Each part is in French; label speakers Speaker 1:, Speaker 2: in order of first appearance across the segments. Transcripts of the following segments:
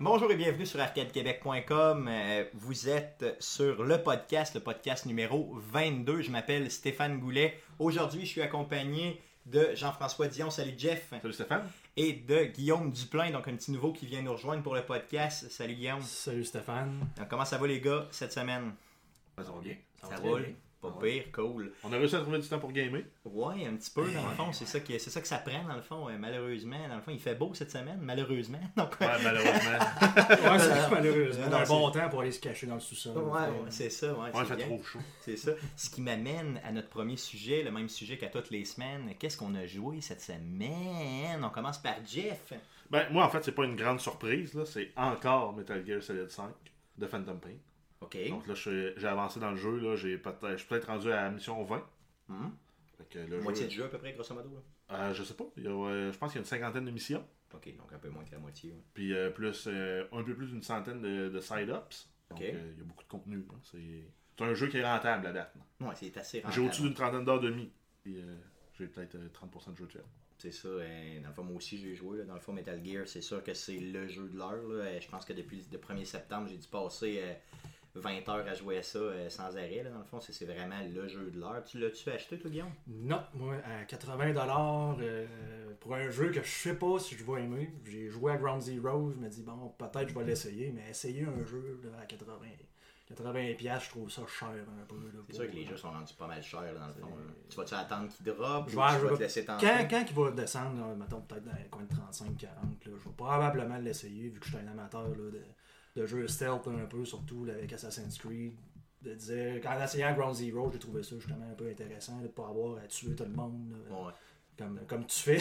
Speaker 1: Bonjour et bienvenue sur arcadequebec.com. Euh, Vous êtes sur le podcast, le podcast numéro 22. Je m'appelle Stéphane Goulet. Aujourd'hui, je suis accompagné de Jean-François Dion. Salut Jeff.
Speaker 2: Salut Stéphane.
Speaker 1: Et de Guillaume Duplain, donc un petit nouveau qui vient nous rejoindre pour le podcast. Salut Guillaume.
Speaker 3: Salut Stéphane.
Speaker 1: Donc, comment ça va les gars cette semaine?
Speaker 2: Ça va bien.
Speaker 3: Ça
Speaker 1: Ça
Speaker 3: va très
Speaker 1: roule?
Speaker 3: bien.
Speaker 1: Pas
Speaker 2: Ouais.
Speaker 1: pire, cool.
Speaker 2: On a réussi à trouver du temps pour gamer.
Speaker 1: Ouais, un petit peu dans le fond, c'est ça, qui, c'est ça que ça prend dans le fond, euh, malheureusement. Dans le fond, il fait beau cette semaine, malheureusement. Donc,
Speaker 2: Ouais, malheureusement.
Speaker 3: Ouais, c'est malheureusement.
Speaker 1: Non,
Speaker 3: un
Speaker 1: c'est-
Speaker 3: bon temps pour aller se cacher dans le sous-sol.
Speaker 1: ouais, ouais,
Speaker 3: Fait-
Speaker 1: c'est ça, ouais,
Speaker 2: Ouais,
Speaker 1: c'est
Speaker 2: ça
Speaker 1: bien.
Speaker 2: trop chaud.
Speaker 1: C'est ça. Ce qui m'amène à notre premier sujet, le même sujet qu'à toutes les semaines. Qu'est-ce qu'on a joué cette semaine? On commence par Jeff.
Speaker 2: Ben, moi, en fait, c'est pas une grande surprise. là. C'est encore Metal Gear Solid 5 de Phantom Pain.
Speaker 1: OK.
Speaker 2: Donc là, je suis- j'ai avancé dans le jeu. Là, j'ai peut-être, je suis peut-être rendu à la mission 20.
Speaker 1: Mhm.
Speaker 2: Fait que le
Speaker 1: Moitié
Speaker 2: jeu-
Speaker 1: du jeu à peu près, grosso modo. là.
Speaker 2: Euh, je sais pas. Il y a, euh, je pense qu'il y a une cinquantaine de missions.
Speaker 1: OK, donc un peu moins que la moitié. ouais.
Speaker 2: Puis euh, plus, euh, un peu plus d'une centaine de, de side-ups. Donc,
Speaker 1: Ok.
Speaker 2: euh, il y a beaucoup de contenu. là. C'est... c'est un jeu qui est rentable à date. là.
Speaker 1: Ouais, c'est assez
Speaker 2: J'ai
Speaker 1: rentable.
Speaker 2: au-dessus d'une trentaine d'heures de mi. Puis, euh, j'ai peut-être euh, 30% de jeu de fait.
Speaker 1: C'est ça. euh, Dans le fond, moi aussi, j'ai joué. là. Dans le fond, Metal Gear, c'est sûr que c'est le jeu de l'heure. là. Euh, Je pense que depuis le 1er septembre, j'ai dû passer euh, 20 heures à jouer à ça euh, sans arrêt. là. Dans le fond, c'est c'est vraiment le jeu de l'heure. Tu l'as-tu acheté, toi, Guillaume?
Speaker 3: Non, moi, à 80$ dollars euh, pour un jeu que je sais pas si je vais aimer. J'ai joué à Ground Zero, je me dis, bon, peut-être je vais l'essayer, mais essayer un jeu là, à 80$, 80$, piastres, je trouve ça cher un peu. là,
Speaker 1: C'est
Speaker 3: pour- euh,
Speaker 1: sûr que les jeux sont rendus pas mal chers, là, dans le fond. là. Tu vas-tu attendre qu'ils drop?
Speaker 3: Je
Speaker 1: ou
Speaker 3: vais-
Speaker 1: tu
Speaker 3: je
Speaker 1: vas
Speaker 3: vais-
Speaker 1: te laisser tenter?
Speaker 3: Quand, quand il va descendre, là, mettons peut-être dans les coins de 35-40, là, je vais probablement l'essayer vu que je suis un amateur là, de, de jeux stealth un peu, surtout là, avec Assassin's Creed. De dire, en essayant Ground Zero, j'ai trouvé ça justement un peu intéressant là, de pas avoir à tuer tout le monde là,
Speaker 1: Ouais.
Speaker 3: comme, comme tu fais.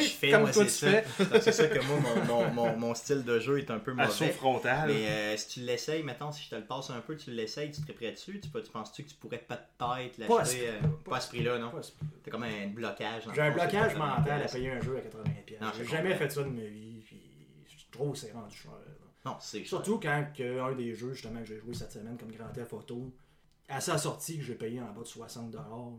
Speaker 1: Comme je fais,
Speaker 3: Comme
Speaker 1: moi,
Speaker 3: toi,
Speaker 1: c'est
Speaker 3: tu
Speaker 1: ça. Donc, C'est ça que moi, mon, mon- mon- mon style de jeu est un peu
Speaker 2: Assaut
Speaker 1: mauvais.
Speaker 2: frontal.
Speaker 1: Mais euh, si tu l'essayes, mettons, si je te le passe un peu, tu l'essayes, tu te prêt dessus, tu, peux- tu penses-tu que tu pourrais peut-être
Speaker 3: Pas à ce
Speaker 1: l'acheter? euh,
Speaker 3: prix-là,
Speaker 1: Pas à ce prix-là, non?
Speaker 3: Ouais, c'est-
Speaker 1: T'as comme un blocage. dans le
Speaker 3: J'ai un
Speaker 1: fond, c'est
Speaker 3: blocage
Speaker 1: totalement
Speaker 3: mental à
Speaker 1: intéressant.
Speaker 3: payer un jeu à 80$.
Speaker 1: Non, je
Speaker 3: j'ai jamais
Speaker 1: comprends.
Speaker 3: fait ça de ma vie, puis je trouve que c'est rendu cher. là.
Speaker 1: Non, c'est
Speaker 3: Surtout quand que un des jeux justement que j'ai joué cette semaine comme Grand Theft Auto, à sa sortie que j'ai payé en bas de 60 dollars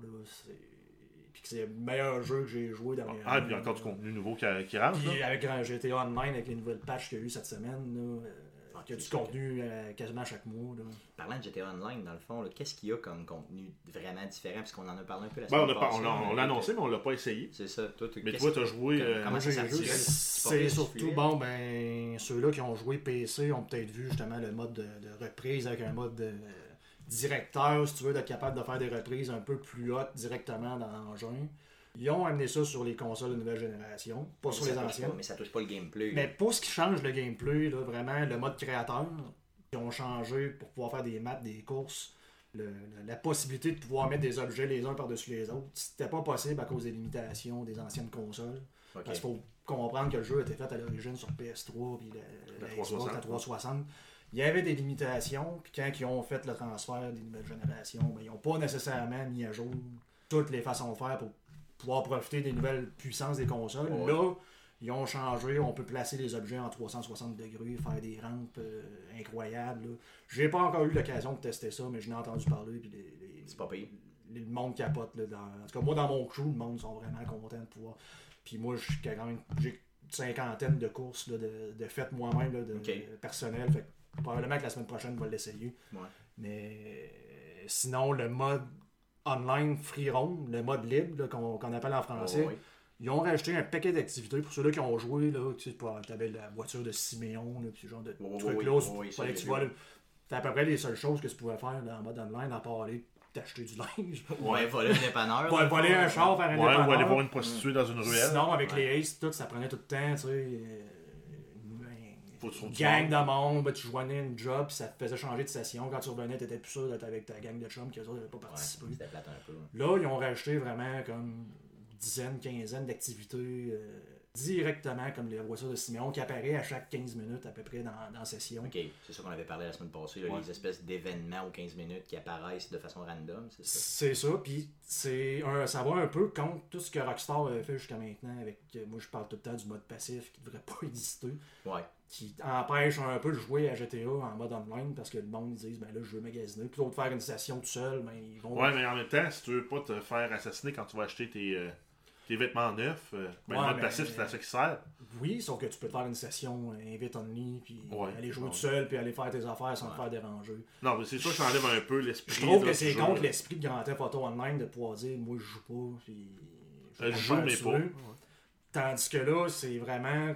Speaker 3: puis que c'est le meilleur jeu que j'ai joué dernièrement.
Speaker 2: Ah, puis il y a encore du
Speaker 3: là.
Speaker 2: contenu nouveau qui, qui rentre.
Speaker 3: Puis
Speaker 2: là.
Speaker 3: avec Grand GTA Online avec les nouvelles patchs qu'il y a eu cette semaine là, euh,
Speaker 1: Ah,
Speaker 3: il y a du
Speaker 1: c'est vrai.
Speaker 3: contenu euh, quasiment à chaque mois là.
Speaker 1: Parlant de GTA Online, dans le fond, là, qu'est-ce qu'il y a comme contenu vraiment différent? Parce qu'on en a parlé un peu la
Speaker 2: Ben,
Speaker 1: semaine
Speaker 2: on l'a pas- on
Speaker 1: passée,
Speaker 2: l'a on l'a
Speaker 1: mais-
Speaker 2: annoncé, mais on l'a pas essayé.
Speaker 1: C'est ça. Toi, tu-
Speaker 2: Mais
Speaker 1: qu'est-ce
Speaker 2: toi, t'as joué.
Speaker 1: comme-
Speaker 2: euh,
Speaker 1: comment- Ah,
Speaker 3: Moi,
Speaker 1: ça
Speaker 3: j'ai
Speaker 1: s'appelle,
Speaker 3: juste-
Speaker 1: c'est pas
Speaker 3: C'est
Speaker 1: vrai,
Speaker 3: surtout,
Speaker 1: celui-là.
Speaker 3: bon, ben, ceux-là qui ont joué PC ont peut-être vu justement le mode de, de reprise avec un mode de, euh, directeur, si tu veux, d'être capable de faire des reprises un peu plus hautes directement dans l'engin. Ils ont amené ça sur les consoles de nouvelle génération, pas sur
Speaker 1: mais
Speaker 3: les
Speaker 1: ça touche
Speaker 3: anciennes.
Speaker 1: pas- Mais ça touche pas le gameplay. là.
Speaker 3: Mais pour ce qui change le gameplay, là, vraiment, le mode créateur, ils ont changé pour pouvoir faire des maps, des courses, le- le- la possibilité de pouvoir mettre des objets les uns par-dessus les autres. C'était pas possible à cause des limitations des anciennes consoles.
Speaker 1: Ok.
Speaker 3: Parce qu'il faut comprendre que le jeu était fait à l'origine sur PS3 puis la,
Speaker 2: La
Speaker 3: la Xbox, la
Speaker 2: 360.
Speaker 3: 360. Il y avait des limitations, puis quand ils ont fait le transfert des nouvelles générations, ben, ils n'ont pas nécessairement mis à jour toutes les façons de faire pour pouvoir profiter des nouvelles puissances des consoles.
Speaker 1: Ouais.
Speaker 3: Là, ils ont changé, on peut placer les objets en 360 degrés, faire des rampes euh, incroyables. là. J'ai pas encore eu l'occasion de tester ça, mais je n'ai entendu parler. Puis les, les-
Speaker 1: C'est pas pire.
Speaker 3: les- le monde capote. Là, dans- en tout cas, moi, dans mon crew, le monde sont vraiment contents de pouvoir. Puis moi, je suis quand même- j'ai une cinquantaine de courses là, de, de faites moi-même, là, de
Speaker 1: Ok.
Speaker 3: personnel. Fait que probablement que la semaine prochaine, je vais l'essayer.
Speaker 1: Ouais.
Speaker 3: Mais euh, sinon, le mode online free roam, le mode libre là, qu'on qu'on appelle en français,
Speaker 1: Ouais, ouais.
Speaker 3: ils ont rajouté un paquet d'activités pour ceux-là qui ont joué. Là, tu avais la voiture de Siméon, là, puis ce genre de
Speaker 1: Oui, oui,
Speaker 3: trucs-là.
Speaker 1: oui,
Speaker 3: c'est-
Speaker 1: oui, ça,
Speaker 3: fallait que
Speaker 1: j'ai
Speaker 3: tu
Speaker 1: vu.
Speaker 3: vois, là, C'était à peu près les seules choses que tu pouvais faire là, en mode online, à part aller t'acheter du linge.
Speaker 1: Ouais, voler un dépanneur.
Speaker 3: Vo-
Speaker 1: dans le
Speaker 3: voler
Speaker 1: fond,
Speaker 3: un char, faire un
Speaker 2: Ouais,
Speaker 3: dépanneur.
Speaker 2: ou aller voir une prostituée dans une ruelle.
Speaker 3: hmm. Sinon, avec
Speaker 1: Ouais.
Speaker 3: les Aces, tout, ça prenait tout le temps. Tu sais, euh,
Speaker 2: Faut que tu
Speaker 3: une
Speaker 2: trouves du
Speaker 3: gang
Speaker 2: monde.
Speaker 3: de monde, ben, tu joignais une job, puis ça te faisait changer de session. Quand tu revenais, t'étais plus sûr d'être avec ta gang de chums, qu'eux autres n'avaient pas
Speaker 1: Ouais,
Speaker 3: participé.
Speaker 1: C'était plate un peu. hein.
Speaker 3: Là, ils ont rajouté vraiment comme dizaines, quinzaines d'activités euh, directement, comme la voiture de Siméon qui apparaît à chaque 15 minutes à peu près dans, dans session.
Speaker 1: Ok, c'est ça qu'on avait parlé la semaine passée, là,
Speaker 2: Ouais.
Speaker 1: les espèces d'événements aux 15 minutes qui apparaissent de façon random, c'est ça?
Speaker 3: C'est ça, puis c'est un- ça va un peu contre tout ce que Rockstar avait fait jusqu'à maintenant avec, euh, moi je parle tout le temps du mode passif qui devrait pas exister,
Speaker 1: Ouais.
Speaker 3: qui empêche un peu de jouer à GTA en mode online parce que le monde ils disent ben là je veux magasiner, plutôt que de faire une session tout seul, ben ils vont
Speaker 2: Ouais, mais en même temps, si tu veux pas te faire assassiner quand tu vas acheter tes, euh, tes vêtements neufs, euh, ben,
Speaker 3: Ouais,
Speaker 2: le mode
Speaker 3: mais-
Speaker 2: passif, c'est à ça qui sert.
Speaker 3: Oui, sauf que tu peux te faire une session euh, invite only, puis
Speaker 2: Ouais,
Speaker 3: aller jouer
Speaker 2: ouais.
Speaker 3: tout seul, puis aller faire tes affaires sans te faire déranger.
Speaker 2: Non, mais c'est sûr que ça enlève un peu l'esprit.
Speaker 3: Je trouve
Speaker 2: là,
Speaker 3: que
Speaker 2: du
Speaker 3: c'est
Speaker 2: jeu,
Speaker 3: contre
Speaker 2: là.
Speaker 3: l'esprit de Grand Theft Auto Online de pouvoir dire moi je joue pas, puis je
Speaker 2: Euh,
Speaker 3: vais
Speaker 2: Je
Speaker 3: me
Speaker 2: joue,
Speaker 3: faire
Speaker 2: mais
Speaker 3: tuer.
Speaker 2: pas.
Speaker 3: Tandis que là, c'est vraiment,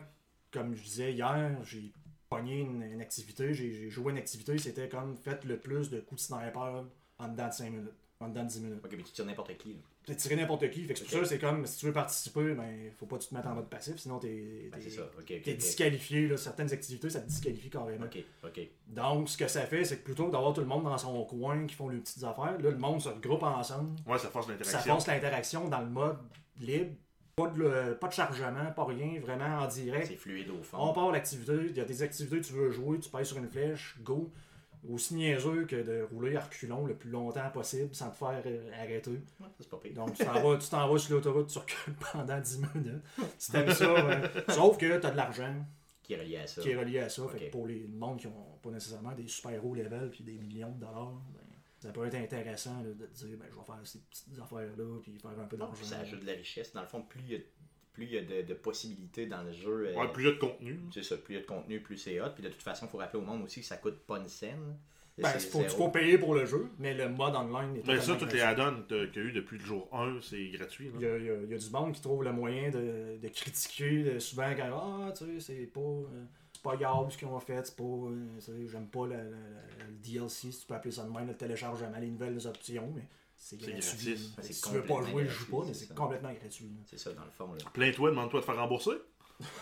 Speaker 3: comme je disais hier, j'ai pogné une, une activité, j'ai j'ai joué une activité, c'était comme faites le plus de coups de sniper en dedans de 5 minutes, en dedans de 10 minutes.
Speaker 1: Ok, mais tu tires n'importe qui. là.
Speaker 3: T'as tiré n'importe qui, fait que c'est pour
Speaker 1: Ok.
Speaker 3: ça, c'est comme si tu veux participer, ben faut pas que tu te mettre en mode passif, sinon t'es
Speaker 1: Ben,
Speaker 3: t'es-
Speaker 1: c'est ça. Ok, ok.
Speaker 3: t'es
Speaker 1: ok.
Speaker 3: disqualifié, là, certaines activités, ça te disqualifie carrément.
Speaker 1: Ok, ok.
Speaker 3: Donc, ce que ça fait, c'est que plutôt que d'avoir tout le monde dans son coin qui font leurs petites affaires, là, le monde se regroupe ensemble,
Speaker 2: Ouais, ça force
Speaker 3: ça
Speaker 2: l'interaction.
Speaker 3: force l'interaction dans le mode libre, pas de, le- pas de chargement, pas rien, vraiment en direct.
Speaker 1: C'est fluide au
Speaker 3: On
Speaker 1: fond.
Speaker 3: part l'activité, il y a des activités que tu veux jouer, tu pèses sur une flèche, go. Aussi niaiseux que de rouler à reculons le plus longtemps possible sans te faire euh, arrêter.
Speaker 1: Ouais, ça, c'est pas pire.
Speaker 3: Donc, tu t'en vas, tu t'en vas sur l'autoroute, tu recules pendant 10 minutes. Si t'aimes ça, ben, sauf que t'as de l'argent
Speaker 1: Qui est relié à ça.
Speaker 3: qui est relié à ça. Fait
Speaker 1: Ok.
Speaker 3: que pour les le monde qui n'ont pas nécessairement des super hauts levels puis des millions de dollars, ben, ça peut être intéressant là, de te dire ben, je vais faire ces petites affaires-là puis faire un peu
Speaker 1: Non,
Speaker 3: d'argent.
Speaker 1: puis ça ajoute de la richesse. Dans le fond, plus il y a, plus il y a de, de possibilités dans le jeu. euh,
Speaker 2: Ouais, plus il y a de contenu.
Speaker 1: C'est ça, plus il y a de contenu, plus c'est hot. Puis de toute façon, il faut rappeler au monde aussi que ça coûte pas une scène.
Speaker 3: Ben,
Speaker 1: C'est
Speaker 3: c'est faut,
Speaker 1: zéro.
Speaker 3: faut payer pour le jeu, mais le mode online est
Speaker 2: Mais ça,
Speaker 3: totalement
Speaker 2: toutes les
Speaker 3: gratuit.
Speaker 2: add-ons que- qu'il y a eu depuis le jour 1, c'est gratuit.
Speaker 3: Il
Speaker 2: Là.
Speaker 3: y, a, il y a- il y a du monde qui trouve le moyen de, de critiquer de- souvent quand ah tu sais c'est pas euh, c'est pas grave ce qu'ils ont fait c'est pas euh, tu sais, j'aime pas le, le- le- le DLC si tu peux appeler ça de même le téléchargement les nouvelles options mais c'est
Speaker 2: C'est
Speaker 3: gratuit
Speaker 2: gratis.
Speaker 3: Fait que
Speaker 1: C'est
Speaker 3: si tu veux pas
Speaker 1: complètement
Speaker 3: jouer je
Speaker 1: gratuit,
Speaker 3: joue pas mais
Speaker 1: c'est
Speaker 3: c'est
Speaker 1: ça.
Speaker 3: complètement gratuit là.
Speaker 1: C'est ça, dans le fond. Là.
Speaker 2: Plains-toi, demande-toi de te faire rembourser.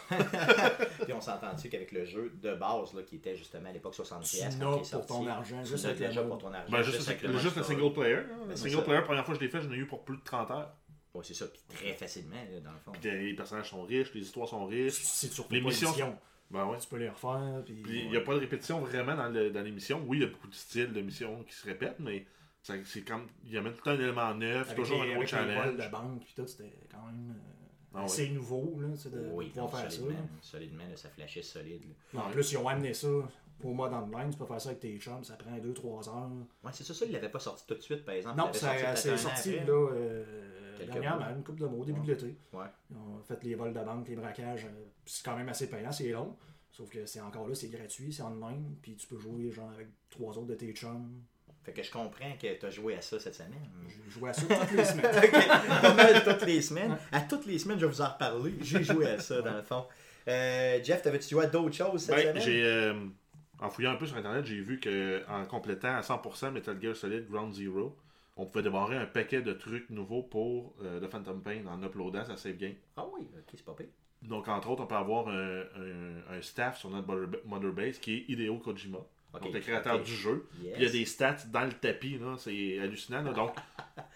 Speaker 1: Puis on s'entend-tu qu'avec le jeu de base, là, qui était justement à l'époque 60$,
Speaker 3: Tu
Speaker 1: quand il
Speaker 3: n'as
Speaker 1: est
Speaker 3: pour
Speaker 1: sorti,
Speaker 3: ton argent,
Speaker 1: tu
Speaker 3: juste
Speaker 1: n'as
Speaker 3: avec la
Speaker 1: déjà
Speaker 3: mode.
Speaker 1: pour ton argent.
Speaker 2: Ben, juste,
Speaker 1: avec
Speaker 2: le,
Speaker 1: le
Speaker 2: juste le
Speaker 1: mode
Speaker 2: single
Speaker 1: story.
Speaker 2: player. hein.
Speaker 1: Ben, c'est
Speaker 2: single
Speaker 1: ça.
Speaker 2: player, première fois que je l'ai fait, j'en ai eu pour plus de 30 heures.
Speaker 1: Ouais, c'est ça, puis très facilement, là, dans le fond.
Speaker 2: Puis Les personnages sont riches, les histoires sont
Speaker 3: si,
Speaker 2: riches.
Speaker 3: si tu refais
Speaker 2: Les
Speaker 3: pas
Speaker 2: missions-
Speaker 3: l'émission,
Speaker 2: Ben ouais.
Speaker 3: tu peux les refaire puis,
Speaker 2: Puis il n'y a pas de répétition vraiment dans, le- dans l'émission. Oui, il y a beaucoup de styles de missions qui se répètent, mais ça- c'est comme. Il y a même tout le temps un élément neuf,
Speaker 3: avec
Speaker 2: toujours
Speaker 3: les-
Speaker 2: un nouveau
Speaker 3: avec les vols
Speaker 2: challenge. Ben,
Speaker 3: de banque puis tout c'était quand même euh,
Speaker 2: Ah ouais.
Speaker 3: assez nouveau là tu sais, de, de
Speaker 1: Oui,
Speaker 3: pouvoir
Speaker 1: non,
Speaker 3: euh, faire ça là.
Speaker 1: solidement, solidement, là, ça flashait solide. là.
Speaker 3: en plus ils ont amené ça au mode online tu peux faire ça avec tes chums ça prend 2-3 heures
Speaker 1: Ouais, c'est ça, ça, il l'avait pas sorti tout de suite, par exemple.
Speaker 3: Non,
Speaker 1: Il l'avait sorti
Speaker 3: ça-
Speaker 1: peut-être un
Speaker 3: c'est
Speaker 1: an
Speaker 3: sorti
Speaker 1: après.
Speaker 3: là, euh,
Speaker 1: Quelques
Speaker 3: dernièrement,
Speaker 1: mois.
Speaker 3: une couple de mois, au début
Speaker 1: Ouais.
Speaker 3: de l'été.
Speaker 1: Ouais.
Speaker 3: Ils ont fait les vols de banque, les braquages. euh, puis c'est quand même assez payant, c'est long. Sauf que c'est encore là, c'est gratuit, c'est online. Puis tu peux jouer genre avec trois autres de tes chums.
Speaker 1: Fait que je comprends que t'as joué à ça cette semaine.
Speaker 3: J'ai joué à ça toutes les semaines.
Speaker 1: Pas mal toutes les semaines. À toutes les semaines, je vais vous en reparler. J'ai joué à ça, dans le fond. Euh, Jeff, t'avais-tu joué à d'autres choses cette
Speaker 2: Ben,
Speaker 1: semaine?
Speaker 2: j'ai. euh, en fouillant un peu sur internet, j'ai vu que en complétant à 100% Metal Gear Solid Ground Zero, on pouvait démarrer un paquet de trucs nouveaux pour euh, The Phantom Pain en uploadant sa save game.
Speaker 1: Ah oui, ok, c'est pas pire.
Speaker 2: Donc, entre autres, on peut avoir un, un- un staff sur notre mother- mother base qui est Hideo Kojima,
Speaker 1: Ok,
Speaker 2: donc le créateur
Speaker 1: ok.
Speaker 2: du jeu.
Speaker 1: Yes.
Speaker 2: Puis il y a des stats dans le tapis, là, c'est hallucinant. là. donc,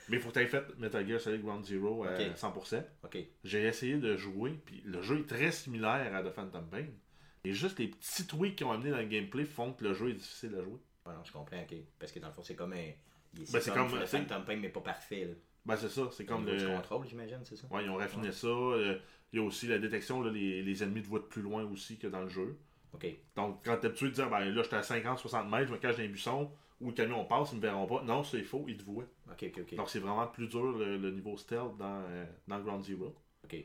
Speaker 2: mais il faut que tu fait Metal Gear Solid Ground Zero euh, à
Speaker 1: Ok.
Speaker 2: 100%.
Speaker 1: Ok.
Speaker 2: J'ai essayé de jouer, puis le jeu est très similaire à The Phantom Pain. Et juste les petits tweaks qu'ils ont amenés dans le gameplay font que le jeu est difficile à jouer.
Speaker 1: Ouais, non, je comprends, ok. Parce que dans le fond, c'est comme un. il-
Speaker 2: Ben, c'est comme-
Speaker 1: le
Speaker 2: c'est-
Speaker 1: Phantom Pain, mais pas parfait. Là.
Speaker 2: Ben c'est ça, c'est comme
Speaker 1: Au niveau du
Speaker 2: le...
Speaker 1: contrôle, j'imagine, c'est ça?
Speaker 2: Ouais, ils ont raffiné ça. euh, Il y a aussi la détection, là, les, les ennemis te voient de plus loin aussi que dans le jeu.
Speaker 1: Ok.
Speaker 2: Donc, quand t'es habitué de dire, ben là, j'étais à 50, 60 mètres, je me cache dans les buissons, ou le camion passe, ils me verront pas. Non, c'est faux, ils te voient.
Speaker 1: Ok, ok, ok.
Speaker 2: Donc, c'est vraiment plus dur le, le niveau stealth dans, euh, dans Ground Zero.
Speaker 1: Ok.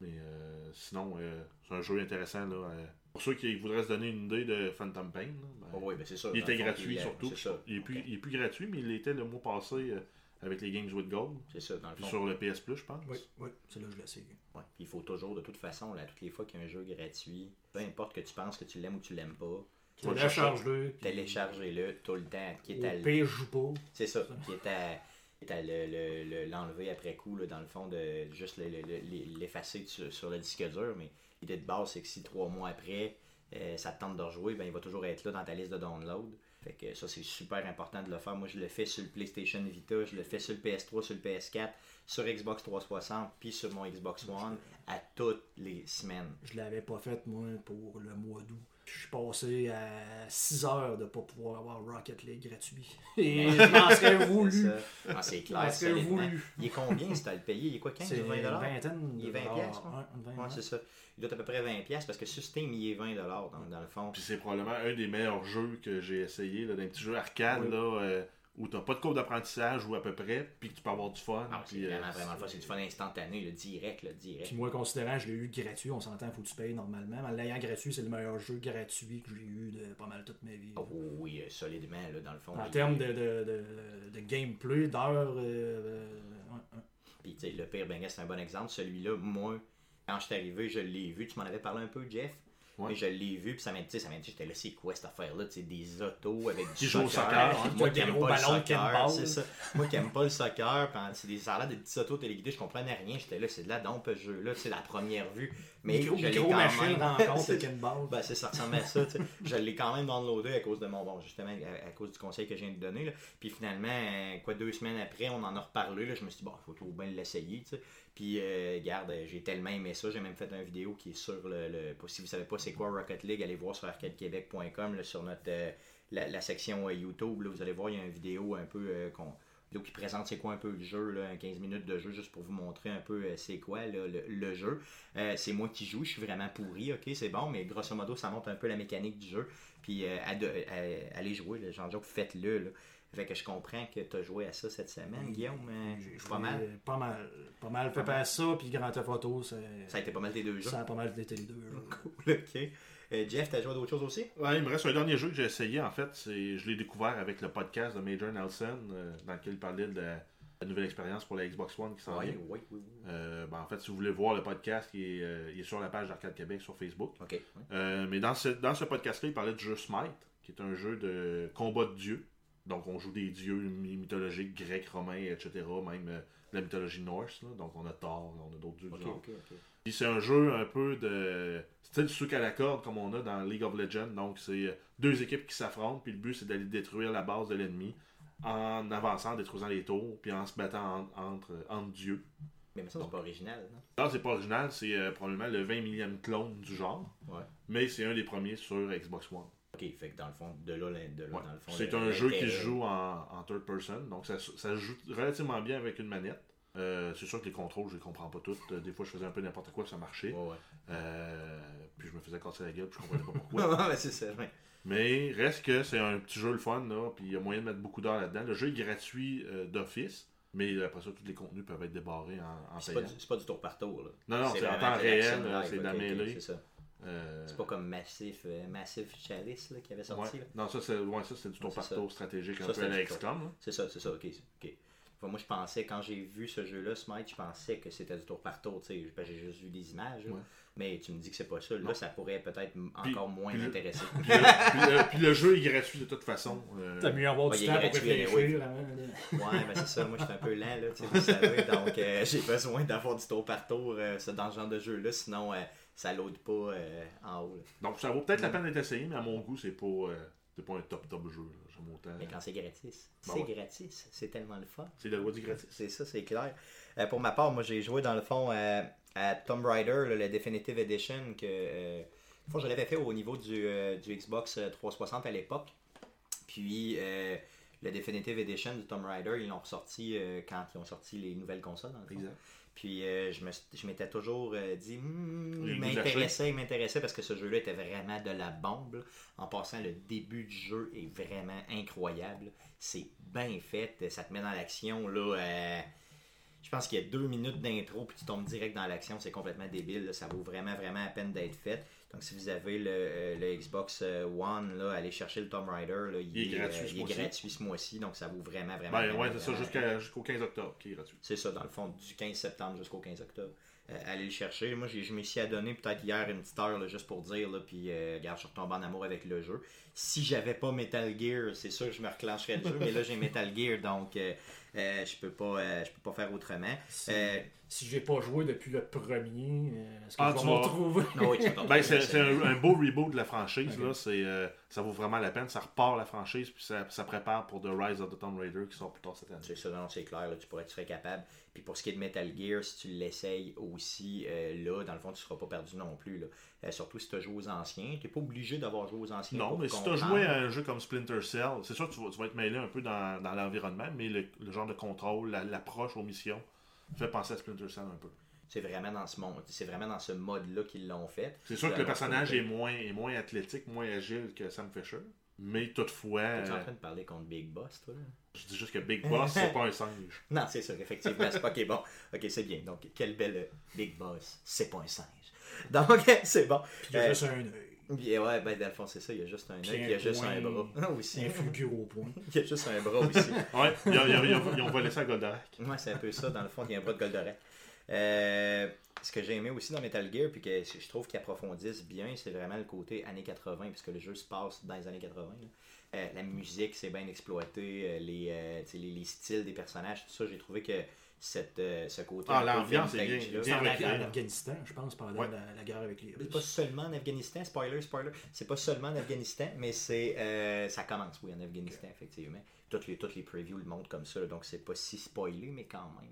Speaker 2: Mais euh, sinon, euh, c'est un jeu intéressant. Là, euh. Pour ceux qui voudraient se donner une idée de Phantom Pain, là, ben,
Speaker 1: Oh, oui, ben c'est ça.
Speaker 2: il
Speaker 1: dans le
Speaker 2: était
Speaker 1: fond,
Speaker 2: gratuit
Speaker 1: il-
Speaker 2: surtout.
Speaker 1: C'est ça.
Speaker 2: Il est, plus,
Speaker 1: Ok.
Speaker 2: il est plus gratuit, mais il était le mois passé euh, avec les Games with Gold,
Speaker 1: C'est ça, dans le
Speaker 2: puis
Speaker 1: fond.
Speaker 2: sur le PS Plus, je pense.
Speaker 3: Oui, oui, c'est là que je l'ai essayé.
Speaker 1: Ouais. Puis il faut toujours, de toute façon, là, toutes les fois qu'il y a un jeu gratuit, peu importe que tu penses que tu l'aimes ou que tu l'aimes pas,
Speaker 2: vas le
Speaker 3: Télécharge-le. puis
Speaker 1: téléchargez-le tout le temps. Quitte à
Speaker 3: Au
Speaker 1: le-
Speaker 3: pire, je joue pas.
Speaker 1: C'est ça. Qui est à, qui est à le- le- le- l'enlever après coup, là, dans le fond, de juste le- le- le- l'effacer sur, sur le disque dur. Mais l'idée de base, c'est que si trois mois après, euh, ça te tente de rejouer, ben, il va toujours être là dans ta liste de download. Fait que ça, c'est super important de le faire. Moi, je le fais sur le PlayStation Vita, je le fais sur le PS3, sur le PS4, sur Xbox 360, puis sur mon Xbox One, à toutes les semaines.
Speaker 3: Je l'avais pas fait, moi, pour le mois d'août. Je suis passé à 6 heures de pas pouvoir avoir Rocket League gratuit. Et je m'en serais
Speaker 1: C'est
Speaker 3: voulu.
Speaker 1: ça. Ah, c'est clair,
Speaker 3: Parce que
Speaker 1: solidement.
Speaker 3: voulu.
Speaker 1: Il est combien si t'as le payé? Il est quoi, 15
Speaker 3: C'est
Speaker 1: ou 20
Speaker 3: une
Speaker 1: dollars?
Speaker 3: vingtaine.
Speaker 1: Il est
Speaker 3: de
Speaker 1: 20
Speaker 3: dollars.
Speaker 1: piastres, ouais.
Speaker 3: Ouais, une vingtaine.
Speaker 1: Ouais, c'est ça. Il doit être à peu près 20$ piastres parce que sur Steam, il est 20$, donc dans le fond.
Speaker 2: Puis c'est probablement un des meilleurs jeux que j'ai essayé, là, d'un petit jeu arcade,
Speaker 3: Oui.
Speaker 2: là, euh, où t'as pas de cours d'apprentissage ou à peu près, puis que tu peux avoir du fun.
Speaker 1: Ah, c'est
Speaker 2: puis, euh,
Speaker 1: vraiment, vraiment le fun. C'est du fun instantané, le direct, le direct.
Speaker 3: Puis moi, considérant, je l'ai eu gratuit, on s'entend, faut que tu payes normalement. Mais en l'ayant gratuit, c'est le meilleur jeu gratuit que j'ai eu de pas mal toute ma vie.
Speaker 1: Oh, oui, euh, solidement, là, dans le fond.
Speaker 3: En
Speaker 1: il-
Speaker 3: termes de, de, de, de gameplay, d'heures. euh, euh, ouais, ouais.
Speaker 1: Puis, tu sais, le pire Benga, c'est un bon exemple. Celui-là, moi, quand je suis arrivé, je l'ai vu. Tu m'en avais parlé un peu, Jeff.
Speaker 2: Ouais.
Speaker 1: Mais je l'ai vu, puis ça m'a dit, ça m'a dit, j'étais là, c'est quoi cette affaire-là, tu sais, des autos avec du
Speaker 2: Qui jouent au soccer, hein.
Speaker 1: moi
Speaker 3: Avec
Speaker 1: qui
Speaker 3: des
Speaker 1: aime
Speaker 3: gros
Speaker 1: pas le
Speaker 3: ballons de
Speaker 1: soccer,
Speaker 3: Ken
Speaker 1: c'est
Speaker 3: Ball.
Speaker 1: ça. Moi qui aime pas le soccer, puis en- c'est des ça a l'air des petits autos téléguidés, je comprenais rien, j'étais là, c'est de la dompe ce jeu-là, c'est la première vue, mais
Speaker 3: micro,
Speaker 1: je l'ai
Speaker 3: micro
Speaker 1: quand
Speaker 3: machine
Speaker 1: même.
Speaker 3: rencontre
Speaker 1: C'est
Speaker 3: avec une base.
Speaker 1: ben, c'est ça ressemble à ça. tu sais. Je l'ai quand même downloadé à cause de mon bon, justement, à, à cause du conseil que je viens de donner. là. Puis finalement, euh, quoi, deux semaines après, on en a reparlé. Là, je me suis dit, bon, faut tout bien l'essayer. tu sais. Puis, euh, regarde, euh, j'ai tellement aimé ça. J'ai même fait une vidéo qui est sur le. le- pour- si vous savez pas c'est quoi Rocket League, allez voir sur arcadequebec.com, là, sur notre, euh, la, la section euh, YouTube. là. vous allez voir, il y a une vidéo un peu euh, qu'on- vidéo qui présente c'est quoi un peu le jeu, là, un 15 minutes de jeu, juste pour vous montrer un peu euh, c'est quoi là, le, le jeu. Euh, c'est moi qui joue, je suis vraiment pourri, ok, c'est bon, mais grosso modo, ça montre un peu la mécanique du jeu. Puis euh, ado- euh, allez jouer, là, genre, faites-le. là. Fait que je comprends que tu as joué à ça cette semaine, Guillaume. hein,
Speaker 3: J'ai joué
Speaker 1: pas mal.
Speaker 3: Euh, Pas mal. Pas mal. Fait
Speaker 1: Pas mal.
Speaker 3: pas ça, puis Grand Theft Auto, c'est-
Speaker 1: Ça a été pas mal tes deux jeux.
Speaker 3: ça a pas mal été les deux. là.
Speaker 1: Cool, ok. Euh, Jeff, t'as joué à d'autres choses aussi
Speaker 2: Ouais, il me reste un dernier jeu que j'ai essayé en fait. C'est, je l'ai découvert avec le podcast de Major Nelson, euh, dans lequel il parlait de la, la nouvelle expérience pour la Xbox One qui s'en vient.
Speaker 1: Oui, oui, oui. oui.
Speaker 2: Euh, ben, en fait, si vous voulez voir le podcast, il est, euh, il est sur la page d'Arcade Québec sur Facebook.
Speaker 1: Ok. ouais.
Speaker 2: Euh, mais dans ce, dans ce podcast-là, il parlait de jeu Smite, qui est un jeu de combat de dieux. Donc, on joue des dieux my- mythologiques, grecs, romains, etc. Même euh, de la mythologie norse. là. Donc, on a Thor, on a d'autres dieux
Speaker 1: Ok,
Speaker 2: du genre.
Speaker 1: ok, ok.
Speaker 2: Puis c'est un jeu un peu de style souk à la corde comme on a dans League of Legends. Donc c'est euh, deux équipes qui s'affrontent, puis le but c'est d'aller détruire la base de l'ennemi en avançant, en détruisant les tours, puis en se battant en- entre, entre dieux.
Speaker 1: Mais ça, c'est pas original, non
Speaker 2: Non, c'est pas original, c'est euh, probablement le 20 millième clone du genre,
Speaker 1: Ouais.
Speaker 2: mais c'est un des premiers sur Xbox One.
Speaker 1: Ok, fait que dans le fond, de là, la- de là,
Speaker 2: Ouais.
Speaker 1: dans le fond.
Speaker 2: C'est
Speaker 1: le-
Speaker 2: un jeu qui
Speaker 1: l'intérêt-
Speaker 2: se joue en, en third person, donc ça, se- ça se joue relativement bien avec une manette. Euh, c'est sûr que les contrôles, je les comprends pas toutes. Euh, Des fois, je faisais un peu n'importe quoi, ça marchait.
Speaker 1: Ouais, ouais.
Speaker 2: Euh, puis je me faisais casser la gueule, puis je comprenais pas pourquoi.
Speaker 1: Ouais, ouais, c'est ça, ouais.
Speaker 2: Mais reste que c'est un petit jeu le fun, là, puis il y a moyen de mettre beaucoup d'heures là-dedans. Le jeu est gratuit euh, d'office, mais après ça, tous les contenus peuvent être débarrés en, en
Speaker 1: C'est pas,
Speaker 2: payant.
Speaker 1: du- c'est pas du tour par tour, là.
Speaker 2: Non, non, c'est en
Speaker 1: vraiment
Speaker 2: temps
Speaker 1: de
Speaker 2: réel,
Speaker 1: l'action
Speaker 2: euh,
Speaker 1: live,
Speaker 2: c'est de la
Speaker 1: ok, ok,
Speaker 2: mêlée.
Speaker 1: C'est ça.
Speaker 2: Euh,
Speaker 1: C'est pas comme Massif, euh, Massif Chalice là, qui avait sorti.
Speaker 2: ouais.
Speaker 1: Là.
Speaker 2: Non, ça, c'est ouais, ça, c'est du tour
Speaker 1: Ouais,
Speaker 2: par
Speaker 1: c'est
Speaker 2: tour stratégique, un
Speaker 1: Ça,
Speaker 2: peu
Speaker 1: c'est
Speaker 2: à la
Speaker 1: du
Speaker 2: XCOM. là.
Speaker 1: C'est ça, c'est ça, ok. ok. Enfin, moi, je pensais, quand j'ai vu ce jeu-là, Smite, je pensais que c'était du tour par tour. tu sais. Ben, J'ai juste vu des images, là.
Speaker 2: Ouais.
Speaker 1: mais tu me dis que c'est pas ça. Là,
Speaker 2: Non.
Speaker 1: ça pourrait peut-être m-
Speaker 2: Puis-
Speaker 1: encore moins
Speaker 2: puis le-
Speaker 1: m'intéresser.
Speaker 2: Puis, le- puis le- puis le jeu est gratuit de toute façon. euh,
Speaker 3: T'as mieux avoir
Speaker 1: Ouais,
Speaker 3: du
Speaker 1: il est
Speaker 3: temps pour
Speaker 1: gratuit,
Speaker 3: réfléchir.
Speaker 1: oui.
Speaker 3: hein.
Speaker 1: Ouais, ben c'est ça, moi je suis un peu lent, là, tu sais, vous savez, donc euh, j'ai besoin d'avoir du tour par tour euh, ça, dans ce genre de jeu-là, sinon euh, ça load pas euh, en haut. là.
Speaker 2: donc ça vaut peut-être la peine d'être essayé, mais à mon goût, c'est pas, euh, c'est pas un top top jeu. là. J'aime autant.
Speaker 1: Mais quand c'est gratis,
Speaker 2: Bah
Speaker 1: c'est
Speaker 2: ouais.
Speaker 1: gratis, c'est tellement le fun.
Speaker 2: C'est le roi du gratis.
Speaker 1: C'est ça, c'est clair. Euh, pour ma part, moi j'ai joué dans le fond euh, à Tomb Raider, là, le Definitive Edition, que euh, au fond, je l'avais fait au niveau du, euh, du Xbox 360 à l'époque. Puis euh, le Definitive Edition du Tomb Raider, ils l'ont ressorti euh, quand ils ont sorti les nouvelles consoles. Dans le fond.
Speaker 2: Exact.
Speaker 1: Puis euh, je me suis- je m'étais toujours euh, dit, Hmm,
Speaker 2: J'ai
Speaker 1: il
Speaker 2: le goût de
Speaker 1: m'intéressait, il m'intéressait parce que ce jeu-là était vraiment de la bombe. là. En passant, le début du jeu est vraiment incroyable. C'est bien fait, euh, ça te met dans l'action. là. euh, je pense qu'il y a deux minutes d'intro puis tu tombes direct dans l'action. C'est complètement débile. là. Ça vaut vraiment, vraiment à peine d'être fait. Donc si vous avez le, euh, le Xbox euh, One, là, allez chercher le Tomb Raider. là.
Speaker 2: Il est gratuit ce
Speaker 1: il est
Speaker 2: mois-ci.
Speaker 1: gratuit ce mois-ci, donc ça vaut vraiment, vraiment.
Speaker 2: Ben,
Speaker 1: vraiment,
Speaker 2: ouais, c'est ça,
Speaker 1: vraiment-
Speaker 2: jusqu'à- jusqu'au 15 octobre, qui est gratuit.
Speaker 1: c'est ça, dans le fond, du 15 septembre jusqu'au 15 octobre. Euh, allez le chercher. Moi, j'ai- je me suis adonné peut-être hier une petite heure, là, juste pour dire, là, puis euh, regarde, je suis retombé en amour avec le jeu. Si j'avais pas Metal Gear, c'est sûr que je me reclencherais le jeu, mais là, j'ai Metal Gear, donc euh, euh, je peux pas euh, je peux pas faire autrement.
Speaker 3: Si,
Speaker 1: Euh,
Speaker 3: si j'ai pas joué depuis le premier, euh, est-ce que
Speaker 2: Ah,
Speaker 3: je
Speaker 2: tu
Speaker 3: vais me
Speaker 2: vas-
Speaker 3: retrouver
Speaker 1: non, oui, tu peux
Speaker 2: Ben, c'est
Speaker 1: pas-
Speaker 2: c'est un, un beau reboot de la franchise.
Speaker 3: Ok.
Speaker 2: Là, c'est, euh, ça vaut vraiment la peine. Ça repart la franchise, puis ça, ça prépare pour The Rise of the Tomb Raider qui sort plus tard cette année.
Speaker 1: C'est ça, non, c'est clair, là, tu pourrais, tu serais capable. Puis pour ce qui est de Metal Gear, si tu l'essayes aussi, euh, là, dans le fond, tu seras pas perdu non plus. là. Euh, surtout si tu joues aux anciens. Tu pas obligé d'avoir joué aux anciens.
Speaker 2: Non,
Speaker 1: pour
Speaker 2: mais si tu as
Speaker 1: comprendre.
Speaker 2: joué à un jeu comme Splinter Cell, c'est sûr que tu vas, tu vas être mêlé un peu dans, dans l'environnement, mais le, le genre de contrôle, la- l'approche aux missions, fait penser à Splinter Cell un peu.
Speaker 1: C'est vraiment dans ce monde, c'est vraiment dans ce mode-là qu'ils l'ont fait.
Speaker 2: C'est sûr que le
Speaker 1: Alors,
Speaker 2: personnage
Speaker 1: ouais.
Speaker 2: est moins, est moins athlétique, moins agile que Sam Fisher, Mais toutefois,
Speaker 1: T'es en
Speaker 2: euh,
Speaker 1: train de parler contre Big Boss, toi, là?
Speaker 2: je dis juste que Big Boss, c'est pas un singe.
Speaker 1: Non, c'est ça, effectivement, c'est pas ok, bon. Ok, c'est bien. Donc, quelle belle euh, Big Boss, c'est pas un singe. Donc, c'est bon.
Speaker 3: Puis il y a
Speaker 1: Euh,
Speaker 3: juste un œil.
Speaker 1: Puis, ouais, ben, dans le fond, c'est ça, il y a juste un œil,
Speaker 3: Puis
Speaker 1: puis il y a
Speaker 3: un
Speaker 1: juste un
Speaker 3: point.
Speaker 1: bras. aussi.
Speaker 3: Un fulgure au point.
Speaker 1: Il y a juste un bras aussi.
Speaker 2: Ouais, ils ont- ils ont- ils ont- ils ont volé ça à Goldorak.
Speaker 1: Ouais, c'est un peu ça, dans le fond, il y a un bras de Goldorak. Euh, ce que j'ai aimé aussi dans Metal Gear, puis que je trouve qu'ils approfondissent bien, c'est vraiment le côté années 80, puisque le jeu se passe dans les années 80. là. Euh, la musique, c'est bien exploité, euh, les, euh, tu sais, les, les styles des personnages, tout ça, j'ai trouvé que cette, euh, ce côté.
Speaker 2: Ah,
Speaker 1: un peu
Speaker 2: l'ambiance est
Speaker 1: vintage,
Speaker 2: bien-
Speaker 1: là,
Speaker 3: C'est en,
Speaker 2: bien
Speaker 3: Af-
Speaker 2: recréé.
Speaker 3: en Afghanistan, Ben, je pense, pendant
Speaker 2: Ouais.
Speaker 3: la, la guerre avec les
Speaker 1: C'est euh, pas
Speaker 3: Russes.
Speaker 1: seulement en Afghanistan, spoiler, spoiler. C'est pas seulement en Afghanistan, mais c'est euh, ça commence, oui, en Afghanistan, effectivement. Toutes les, toutes les previews le montrent comme ça, là, donc c'est pas si spoilé, mais quand même.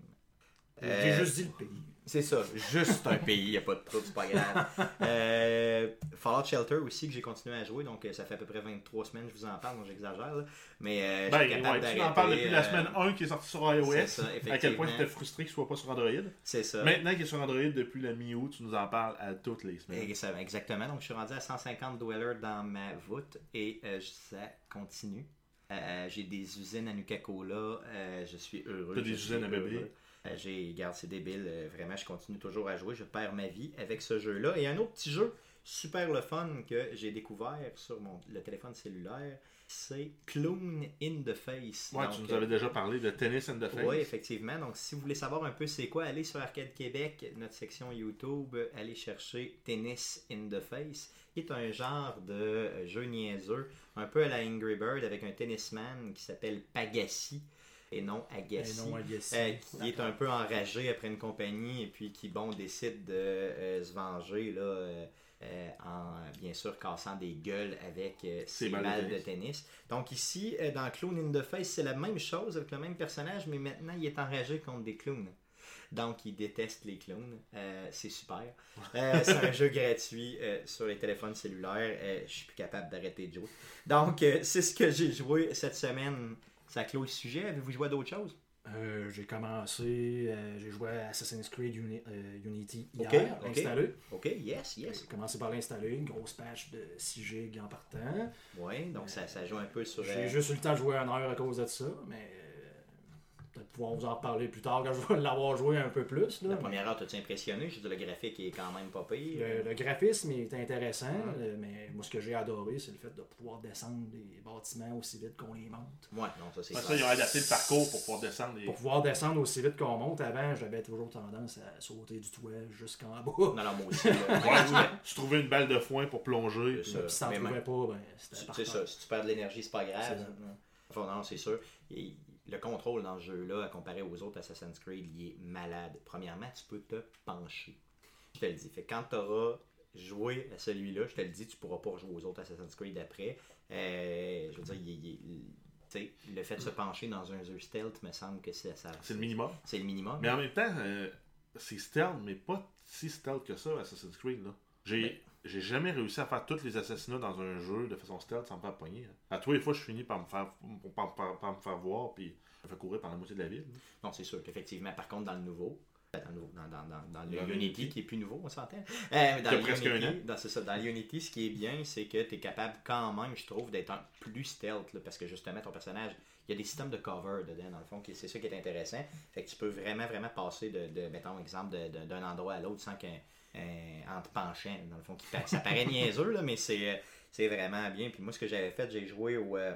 Speaker 3: J'ai
Speaker 1: Euh,
Speaker 3: juste dit le pays.
Speaker 1: C'est ça, juste un pays, y a pas de trouble, c'est pas grave. Euh, Fallout Shelter aussi, que j'ai continué à jouer, donc euh, ça fait à peu près 23 semaines, que je vous en parle, donc j'exagère, là. mais euh, je suis
Speaker 2: Ben,
Speaker 1: capable
Speaker 2: ouais, tu
Speaker 1: d'arrêter.
Speaker 2: en parles depuis
Speaker 1: euh,
Speaker 2: la semaine 1 qui est sorti sur iOS.
Speaker 1: c'est ça,
Speaker 2: à quel point
Speaker 1: effectivement.
Speaker 2: tu étais frustré qu'il soit pas sur Android.
Speaker 1: C'est ça.
Speaker 2: Maintenant qu'il est sur Android depuis le mi-août, tu nous en parles à toutes les semaines.
Speaker 1: Et ça- Exactement. Donc, je suis rendu à 150 dwellers dans ma voûte et euh, je- ça continue. Euh, j'ai des usines à Nuka-Cola. euh, je suis heureux.
Speaker 2: T'as des
Speaker 1: je suis
Speaker 2: usines à
Speaker 1: heureux.
Speaker 2: bébé.
Speaker 1: Euh, j'ai, garde, c'est débile. euh, vraiment, je continue toujours à jouer. Je perds ma vie avec ce jeu-là. Et un autre petit jeu super le fun que j'ai découvert sur mon, le téléphone cellulaire, c'est Clone in the Face.
Speaker 2: Ouais,
Speaker 1: Donc,
Speaker 2: tu nous avais déjà parlé de Tennis and the Face.
Speaker 1: oui, effectivement. Donc, si vous voulez savoir un peu c'est quoi, allez sur Arcade Québec, notre section YouTube, euh, allez chercher Tennis in the Face, qui est un genre de euh, jeu niaiseux, un peu à la Angry Bird, avec un tennisman qui s'appelle Pagassi et non Agassi.
Speaker 3: Et Ben non Agassi.
Speaker 1: Euh, qui est un peu enragé après une compagnie et puis qui, bon, décide de euh, se venger, là, euh, euh, en, bien sûr, cassant des gueules avec euh, ses balles, de tennis. Donc ici, euh, dans Clone in the Face, c'est la même chose avec le même personnage, mais maintenant, il est enragé contre des clowns. Donc, il déteste les clowns. Euh, c'est super. Euh, c'est un jeu gratuit euh, sur les téléphones cellulaires. Euh, je suis plus capable d'arrêter de jouer. Donc, euh, c'est ce que j'ai joué cette semaine. Ça clôt le sujet. Avez-vous joué à d'autres choses?
Speaker 3: Euh, j'ai commencé, euh, j'ai joué à Assassin's Creed Uni- euh, Unity hier,
Speaker 1: Ok, ok.
Speaker 3: installé.
Speaker 1: OK, yes, yes.
Speaker 3: J'ai commencé par l'installer, une grosse patch de 6 gigs en partant.
Speaker 1: Oui, donc ça, ça joue un peu sur.
Speaker 3: J'ai
Speaker 1: euh,
Speaker 3: juste eu le temps de jouer une heure à cause de ça, mais euh, peut-être pouvoir vous en reparler plus tard quand je vais l'avoir joué un peu plus. là.
Speaker 1: La première heure, t'as-tu impressionné? Je dis, le graphique est quand même pas pire.
Speaker 3: Le, le graphisme est intéressant,
Speaker 1: Mm-hmm.
Speaker 3: euh, mais moi ce que j'ai adoré, c'est le fait de pouvoir descendre des bâtiments aussi vite qu'on les monte.
Speaker 1: Ouais, non, ça c'est
Speaker 2: Après Ah, ça, ils ont adapté le parcours pour pouvoir descendre. les-
Speaker 3: Pour pouvoir descendre aussi vite qu'on monte, avant j'avais toujours tendance à sauter du toit jusqu'en bas.
Speaker 1: Non, non, moi aussi. là,
Speaker 2: Ouais,
Speaker 1: ouais,
Speaker 2: oui. Tu trouvais une balle de foin pour plonger.
Speaker 1: C'est
Speaker 2: puis-
Speaker 1: ça.
Speaker 3: Puis si t'en
Speaker 1: euh, mais
Speaker 3: trouvais
Speaker 1: même-
Speaker 3: pas, ben, c'était
Speaker 1: tu-
Speaker 3: par
Speaker 1: C'est
Speaker 3: terre.
Speaker 1: ça, si tu perds de l'énergie, c'est pas grave. Mm-hmm.
Speaker 3: C'est ça.
Speaker 1: Enfin, non, c'est sûr. Et le contrôle dans ce jeu-là, à comparer aux autres Assassin's Creed, il est malade. Premièrement, tu peux te pencher. Je te le dis. Fait que quand t'auras joué à celui-là, je te le dis, tu pourras pas rejouer aux autres Assassin's Creed après. Euh, je veux dire, il, il- il- tu sais, le fait de se pencher dans un jeu stealth, me semble que c'est ça.
Speaker 2: C'est le minimum.
Speaker 1: C'est le minimum.
Speaker 2: Mais en même temps, euh, c'est stealth, mais pas si stealth que ça, Assassin's Creed. là. J'ai j'ai jamais réussi à faire tous les assassinats dans un jeu de façon stealth sans me faire pogner. hein. À tous les fois, je finis par me faire, par, par- par me faire voir, puis je me fais courir par la moitié de la ville.
Speaker 1: Non, c'est sûr qu'effectivement. Par contre, dans le nouveau, ben, dans le, nouveau- dans, dans- dans- dans le
Speaker 2: Dans
Speaker 1: Unity,
Speaker 2: l'Unity.
Speaker 1: qui est plus nouveau, on s'entend. Euh, dans
Speaker 2: Qui a
Speaker 1: le
Speaker 2: presque
Speaker 1: Unity,
Speaker 2: un an.
Speaker 1: Dans, c'est ça, dans le Unity, ce qui est bien, c'est que tu es capable quand même, je trouve, d'être un plus stealth, là, parce que justement, ton personnage, il y a des systèmes de cover dedans, dans le fond, qui, c'est ça qui est intéressant. Fait que tu peux vraiment, vraiment passer de, de mettons, exemple, de- de- d'un endroit à l'autre sans qu'un. un- en te penchant, dans le fond, qui, pa- ça paraît niaiseux, là, mais c'est, euh, c'est vraiment bien. Puis moi, ce que j'avais fait, j'ai joué au. euh,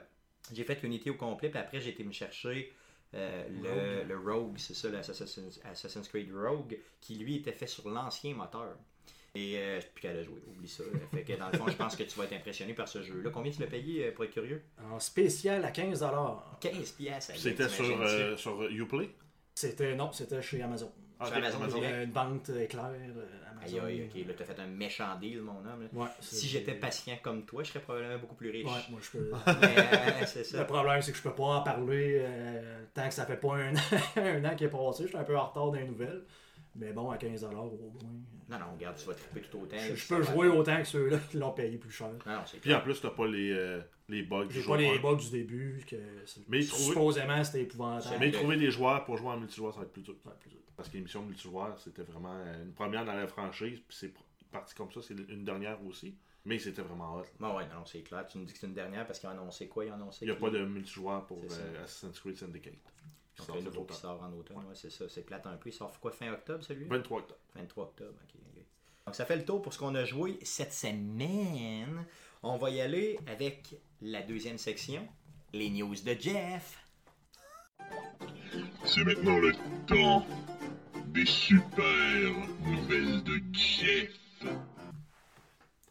Speaker 1: j'ai fait Unity au complet, puis après, j'ai été me chercher euh, le, le Rogue, c'est ça, l'Assassin's Assassin's Creed Rogue, qui lui était fait sur l'ancien moteur. Et euh, je suis plus qu'à le jouer, oublie ça. Fait que dans le fond, je pense que tu vas être impressionné par ce jeu-là. Combien tu l'as payé euh, pour être curieux
Speaker 3: En spécial à 15$.
Speaker 1: 15 piastres.
Speaker 2: Puis
Speaker 1: allez,
Speaker 2: C'était
Speaker 1: t'imagines-tu?
Speaker 2: sur, euh, sur Uplay.
Speaker 3: C'était non, c'était chez Amazon.
Speaker 2: Ah,
Speaker 1: Sur
Speaker 2: ok,
Speaker 1: Amazon
Speaker 3: Il y
Speaker 1: direct.
Speaker 3: avait une vente éclair euh,
Speaker 1: Aïe,
Speaker 3: Amazon.
Speaker 1: aïe, ok, là, t'as fait un méchant deal, mon homme. là.
Speaker 3: Ouais, c'est-
Speaker 1: Si j'étais patient comme toi, je serais probablement beaucoup plus riche.
Speaker 3: Ouais, moi je peux.
Speaker 1: Mais, euh, c'est
Speaker 3: Le
Speaker 1: ça.
Speaker 3: problème, c'est que je peux pas en parler euh, tant que ça fait pas un, an- un an qui est passé. Je suis un peu en retard des nouvelles. Mais bon, à 15$ au moins.
Speaker 1: Non, non, regarde, tu vas triper tout autant. là,
Speaker 3: Je, je
Speaker 1: Ben, ça
Speaker 3: peux
Speaker 1: va-
Speaker 3: jouer autant que ceux-là qui l'ont payé plus cher.
Speaker 1: Non, non, c'est
Speaker 2: Puis en
Speaker 1: clair.
Speaker 2: plus, t'as pas les, euh, les bugs du
Speaker 3: J'ai
Speaker 2: jeu.
Speaker 3: pas les
Speaker 2: Ouais.
Speaker 3: bugs du début. Que c'est-
Speaker 2: Mais trouver-
Speaker 3: supposément, c'était
Speaker 2: Mais
Speaker 3: épouvantable.
Speaker 1: Ok.
Speaker 2: trouver des joueurs pour jouer en multijoueur, ça va être plus dur.
Speaker 3: Ouais, plus autre.
Speaker 2: Parce que l'émission multijoueur, c'était vraiment euh, une première dans la franchise, puis c'est pr- parti comme ça, c'est une dernière aussi. Mais c'était vraiment hot.
Speaker 1: Bon, ouais, non, c'est clair. Tu nous dis que c'est une dernière parce qu'ils ont annoncé quoi Ils ont annoncé
Speaker 2: Il n'y a
Speaker 1: qui?
Speaker 2: pas de multijoueur pour
Speaker 1: C'est ça.
Speaker 2: euh, Assassin's Creed Syndicate.
Speaker 1: Donc,
Speaker 2: Qui sort
Speaker 1: le
Speaker 2: cet
Speaker 1: nouveau qui
Speaker 2: automne.
Speaker 1: sort en automne, ouais, c'est ça. C'est plate un peu. Il sort quoi fin octobre celui
Speaker 2: 23 octobre.
Speaker 1: 23 octobre, ok. ok. Donc ça fait le tour pour ce qu'on a joué cette semaine. On va y aller avec la deuxième section, les news de Jeff.
Speaker 4: C'est maintenant le temps des super nouvelles de Jeff.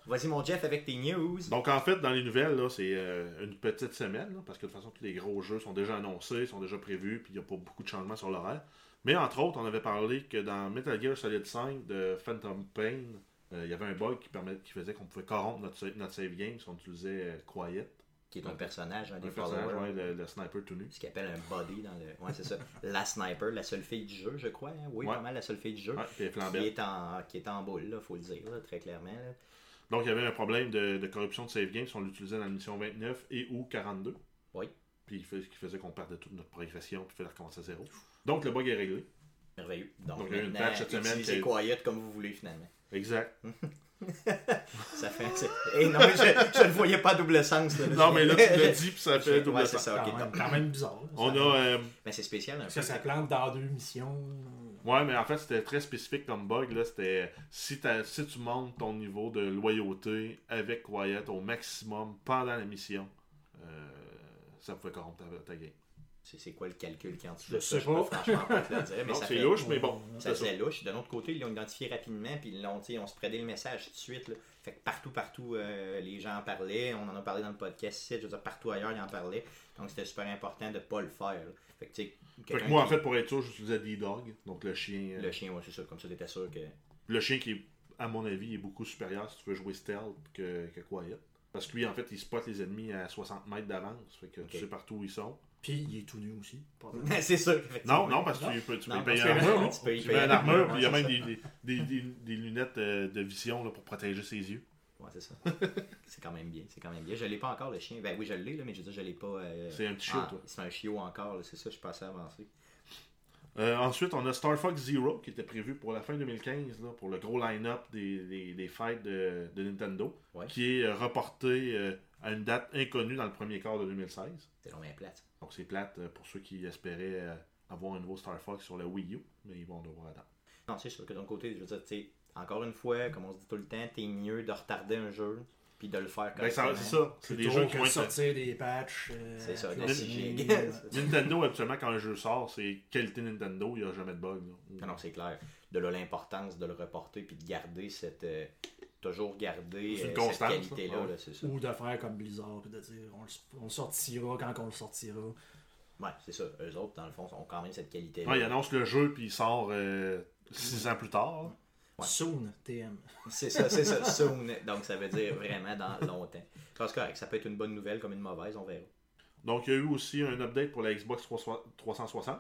Speaker 1: Vas-y mon Jeff avec tes news.
Speaker 2: Donc en fait, dans les nouvelles, là, c'est euh, une petite semaine, là, parce que de toute façon, tous les gros jeux sont déjà annoncés, sont déjà prévus, puis il n'y a pas beaucoup de changements sur l'horaire. Mais entre autres, on avait parlé que dans Metal Gear Solid 5 de Phantom Pain, euh, il y avait un bug qui, permet- qui faisait qu'on pouvait corrompre notre, sa- notre save game si on utilisait euh, Quiet,
Speaker 1: Qui est un personnage, un des
Speaker 2: le personnage,
Speaker 1: followers.
Speaker 2: ouais, le, le sniper tout nu.
Speaker 1: Ce qu'il appelle un body dans le. Ouais, c'est ça. La sniper, la seule fille du jeu, je crois. hein. Oui,
Speaker 2: Ouais.
Speaker 1: vraiment la seule fille du jeu.
Speaker 2: Ouais, puis elle
Speaker 1: qui,
Speaker 2: flambait.
Speaker 1: est en, qui est en boule, là, faut le dire, là, très clairement. là.
Speaker 2: Donc, il y avait un problème de, de corruption de save game si on l'utilisait dans la mission 29 et ou 42.
Speaker 1: Oui.
Speaker 2: Puis, il fait- ce qui faisait qu'on perdait toute notre progression puis il fallait recommencer à zéro. Donc, le bug est réglé.
Speaker 1: Merveilleux. Donc,
Speaker 2: Donc, il y a eu une
Speaker 1: maintenant,
Speaker 2: patch cette semaine
Speaker 1: utilisez
Speaker 2: qui a
Speaker 1: Quiet comme vous voulez finalement.
Speaker 2: Exact.
Speaker 1: Ça fait. c'est- Eh non, mais je, je le voyais pas à double sens. là.
Speaker 2: Non, mais là, tu l'as dit puis ça fait
Speaker 1: Ouais,
Speaker 2: double
Speaker 1: c'est
Speaker 2: sens.
Speaker 1: ça,
Speaker 3: quand,
Speaker 1: ok.
Speaker 3: même,
Speaker 1: donc.
Speaker 3: quand même bizarre. là.
Speaker 2: On
Speaker 3: Ça-
Speaker 2: a. euh,
Speaker 1: Mais c'est spécial un
Speaker 3: Parce que
Speaker 1: peu.
Speaker 3: ça plante dans deux missions.
Speaker 2: ouais, mais en fait, c'était très spécifique comme bug. là. C'était si, t'as- si tu montes ton niveau de loyauté avec Quiet au maximum pendant la mission, euh, ça pouvait corrompre ta, ta game.
Speaker 1: C'est c'est quoi le calcul quand tu
Speaker 3: Je
Speaker 1: fais ça,
Speaker 3: sais
Speaker 1: peux
Speaker 3: pas.
Speaker 1: franchement pas te le dire, mais
Speaker 2: Non,
Speaker 1: ça
Speaker 2: c'est
Speaker 1: fait-
Speaker 2: louche, mais bon.
Speaker 1: Ça
Speaker 2: c'est ça.
Speaker 1: faisait louche. De l'autre côté, ils l'ont identifié rapidement, puis ils l'ont, tu sais, on se prédit le message tout de suite. là. Fait que partout, partout, euh, les gens en parlaient. On en a parlé dans le podcast ici, je veux dire, partout ailleurs, ils en parlaient. Donc c'était super important de ne pas le faire. là. Fait que, tu sais,
Speaker 2: Fait que
Speaker 1: quelqu'un
Speaker 2: moi, en
Speaker 1: qui-
Speaker 2: fait, pour être sûr, j'utilisais D-Dog, donc le chien. euh,
Speaker 1: le chien, ouais, c'est ça, comme ça, t'étais sûr que.
Speaker 2: Le chien qui, est, à mon avis, est beaucoup supérieur si tu veux jouer stealth que, que Quiet. Parce que lui, en fait, il spot les ennemis à 60 mètres d'avance. Fait que
Speaker 1: Ok.
Speaker 2: tu sais partout où ils sont.
Speaker 3: Puis il est tout nu aussi. pas mal.
Speaker 1: c'est sûr.
Speaker 2: Non, non, parce que tu peux, tu peux
Speaker 1: Non,
Speaker 2: y payer
Speaker 1: parce
Speaker 2: une
Speaker 1: que-
Speaker 2: armure.
Speaker 1: tu peux y
Speaker 2: Tu
Speaker 1: payer
Speaker 2: mets une
Speaker 1: une armure,
Speaker 2: armure, puis il y a
Speaker 1: ouais,
Speaker 2: même des, des- des- des lunettes euh, de vision là, pour protéger ses yeux.
Speaker 1: Ouais, c'est ça. c'est quand même bien, c'est quand même bien. Je l'ai pas encore, le chien. Ben oui, je l'ai, là, mais je veux dire, je l'ai pas. euh,
Speaker 2: C'est un petit chiot,
Speaker 1: ah,
Speaker 2: toi.
Speaker 1: C'est un chiot encore, là, c'est ça, je suis passé avancé.
Speaker 2: Euh, ensuite, on a Star Fox Zero qui était prévu pour la fin 2015 là, pour le gros line-up des, des, des fêtes de, de Nintendo,
Speaker 1: Ouais.
Speaker 2: qui est euh, reporté euh, à une date inconnue dans le premier quart de 2016.
Speaker 1: C'est long, mais plate.
Speaker 2: Donc c'est plate euh, pour ceux qui espéraient euh, avoir un nouveau Star Fox sur la Wii U, mais ils vont devoir attendre.
Speaker 1: Non, c'est sûr que d'un côté, je veux dire, tu sais, encore une fois, comme on se dit tout le temps, t'es mieux de retarder un jeu puis de le faire
Speaker 2: Ben, ça-
Speaker 1: correctement.
Speaker 2: c'est ça, c'est des jeux
Speaker 3: Plutôt
Speaker 2: qui
Speaker 3: que
Speaker 2: vont
Speaker 3: de
Speaker 2: être...
Speaker 3: sortir des patchs. euh,
Speaker 1: C'est ça,
Speaker 3: puis
Speaker 1: la
Speaker 3: on-
Speaker 1: 6 gigs.
Speaker 2: Nintendo, habituellement, quand un jeu sort, c'est qualité Nintendo, il n'y a jamais de bug. là.
Speaker 1: Ah Non, non, c'est clair. De là l'importance de le reporter puis de garder cette. euh, toujours garder
Speaker 2: C'est une
Speaker 1: euh, cette
Speaker 2: constance,
Speaker 1: qualité-là,
Speaker 2: ça.
Speaker 1: là, c'est ça.
Speaker 3: Ou de faire comme Blizzard, puis de dire on le, on le sortira quand on le sortira.
Speaker 1: Ouais, c'est ça. Eux autres, dans le fond, ont quand même cette qualité-là.
Speaker 2: Ouais, il annonce le jeu, puis il sort 6 ans plus tard. là.
Speaker 1: Ouais.
Speaker 3: Soon, TM.
Speaker 1: C'est ça, c'est ça. Soon. Donc, ça veut dire vraiment dans longtemps. Parce que ça peut être une bonne nouvelle comme une mauvaise, on verra.
Speaker 2: Donc, il y a eu aussi un update pour la Xbox 360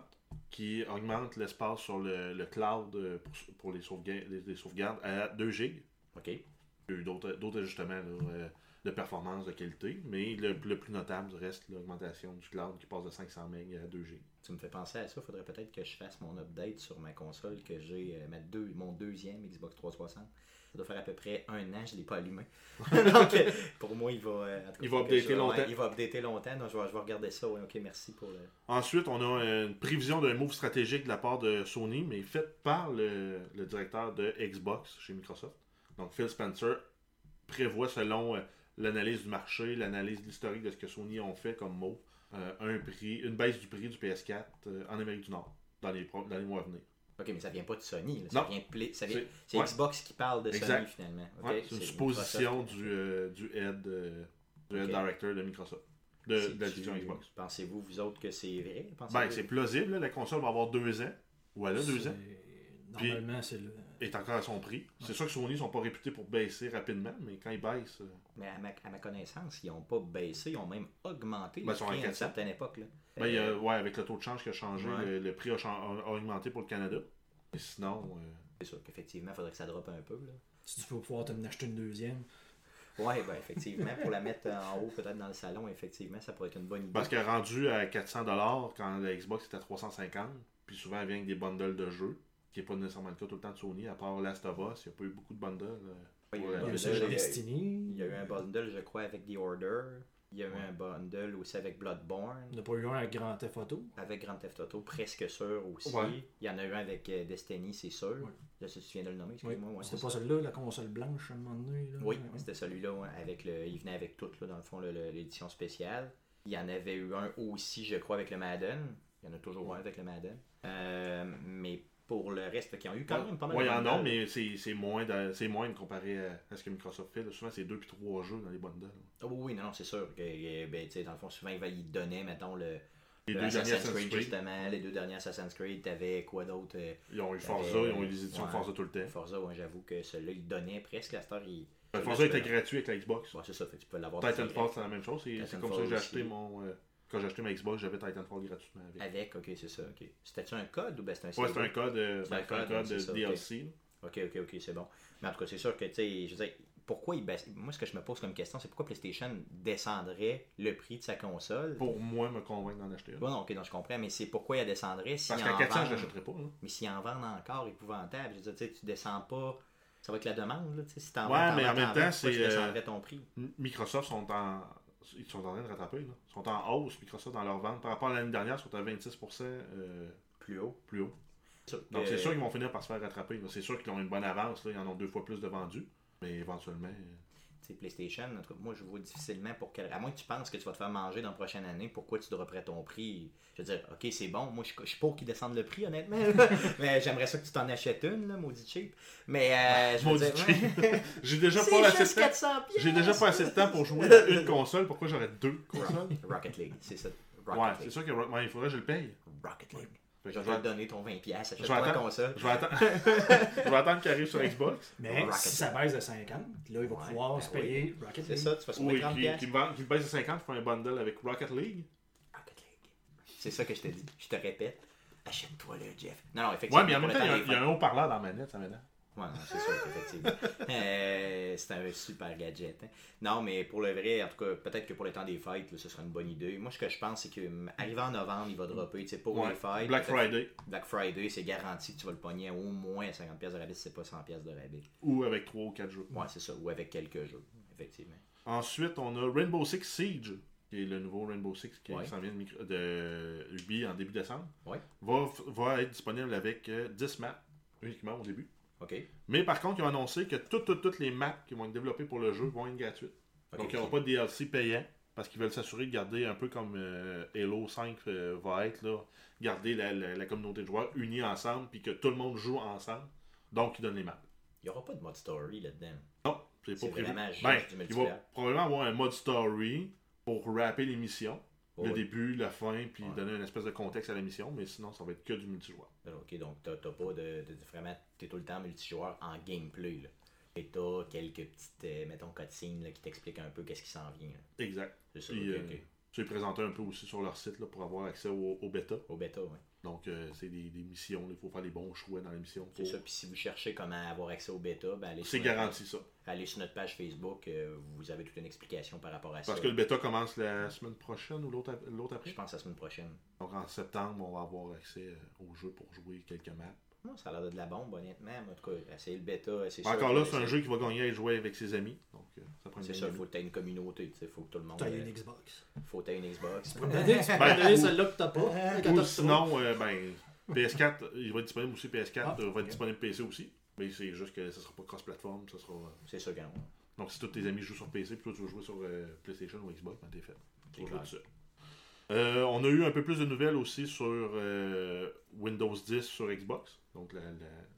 Speaker 2: qui augmente l'espace sur le, le cloud euh, pour, pour les, sauvegardes, les, les sauvegardes à 2 gigs.
Speaker 1: OK?
Speaker 2: Il y a eu d'autres d'autres ajustements là, euh, de performance, de qualité, mais le, le plus notable reste l'augmentation du cloud qui passe de 500 MB à 2 gigs.
Speaker 1: Tu me fais penser à ça. Faudrait peut-être que je fasse mon update sur ma console que j'ai, euh, ma deux, mon deuxième Xbox 360. Ça doit faire à peu près un an, je ne l'ai pas allumé. donc, euh, pour moi, il va. euh, en tout cas,
Speaker 2: Il va
Speaker 1: faut que
Speaker 2: updater
Speaker 1: je- ouais,
Speaker 2: longtemps.
Speaker 1: il va updater longtemps. Donc, je vais, je vais regarder ça. Ouais, ok, merci pour le.
Speaker 2: Ensuite, on a euh, une prévision d'un move stratégique de la part de Sony, mais faite par le, le directeur de Xbox chez Microsoft. Donc, Phil Spencer prévoit, selon euh, l'analyse du marché, l'analyse de l'historique de ce que Sony ont fait comme move, euh, un prix, une baisse du prix du PS4 euh, en Amérique du Nord dans les, pro- dans les mois à venir.
Speaker 1: Ok, mais ça vient pas de Sony. là. Ça
Speaker 2: Non.
Speaker 1: vient de Play- ça vient-
Speaker 2: C'est-
Speaker 1: C'est
Speaker 2: ouais.
Speaker 1: Xbox qui parle de Sony
Speaker 2: Exact.
Speaker 1: finalement. ok?
Speaker 2: Ouais, c'est une supposition
Speaker 1: Microsoft.
Speaker 2: du, euh, du head, euh, du head
Speaker 1: Ok.
Speaker 2: director de Microsoft, de,
Speaker 1: C'est-
Speaker 2: de la division
Speaker 1: tu-
Speaker 2: Xbox.
Speaker 1: Pensez-vous, vous autres, que c'est vrai Pensez-vous-
Speaker 2: Ben, c'est plausible, là, la console va avoir deux ans. Ou elle a deux
Speaker 3: C'est-
Speaker 2: ans.
Speaker 3: Normalement, c'est le.
Speaker 2: est encore à son prix. C'est sûr que Sony sont pas réputés pour baisser rapidement, mais quand ils baissent, euh,
Speaker 1: Mais à ma, à ma connaissance, ils n'ont pas baissé, ils ont même augmenté
Speaker 2: Ben,
Speaker 1: le
Speaker 2: ils sont
Speaker 1: prix à une
Speaker 2: 400.
Speaker 1: certaine époque. là.
Speaker 2: ben, il y a- ouais, avec le taux de change qui a changé,
Speaker 1: Euh, Ouais.
Speaker 2: le, le prix a, chan- a- a augmenté pour le Canada. Mais sinon, euh,
Speaker 1: C'est sûr qu'effectivement, il faudrait que ça droppe un peu. Là.
Speaker 3: Si tu veux pouvoir t'en acheter une deuxième.
Speaker 1: Ouais, ben, effectivement, pour la mettre en haut, peut-être dans le salon, effectivement, ça pourrait être une bonne idée.
Speaker 2: parce qu'elle est rendue à 400$ quand la Xbox est à 350$, puis souvent elle vient avec des bundles de jeux, qui n'est pas nécessairement le cas tout le temps de Sony, à part Last of Us, il n'y a pas eu beaucoup de bundles. euh.
Speaker 1: Il y a eu
Speaker 2: Ouais.
Speaker 1: un
Speaker 3: Il y a eu
Speaker 1: bundle,
Speaker 3: ça avec
Speaker 1: euh,
Speaker 3: Destiny.
Speaker 1: il y a eu un bundle, je crois, avec The Order. Il y a eu un bundle aussi avec Bloodborne.
Speaker 3: On n'a pas eu un avec Grand Theft Auto.
Speaker 1: Avec Grand Theft Auto, presque sûr aussi.
Speaker 2: Ouais.
Speaker 1: Il y en a eu un avec euh, Destiny, c'est sûr.
Speaker 3: Ouais.
Speaker 1: Là, si tu viens de le nommer,
Speaker 3: Oui.
Speaker 1: excuse-moi. ouais,
Speaker 3: C'était
Speaker 1: c'est
Speaker 3: pas
Speaker 1: ça.
Speaker 3: celle-là, la console blanche à un moment donné. Là.
Speaker 1: Oui,
Speaker 3: Ouais.
Speaker 1: c'était celui-là. ouais, avec le, il venait avec tout, là, dans le fond, le- le- l'édition spéciale. Il y en avait eu un aussi, je crois, avec le Madden. Il y en a toujours un avec le Madden. Euh, mais pour le reste, qui ont eu quand même pas mal
Speaker 2: Oui,
Speaker 1: de
Speaker 2: il y en a,
Speaker 1: bundles.
Speaker 2: mais c'est c'est moins, de- c'est moins comparé à, à ce que Microsoft fait. là. Souvent, c'est deux puis trois jeux dans les bundles.
Speaker 1: Ah oui, oui, non, non, c'est sûr. Que, que, ben, tu sais, dans le fond, souvent, il va y donner, mettons, le,
Speaker 2: Les
Speaker 1: le
Speaker 2: deux derniers
Speaker 1: Assassin's
Speaker 2: Assassin's
Speaker 1: Creed,
Speaker 2: Creed,
Speaker 1: justement, les deux derniers Assassin's Creed, t'avais quoi d'autre euh,
Speaker 2: ils ont eu Forza,
Speaker 1: T'avais-
Speaker 2: ils ont eu les éditions
Speaker 1: ouais.
Speaker 2: Forza tout le temps.
Speaker 1: Forza, ouais, j'avoue que celui-là, il donnait presque. La star, il.
Speaker 2: Euh,
Speaker 1: Là,
Speaker 2: Forza
Speaker 1: tu
Speaker 2: était
Speaker 1: peux-
Speaker 2: gratuit avec la Xbox.
Speaker 1: Ouais, c'est ça, fait que tu peux l'avoir
Speaker 2: Titanfall,
Speaker 1: direct.
Speaker 2: c'est la même chose. C'est- C'est comme
Speaker 1: Titanfall
Speaker 2: ça que j'ai
Speaker 1: aussi.
Speaker 2: acheté mon. euh, quand j'ai acheté ma Xbox, j'avais Titanfall gratuitement avec.
Speaker 1: Avec, ok, c'est ça, ok. C'était-tu un code ou ben, c'était un
Speaker 2: Ouais,
Speaker 1: CD?
Speaker 2: c'est un code, euh,
Speaker 1: C'est
Speaker 2: ben,
Speaker 1: un
Speaker 2: c'est un
Speaker 1: code,
Speaker 2: code
Speaker 1: c'est ça,
Speaker 2: de
Speaker 1: ok.
Speaker 2: DLC.
Speaker 1: Ok, ok, ok, c'est bon. Mais en tout cas, c'est sûr que, tu sais, je veux dire, pourquoi il baisse- Moi, ce que je me pose comme question, c'est pourquoi PlayStation descendrait le prix de sa console
Speaker 2: Pour moi, me convaincre d'en acheter une.
Speaker 1: Bon, non, ok, donc je comprends, mais c'est pourquoi il descendrait si
Speaker 2: Parce qu'à 400, je l'achèterais pas. hein.
Speaker 1: Mais s'ils en vendent encore, épouvantable. Je veux dire, tu sais, tu descends pas. Ça va avec la demande, là. tu sais, Si t'en
Speaker 2: Ouais,
Speaker 1: vends, t'en
Speaker 2: mais
Speaker 1: vends,
Speaker 2: en même
Speaker 1: t'en
Speaker 2: temps,
Speaker 1: vends, pourquoi tu
Speaker 2: c'est, euh,
Speaker 1: descendrais ton prix.
Speaker 2: Microsoft sont en. Ils sont en train de rattraper. Là. Ils sont en hausse, Microsoft, dans leur vente. Par rapport à l'année dernière, ils sont à 26% euh,
Speaker 1: Plus haut. Euh,
Speaker 2: plus haut. Donc, c'est sûr qu'ils vont finir par se faire rattraper. là. C'est sûr qu'ils ont une bonne avance. là. Ils en ont deux fois plus de vendus. Mais éventuellement. euh,
Speaker 1: C'est PlayStation, en tout cas, moi je vois difficilement pour quelle. À moins que tu penses que tu vas te faire manger dans la prochaine année, pourquoi tu devrais ton prix Je veux dire, ok, c'est bon, moi je je suis pour qu'ils descendent le prix, honnêtement. là. mais j'aimerais ça que tu t'en achètes une, là, maudit cheap. Mais euh, je veux
Speaker 2: Maudit
Speaker 1: dire,
Speaker 2: cheap.
Speaker 1: ouais.
Speaker 2: J'ai déjà
Speaker 1: C'est
Speaker 2: pas assez
Speaker 1: juste
Speaker 2: de temps.
Speaker 1: 400 pièces.
Speaker 2: J'ai déjà pas assez de temps pour jouer à une console. Pourquoi j'aurais deux consoles
Speaker 1: Rocket League, c'est ça. Rocket
Speaker 2: Ouais, c'est
Speaker 1: League.
Speaker 2: sûr que Rockman, il faudrait que je le paye.
Speaker 1: Rocket League. Je
Speaker 2: Fait que
Speaker 1: vais
Speaker 2: je, vais,
Speaker 1: te donner ton 20$, pièces, achète
Speaker 2: je vais
Speaker 1: toi la
Speaker 2: attendre-
Speaker 1: console.
Speaker 2: je vais atten- je vais attendre qu'il arrive sur Xbox.
Speaker 3: Mais
Speaker 1: Rocket
Speaker 3: si ça baisse de 50, là, il va
Speaker 1: Ouais,
Speaker 3: pouvoir
Speaker 1: ben
Speaker 3: se
Speaker 1: oui.
Speaker 3: payer Rocket
Speaker 1: C'est
Speaker 3: League.
Speaker 1: ça, tu vas se
Speaker 2: Ou
Speaker 1: mettre
Speaker 2: qu'il
Speaker 1: 30$.
Speaker 2: qu'il me vende- qu'il me baisse de 50, je fais un bundle avec Rocket League.
Speaker 1: Rocket League. C'est ça que je te dis. Je te répète. Achète-toi le Jeff. Non, non, effectivement.
Speaker 2: Ouais, mais en
Speaker 1: pour
Speaker 2: même
Speaker 1: le
Speaker 2: temps, il y a-
Speaker 1: des
Speaker 2: il y, a un haut-parleur dans la manette, ça m'énerve.
Speaker 1: Ouais, non, c'est sûr, effectivement. Euh, c'est un super gadget. hein. Non, mais pour le vrai, en tout cas, peut-être que pour le temps des fêtes, là, ce sera une bonne idée. Moi, ce que je pense, c'est que hum, arrivé en novembre, il va dropper, tu sais, pour
Speaker 2: Ouais,
Speaker 1: les fêtes.
Speaker 2: Black
Speaker 1: peut-être-
Speaker 2: Friday
Speaker 1: Black Friday, c'est garanti que tu vas le pogner à au moins à 50$ pièces de rabais si c'est pas 100$ pièces de rabais.
Speaker 2: ou avec 3 ou 4 jeux.
Speaker 1: Ouais, c'est ça. Ou avec quelques jeux, effectivement.
Speaker 2: Ensuite, on a Rainbow Six Siege, qui est le nouveau Rainbow Six qui
Speaker 1: Ouais.
Speaker 2: s'en vient de, micro- de Ubi en début décembre.
Speaker 1: Ouais.
Speaker 2: Va, f- va être disponible avec euh, 10 maps uniquement au début.
Speaker 1: OK.
Speaker 2: Mais par contre, ils ont annoncé que toutes, toutes, toutes les maps qui vont être développées pour le jeu vont être gratuites.
Speaker 1: Ok.
Speaker 2: Donc, il n'y aura pas de DLC payant parce qu'ils veulent s'assurer de garder un peu comme euh, Halo 5 euh, va être, là, garder la, la- la communauté de joueurs unie ensemble puis que tout le monde joue ensemble. Donc, ils donnent les maps.
Speaker 1: Il y aura pas de mode story là-dedans.
Speaker 2: Non, c'est
Speaker 1: C'est
Speaker 2: pas prévu.
Speaker 1: vraiment juste du
Speaker 2: Ben, il va
Speaker 1: multiplayer.
Speaker 2: probablement avoir un mode story pour rapper les missions.
Speaker 1: Oh,
Speaker 2: le
Speaker 1: oui.
Speaker 2: début, la fin, puis
Speaker 1: Ouais.
Speaker 2: donner une espèce de contexte à la mission, mais sinon, ça va être que du multijoueur.
Speaker 1: Alors, Ok, donc t'as t'as pas de, de- de- Vraiment, t'es tout le temps multijoueur en gameplay, là. Et t'as quelques petites, euh, mettons, cutscenes là, qui t'expliquent un peu qu'est-ce qui s'en vient. là.
Speaker 2: Exact.
Speaker 1: C'est ça,
Speaker 2: Puis,
Speaker 1: ok,
Speaker 2: euh,
Speaker 1: ok.
Speaker 2: c'est présenté un peu aussi sur leur site là, pour avoir accès au, au bêta.
Speaker 1: Au bêta, ouais.
Speaker 2: Donc, euh, c'est des, des missions. Il faut faire les bons choix dans les missions.
Speaker 1: C'est
Speaker 2: pour-
Speaker 1: ça, puis si vous cherchez comment avoir accès au bêta, ben allez
Speaker 2: C'est
Speaker 1: sur notre-
Speaker 2: garanti, ça.
Speaker 1: allez sur notre page Facebook, euh, vous avez toute une explication par rapport à ça.
Speaker 2: Parce que le bêta commence la semaine prochaine ou l'autre ap- l'autre
Speaker 1: Je
Speaker 2: après.
Speaker 1: pense à la semaine prochaine.
Speaker 2: Donc, en septembre, on va avoir accès euh, au jeu pour jouer quelques maps.
Speaker 1: Non, ça a l'air de la bombe, honnêtement. En tout cas, essayer le bêta, c'est sûr
Speaker 2: Encore
Speaker 1: que
Speaker 2: là, c'est un jeu qui va gagner à être joué avec ses amis. Donc, euh, ça prend une
Speaker 1: C'est
Speaker 2: bonne
Speaker 1: ça,
Speaker 2: idée.
Speaker 1: faut que t'aies une communauté, tu sais, faut que tout le monde.
Speaker 3: T'as une
Speaker 1: euh,
Speaker 3: Xbox.
Speaker 1: Faut que t'aies une Xbox.
Speaker 3: Tu peux me donner- tu peux me donner celle-là que t'as pas. Que
Speaker 2: Ou
Speaker 3: t'as pas.
Speaker 2: sinon, euh, ben, PS4, il va être disponible aussi. PS4
Speaker 3: Ah,
Speaker 2: euh, va
Speaker 3: ok.
Speaker 2: être disponible PC aussi. Mais c'est juste que ça sera pas cross-platform. ça sera, euh,
Speaker 1: C'est ça, quand
Speaker 2: Donc, si tous tes amis jouent sur PC, puis toi, tu vas jouer sur euh, PlayStation ou Xbox, ben, t'es fait.
Speaker 1: C'est
Speaker 2: Au jeu
Speaker 1: clair.
Speaker 2: de ça. Euh, on a eu un peu plus de nouvelles aussi sur euh, Windows 10 sur Xbox, donc la, la-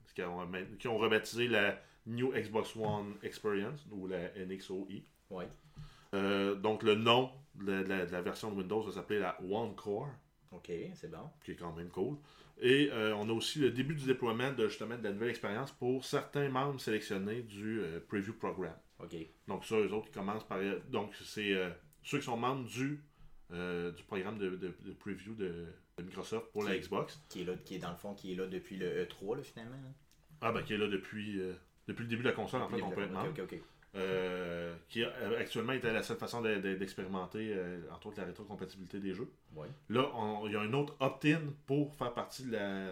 Speaker 2: ce qu'ils ont, ma- qu'ils ont rebaptisé la New Xbox One Experience ou la NXOE.
Speaker 1: Ouais.
Speaker 2: Euh, donc le nom de la, de la- de la version de Windows va s'appeler la One Core,
Speaker 1: Ok, c'est bon.
Speaker 2: qui est quand même cool. Et euh, on a aussi le début du déploiement de justement de la nouvelle expérience pour certains membres sélectionnés du euh, Preview Program.
Speaker 1: Ok.
Speaker 2: Donc ça, eux autres, ils commencent par... Donc c'est euh, ceux qui sont membres du, euh, du programme de, de- de preview de, de Microsoft pour la
Speaker 1: Qui-
Speaker 2: Xbox.
Speaker 1: Qui est là, qui est dans le fond, qui est là depuis le E3, là, finalement. hein.
Speaker 2: Ah ben qui est là depuis, euh, depuis le début de la console, en fait, on peut être membre.
Speaker 1: Ok, ok, ok.
Speaker 2: Euh, qui euh, actuellement était la seule façon de- de- d'expérimenter, euh, entre autres, la rétrocompatibilité des jeux.
Speaker 1: Ouais.
Speaker 2: Là, on- il y a un autre opt-in pour faire partie de la,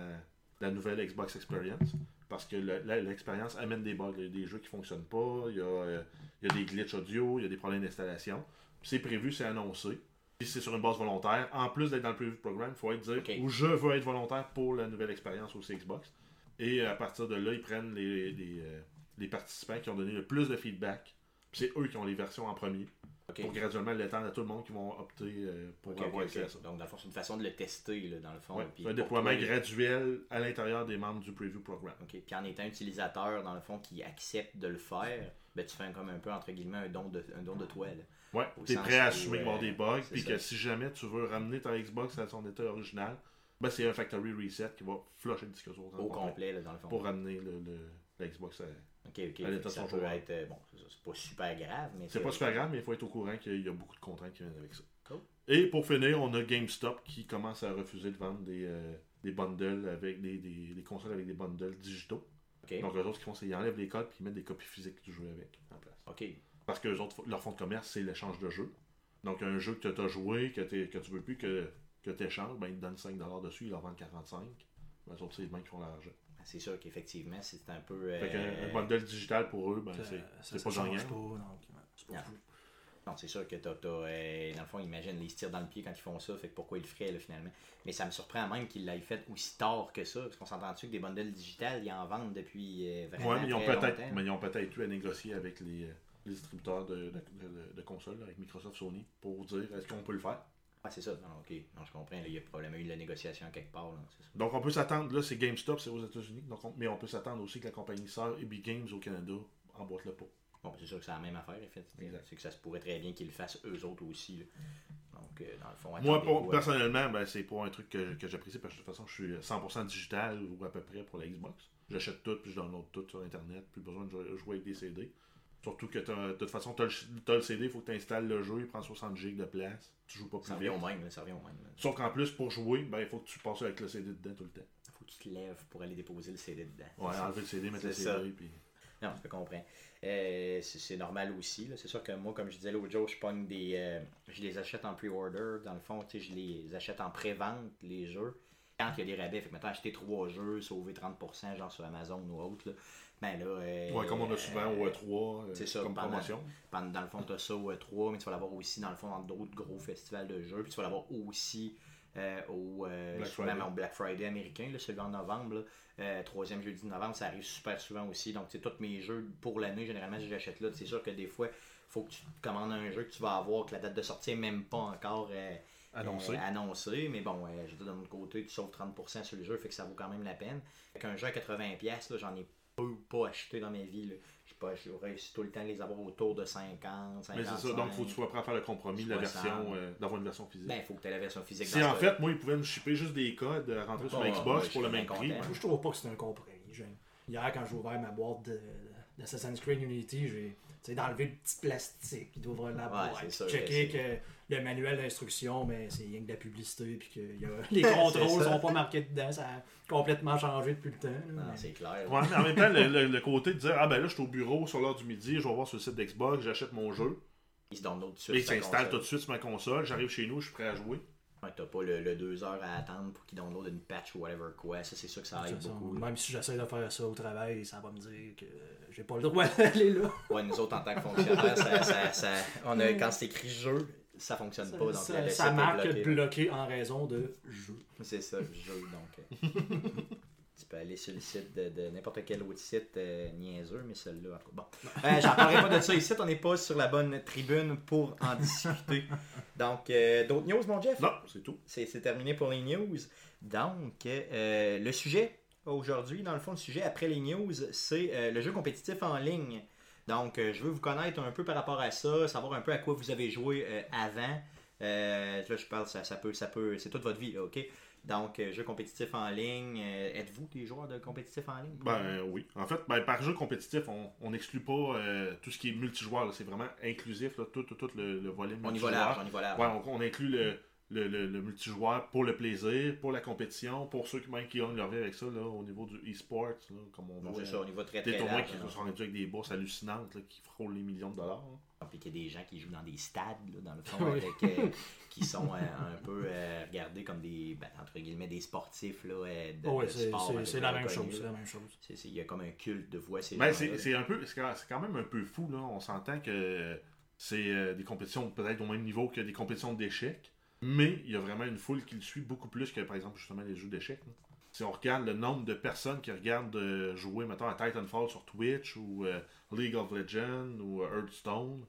Speaker 2: la nouvelle Xbox Experience. Parce que le- la- l'expérience amène des bugs. Il y a des jeux qui ne fonctionnent pas, il y, a, euh, il y a des glitches audio, il y a des problèmes d'installation. Puis C'est prévu, c'est annoncé. Puis c'est sur une base volontaire. En plus d'être dans le prévu programme, il faut être dire
Speaker 1: Ok.
Speaker 2: où je veux être volontaire pour la nouvelle expérience aussi Xbox. Et à partir de là, ils prennent les, les, euh, les participants qui ont donné le plus de feedback. Puis c'est eux qui ont les versions en premier.
Speaker 1: Ok.
Speaker 2: Pour graduellement l'étendre à tout le monde qui vont opter euh, pour
Speaker 1: Ok,
Speaker 2: avoir
Speaker 1: ok,
Speaker 2: accès
Speaker 1: ok.
Speaker 2: à ça.
Speaker 1: Donc, dans le fond, c'est une façon de le tester, là, dans le fond.
Speaker 2: Ouais,
Speaker 1: puis
Speaker 2: c'est un
Speaker 1: pour
Speaker 2: déploiement
Speaker 1: toi,
Speaker 2: graduel à l'intérieur des membres du preview program.
Speaker 1: OK. Puis en étant utilisateur, dans le fond, qui accepte de le faire, ben, tu fais un- comme un peu, entre guillemets, un don de, un don de toi. là.
Speaker 2: Ouais,
Speaker 1: Au
Speaker 2: t'es
Speaker 1: sens
Speaker 2: prêt à
Speaker 1: où,
Speaker 2: assumer qu'il va y avoir
Speaker 1: euh,
Speaker 2: des bugs,
Speaker 1: c'est
Speaker 2: puis
Speaker 1: ça.
Speaker 2: que si jamais tu veux ramener ta Xbox à son état original, ben c'est un factory reset qui va flusher le disque dur
Speaker 1: Au complet, là, dans le fond.
Speaker 2: Ah, pour ramener le, le- la Xbox. à-
Speaker 1: OK, OK.
Speaker 2: Allez,
Speaker 1: Fait que
Speaker 2: t'as
Speaker 1: ça
Speaker 2: ton
Speaker 1: peut
Speaker 2: joueur.
Speaker 1: être... euh, Bon, c'est ça, c'est pas super grave, mais...
Speaker 2: C'est
Speaker 1: ça-
Speaker 2: pas super grave, mais il faut être au courant qu'il y a beaucoup de contraintes qui viennent avec ça.
Speaker 1: Cool.
Speaker 2: Et pour finir, on a GameStop qui commence à refuser de vendre des, euh, des bundles avec des, des- des consoles avec des bundles digitaux.
Speaker 1: OK.
Speaker 2: Donc eux autres, ce qu'ils font, c'est qu'ils enlèvent les codes puis ils mettent des copies physiques du jeu avec en place.
Speaker 1: OK. ben,
Speaker 2: Parce que eux autres, leur fond de commerce, c'est l'échange de jeux. Donc, un jeu que tu as joué, que, t'es- que tu veux plus que, que tu échanges, ben, ils te donnent 5$ dessus, ils leur vendent 45$. Ben, eux autres, c'est les mêmes qui font leur argent.
Speaker 1: C'est sûr qu'effectivement, c'est un peu... euh,
Speaker 2: Fait qu'un un bundle digital pour eux, ben,
Speaker 3: Ça-
Speaker 2: c'est-
Speaker 3: ça-
Speaker 2: c'est
Speaker 3: ça
Speaker 2: pas
Speaker 3: change
Speaker 2: gagnant.
Speaker 3: pas, donc, ouais, c'est pas
Speaker 1: Yeah.
Speaker 3: fou.
Speaker 1: Non, c'est sûr que t'as, t'as, euh, dans le fond, imagine, ils se tirent dans le pied quand ils font ça, fait que pourquoi ils le feraient, là, finalement. Mais ça me surprend même qu'ils l'aient fait aussi tard que ça, parce qu'on s'entend-tu que des bundles digitales, ils en vendent depuis euh, vraiment
Speaker 2: Ouais, mais ils ont
Speaker 1: très
Speaker 2: peut-être
Speaker 1: longtemps?
Speaker 2: mais ils ont peut-être eu à négocier avec les, les distributeurs de, de- de- de consoles, avec Microsoft, Sony, pour dire est-ce qu'on peut le faire.
Speaker 1: Ah, c'est ça. Non, non, ok. Non, je comprends. là, il y a probablement eu de la négociation quelque part. Là, c'est ça.
Speaker 2: Donc, on peut s'attendre, là, c'est GameStop, c'est aux États-Unis, donc on- mais on peut s'attendre aussi que la compagnie sœur, EB Games au Canada, emboîte le pot.
Speaker 1: Bon, c'est sûr que c'est la même affaire, en fait.
Speaker 2: Exact.
Speaker 1: C'est que ça se pourrait très bien qu'ils le fassent eux autres aussi. là. Donc, euh, dans le fond,
Speaker 2: Moi,
Speaker 1: attendez-vous
Speaker 2: pour-
Speaker 1: à-
Speaker 2: personnellement, ben, c'est pas un truc que, que j'apprécie parce que de toute façon, je suis euh, 100% digital ou à peu près pour la Xbox. J'achète tout, puis je download tout sur Internet, plus besoin de jou- jouer avec des CD. Surtout que t'as- de toute façon, tu as, le CD, il faut que tu installes le jeu, il prend 60 gigs de place, tu joues pas
Speaker 1: Ça
Speaker 2: plus
Speaker 1: revient
Speaker 2: vite.
Speaker 1: au même. là, Ça revient au même. là.
Speaker 2: Sauf qu'en plus, pour jouer, ben, il faut que tu passes avec le CD dedans tout le temps.
Speaker 1: Faut que tu te lèves pour aller déposer le CD dedans.
Speaker 2: Ouais, enlever le CD, mettre le
Speaker 1: C'est ça.
Speaker 2: CD, puis...
Speaker 1: Non, je comprends. Euh, c'est c'est normal aussi. là. C'est sûr que moi, comme je disais l'autre jour, je pogne des. euh, je les achète en pre-order. Dans le fond, tu sais, je les achète en pré-vente, les jeux. Quand il y a des rabais, fait que maintenant acheter trois jeux, sauver 30%, genre sur Amazon ou autre, là. Ben là. euh,
Speaker 2: Ouais, comme on a souvent au
Speaker 1: euh,
Speaker 2: E3 euh,
Speaker 1: c'est ça,
Speaker 2: comme
Speaker 1: pendant-
Speaker 2: promotion.
Speaker 1: Pendant- Dans le fond, tu as ça au E3, mais tu vas l'avoir aussi, dans le fond, dans d'autres gros festivals de jeux. Puis tu vas l'avoir aussi euh, au, euh,
Speaker 2: Black
Speaker 1: souvent,
Speaker 2: Friday.
Speaker 1: au Black Friday américain, là, celui en novembre. là. Euh, troisième jeudi de novembre, ça arrive super souvent aussi. Donc, tu sais, tous mes jeux pour l'année, généralement, si j'achète là, c'est sûr que des fois, faut que tu commandes un jeu que tu vas avoir, que la date de sortie est même pas encore euh,
Speaker 2: Annoncé.
Speaker 1: euh, annoncée. Mais bon, euh, je veux dire, d'un autre côté, tu sauves 30% sur le jeu, fait que ça vaut quand même la peine. Fait qu'un jeu à 80$, là, j'en ai peu pas acheté dans ma vie. là. Je sais pas, j'ai réussi tout le temps à les avoir autour de 50, 50.
Speaker 2: Mais c'est ça, donc faut que tu sois prêt à faire le compromis de la version,
Speaker 1: 60.
Speaker 2: euh, d'avoir une version physique.
Speaker 1: Ben, faut que tu aies la version physique.
Speaker 2: Si
Speaker 1: dans
Speaker 2: en
Speaker 1: ce-
Speaker 2: fait, moi, ils pouvaient me shipper juste des codes euh, rentrés sur
Speaker 1: Ouais,
Speaker 2: la Xbox
Speaker 1: Ah, ouais, je
Speaker 2: pour le
Speaker 1: suis
Speaker 2: même
Speaker 1: bien
Speaker 2: prix.
Speaker 1: content.
Speaker 2: ben,
Speaker 3: Moi, je trouve pas que c'est un compromis. J'ai- Hier, quand j'ai ouvert ma boîte de- d'Assassin's Creed Unity, j'ai tu sais, d'enlever le petit plastique, d'ouvrir la
Speaker 1: Ouais,
Speaker 3: boîte,
Speaker 1: c'est sûr
Speaker 3: checker
Speaker 1: que
Speaker 3: que le manuel d'instruction, mais c'est rien que de la publicité, puis que y a- les contrôles
Speaker 1: ça.
Speaker 3: sont pas marqués dedans, ça a complètement changé depuis le temps. là,
Speaker 1: Non,
Speaker 3: mais-
Speaker 1: c'est clair.
Speaker 2: Ouais, mais en même temps, le, le- le côté de dire Ah ben là, je suis au bureau sur l'heure du midi, je vais voir sur le site d'Xbox, j'achète mon jeu.
Speaker 1: Ils se donnent d'autres
Speaker 2: Là, il s'installe tout de suite sur ma console, j'arrive chez nous, je suis prêt à jouer.
Speaker 1: Ouais, t'as pas le, le deux heures à attendre pour qu'ils download une patch ou whatever quoi. Ça, c'est sûr que ça
Speaker 3: De
Speaker 1: aide
Speaker 3: toute façon,
Speaker 1: beaucoup. là.
Speaker 3: même si j'essaie de faire ça au travail, ça va me dire que j'ai pas le droit d'aller là.
Speaker 1: Ouais, nous autres, en tant que fonctionnaires, ça, ça- ça- on a, quand c'est écrit jeu, ça fonctionne pas. Donc,
Speaker 3: Ça,
Speaker 1: la
Speaker 3: ça,
Speaker 1: laisser
Speaker 3: ça
Speaker 1: pas
Speaker 3: marque
Speaker 1: bloquer,
Speaker 3: bloqué,
Speaker 1: là.
Speaker 3: en raison de jeu.
Speaker 1: C'est ça, jeu. Donc, euh, tu peux aller sur le site de, de n'importe quel autre site euh, niaiseux, mais celui-là. en tout cas, Bon, Euh, j'en parlerai pas de ça ici. On n'est pas sur la bonne tribune pour en discuter. Donc, euh, d'autres news, mon Jeff
Speaker 2: Non, c'est tout.
Speaker 1: C'est c'est terminé pour les news. Donc, euh, le sujet aujourd'hui, dans le fond, le sujet après les news, c'est euh, le jeu compétitif en ligne. Donc, euh, je veux vous connaître un peu par rapport à ça, savoir un peu à quoi vous avez joué euh, avant. Euh, là, je parle, ça, ça peut, ça peut, c'est toute votre vie, là, ok? Donc, euh, jeu compétitif en ligne, euh, êtes-vous des joueurs de compétitif en ligne?
Speaker 2: Ben oui. En fait, ben, par jeu compétitif, on on n'exclut pas euh, tout ce qui est multijoueur. là. C'est vraiment inclusif, là, tout, tout, tout le, le volet
Speaker 1: on y va
Speaker 2: multijoueur.
Speaker 1: large, on y va large.
Speaker 2: Ouais, on, on inclut le, le, le- le multijoueur pour le plaisir, pour la compétition, pour ceux qui, même, qui gagnent leur vie avec ça, là, au niveau du e-sport, là, comme on
Speaker 1: Bon,
Speaker 2: voit.
Speaker 1: c'est ça, au niveau très
Speaker 2: Des
Speaker 1: très
Speaker 2: tournois
Speaker 1: large.
Speaker 2: qui
Speaker 1: là,
Speaker 2: sont rendus avec des bourses hallucinantes, là, qui frôlent les millions de dollars. hein.
Speaker 1: Puis qu'il y a des gens qui jouent dans des stades, là, dans le fond,
Speaker 3: Oui.
Speaker 1: avec, euh, qui sont euh, un peu euh, regardés comme des, ben, entre guillemets, des sportifs là, euh, de,
Speaker 3: Ah ouais,
Speaker 1: de
Speaker 3: c'est-
Speaker 1: sport,
Speaker 3: c'est
Speaker 1: un
Speaker 3: c'est
Speaker 1: peu
Speaker 3: la même
Speaker 1: reconnus,
Speaker 3: chose, c'est
Speaker 1: là.
Speaker 3: la même chose.
Speaker 1: C'est- c'est- Il y a comme un culte de voix. euh, Ces
Speaker 2: Ben,
Speaker 1: gens-là,
Speaker 2: c'est c'est un peu, c'est quand c'est quand même un peu fou là. On s'entend que c'est euh, des compétitions peut-être au même niveau que des compétitions d'échecs, mais il y a vraiment une foule qui le suit beaucoup plus que par exemple justement les jeux d'échecs. là. Si on regarde le nombre de personnes qui regardent euh, jouer mettons à Titanfall sur Twitch ou euh, League of Legends ou euh, Hearthstone,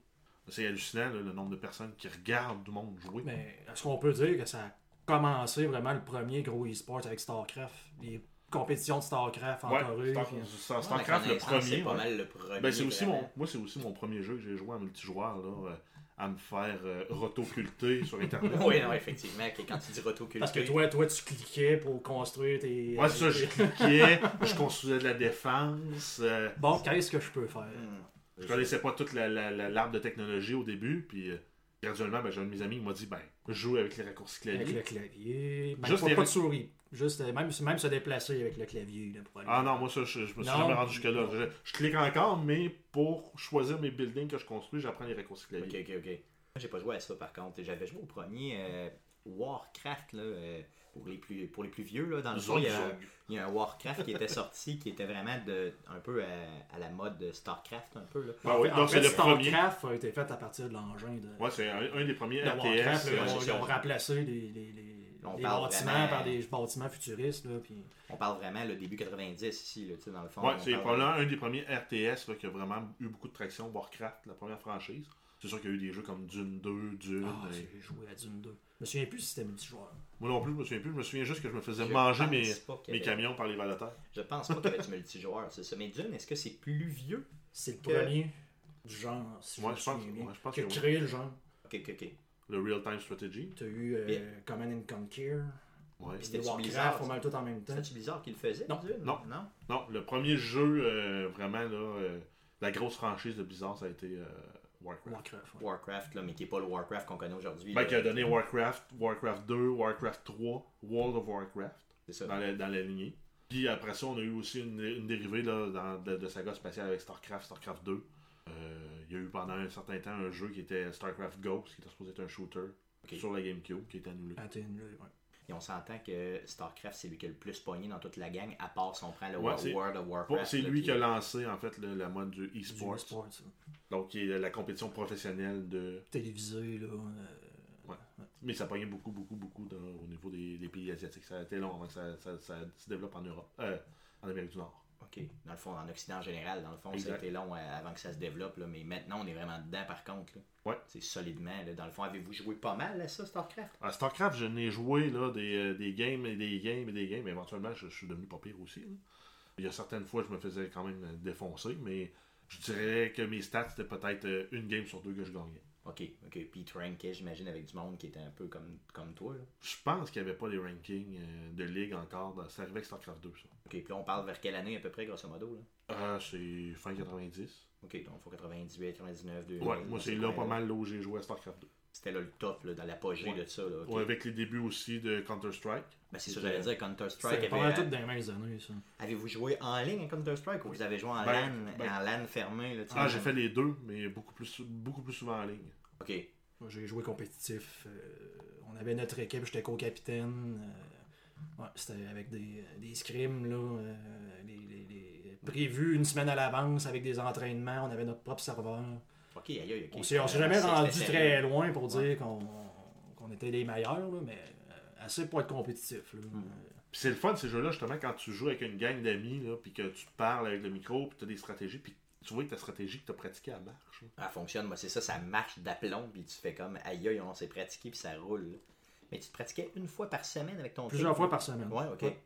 Speaker 2: c'est hallucinant là, le nombre de personnes qui regardent du monde jouer.
Speaker 3: Mais est-ce qu'on peut dire que ça a commencé vraiment le premier gros e-sport avec StarCraft Les compétitions de StarCraft en
Speaker 2: Ouais,
Speaker 3: Corée.
Speaker 2: Star-
Speaker 3: puis-
Speaker 2: Star-
Speaker 1: Ouais, mais
Speaker 2: Starcraft le
Speaker 1: connaissance, C'est
Speaker 2: premier.
Speaker 1: pas
Speaker 2: ouais.
Speaker 1: mal le premier. euh,
Speaker 2: Ben, c'est aussi
Speaker 1: vraiment.
Speaker 2: mon, moi, c'est aussi mon premier jeu que j'ai joué en multijoueur, là, euh, à me faire euh, rotoculter sur Internet.
Speaker 1: oui, non, effectivement, que quand tu dis rotoculté.
Speaker 3: Parce que toi, toi, tu cliquais pour construire tes.
Speaker 2: Moi, ça, je
Speaker 3: tes-
Speaker 2: cliquais, je construisais de la défense. euh,
Speaker 3: Bon, qu'est-ce que je peux faire
Speaker 1: Hmm.
Speaker 2: je connaissais pas toute la- la- la- l'arbre de technologie au début, puis euh, graduellement, ben, j'ai un de mes amis qui m'a dit ben, joue avec les raccourcis clavier.
Speaker 3: Avec le clavier. Même
Speaker 2: Juste
Speaker 3: pas,
Speaker 2: les-
Speaker 3: pas de souris. Juste, euh, même, même se déplacer avec le clavier. là, pour aller-
Speaker 2: Ah non, moi, ça, je, je me suis
Speaker 3: Non.
Speaker 2: jamais rendu jusque-là. Je, je clique encore, mais pour choisir mes buildings que je construis, j'apprends les raccourcis clavier.
Speaker 1: Ok, ok, ok. Moi, J'ai pas joué à ça par contre. J'avais joué au premier euh, Warcraft là, euh, pour, les plus, pour les plus vieux. Là, dans le fond,
Speaker 2: Zong,
Speaker 1: il y, a,
Speaker 2: zong.
Speaker 1: il y a un Warcraft qui était sorti qui était vraiment de, un peu à, à la mode de StarCraft. Un peu, là.
Speaker 2: Ben oui,
Speaker 3: En
Speaker 2: donc
Speaker 3: fait,
Speaker 2: c'est le premier.
Speaker 3: StarCraft a été fait à partir de l'engin de.
Speaker 2: Ouais, c'est un, un des premiers
Speaker 3: de
Speaker 2: RTS.
Speaker 3: Warcraft, là,
Speaker 2: euh,
Speaker 3: ils ont-
Speaker 1: c'est
Speaker 3: ils ont
Speaker 1: ça.
Speaker 3: remplacé les, les- les-
Speaker 1: On
Speaker 3: les
Speaker 1: parle
Speaker 3: bâtiments
Speaker 1: vraiment-
Speaker 3: par des bâtiments futuristes. Là, puis-
Speaker 1: On parle vraiment le début 90 ici, là, tu sais, dans le fond.
Speaker 2: Ouais,
Speaker 1: on
Speaker 2: c'est
Speaker 1: parle-
Speaker 2: probablement un des premiers RTS là, qui a vraiment eu beaucoup de traction, Warcraft, la première franchise. C'est sûr qu'il y a eu des jeux comme Dune 2, Dune.
Speaker 3: Ah,
Speaker 2: et-
Speaker 3: j'ai joué à Dune 2. Je me souviens plus si c'était multijoueur.
Speaker 2: Moi non plus, je me souviens plus. Je me souviens juste que je me faisais
Speaker 1: Je
Speaker 2: manger
Speaker 1: pense
Speaker 2: mes,
Speaker 1: pas qu'il y
Speaker 2: mes
Speaker 1: avait-
Speaker 2: camions par les valoteurs.
Speaker 1: Je pense pas qu'il y avait du multijoueur, c'est ça. Mais Dune, est-ce que c'est plus vieux
Speaker 3: C'est le
Speaker 1: Que-
Speaker 3: premier du genre, si
Speaker 2: Ouais,
Speaker 3: je me
Speaker 2: je pense-
Speaker 3: souviens bien,
Speaker 2: ouais, je pense
Speaker 3: qui a
Speaker 2: que oui.
Speaker 3: créé le genre.
Speaker 1: Ok, ok, ok.
Speaker 2: Le Real Time Strategy.
Speaker 3: T'as eu euh,
Speaker 1: Bien.
Speaker 3: Command and Conquer,
Speaker 2: Ouais.
Speaker 1: Puis
Speaker 3: les
Speaker 1: C'était-tu
Speaker 3: Warcraft,
Speaker 1: Blizzard,
Speaker 3: pas mal tout en même temps.
Speaker 1: C'est bizarre qu'il le faisait,
Speaker 3: Non.
Speaker 1: Dune?
Speaker 2: Non.
Speaker 1: Non.
Speaker 2: Non, le premier jeu, euh, vraiment, là, euh, la grosse franchise de Blizzard, ça a été euh, Warcraft.
Speaker 3: Warcraft, ouais.
Speaker 1: Warcraft, là, mais qui est pas le Warcraft qu'on connaît aujourd'hui.
Speaker 2: Ben,
Speaker 1: là.
Speaker 2: qui a donné Warcraft, Warcraft 2, Warcraft 3, World of Warcraft.
Speaker 1: C'est ça.
Speaker 2: dans la, dans la lignée. Puis après ça, on a eu aussi une, une dérivée là, dans- de, de saga spatiale avec StarCraft, StarCraft 2. Euh, il y a eu pendant un certain temps un jeu qui était StarCraft Ghost, qui était supposé être un shooter
Speaker 1: Ok.
Speaker 2: sur la GameCube, qui est annulé.
Speaker 3: Ah, t'es une- ouais.
Speaker 1: Et on s'entend que StarCraft, c'est lui qui a le plus pogné dans toute la gang, à part si on prend le
Speaker 2: Ouais,
Speaker 1: Wa-
Speaker 2: c'est-
Speaker 1: World of
Speaker 2: Bon,
Speaker 1: Warcraft.
Speaker 2: c'est
Speaker 1: là,
Speaker 2: lui qui
Speaker 1: qui
Speaker 2: a lancé en fait le- la mode du
Speaker 3: Du
Speaker 2: e-sport,
Speaker 3: sport, ça.
Speaker 2: donc qui est la compétition professionnelle de.
Speaker 3: Télévisé, là. euh,
Speaker 2: Mais ça pognait beaucoup, beaucoup, beaucoup dans- au niveau des, des pays asiatiques. Ça a été long avant que ça, ça- ça se développe en Europe, euh, en Amérique du Nord.
Speaker 1: OK. Dans le fond, en Occident en général, dans le fond, ça
Speaker 2: Exact.
Speaker 1: a été long euh, avant que ça se développe, là, mais maintenant, on est vraiment dedans, par contre. là.
Speaker 2: Ouais.
Speaker 1: C'est solidement. là. Dans le fond, avez-vous joué pas mal à ça, StarCraft?
Speaker 2: À Ah, StarCraft, je n'ai joué là, des, euh, des games et des games et des games. Éventuellement, je, je suis devenu pas pire aussi. là. Il y a certaines fois, je me faisais quand même euh, défoncer, mais je dirais que mes stats, c'était peut-être euh, une game sur deux que je gagnais.
Speaker 1: OK, OK. Puis tu rankais, j'imagine, avec du monde qui était un peu comme, comme toi. là.
Speaker 2: Je pense qu'il n'y avait pas les rankings euh, de ligue encore. dans- C'est arrivé avec StarCraft 2, ça.
Speaker 1: OK, puis là, on parle vers quelle année à peu près, grosso modo? Là?
Speaker 2: Euh, c'est fin 90.
Speaker 1: OK, donc il faut 98, 99, 2000.
Speaker 2: Ouais, moi,
Speaker 1: dans
Speaker 2: c'est
Speaker 1: ces
Speaker 2: là
Speaker 1: coins-là.
Speaker 2: pas mal là où j'ai joué à StarCraft 2.
Speaker 1: C'était là le top, là, dans l'apogée
Speaker 2: Ouais.
Speaker 1: de ça. Là. OK.
Speaker 2: Ouais, avec les débuts aussi de Counter-Strike.
Speaker 1: Ben, c'est ça, j'allais dire, Counter-Strike
Speaker 3: C'était pas
Speaker 1: avait,
Speaker 3: mal tout dans les mêmes années, ça.
Speaker 1: Avez-vous joué en ligne à Counter-Strike ou vous avez joué en
Speaker 2: Ben,
Speaker 1: LAN,
Speaker 2: ben-
Speaker 1: en LAN fermé là, tu sais,
Speaker 2: Ah,
Speaker 1: en-
Speaker 2: j'ai fait les deux, mais beaucoup plus, beaucoup plus souvent en ligne.
Speaker 1: Ok.
Speaker 3: Moi, J'ai joué compétitif. euh, on avait notre équipe, j'étais co-capitaine. euh, ouais, c'était avec des, des scrims, là, euh, les- les- les- prévus une semaine à l'avance avec des entraînements. On avait notre propre serveur.
Speaker 1: Ok, aïe, aïe, ok.
Speaker 3: On s'est on s'est
Speaker 1: Euh,
Speaker 3: jamais
Speaker 1: c'est-
Speaker 3: rendu
Speaker 1: c'était
Speaker 3: très
Speaker 1: sérieux.
Speaker 3: loin pour dire qu'on qu'on était les meilleurs, là, mais euh, assez pour être compétitif. là.
Speaker 1: Hmm.
Speaker 3: Euh,
Speaker 2: Puis c'est le fun ces jeux-là, justement, quand tu joues avec une gang d'amis, là, puis que tu parles avec le micro, puis tu as des stratégies, puis tu vois que ta stratégie que tu as pratiquée, elle marche. là.
Speaker 1: Elle fonctionne, moi c'est ça, ça marche d'aplomb, puis tu fais comme aïe, aïe, on s'est pratiqué, puis ça roule. là. Mais tu te pratiquais une fois par semaine avec ton
Speaker 3: Plusieurs
Speaker 1: team.
Speaker 3: fois par semaine.
Speaker 1: Ouais, ok.
Speaker 3: Ouais.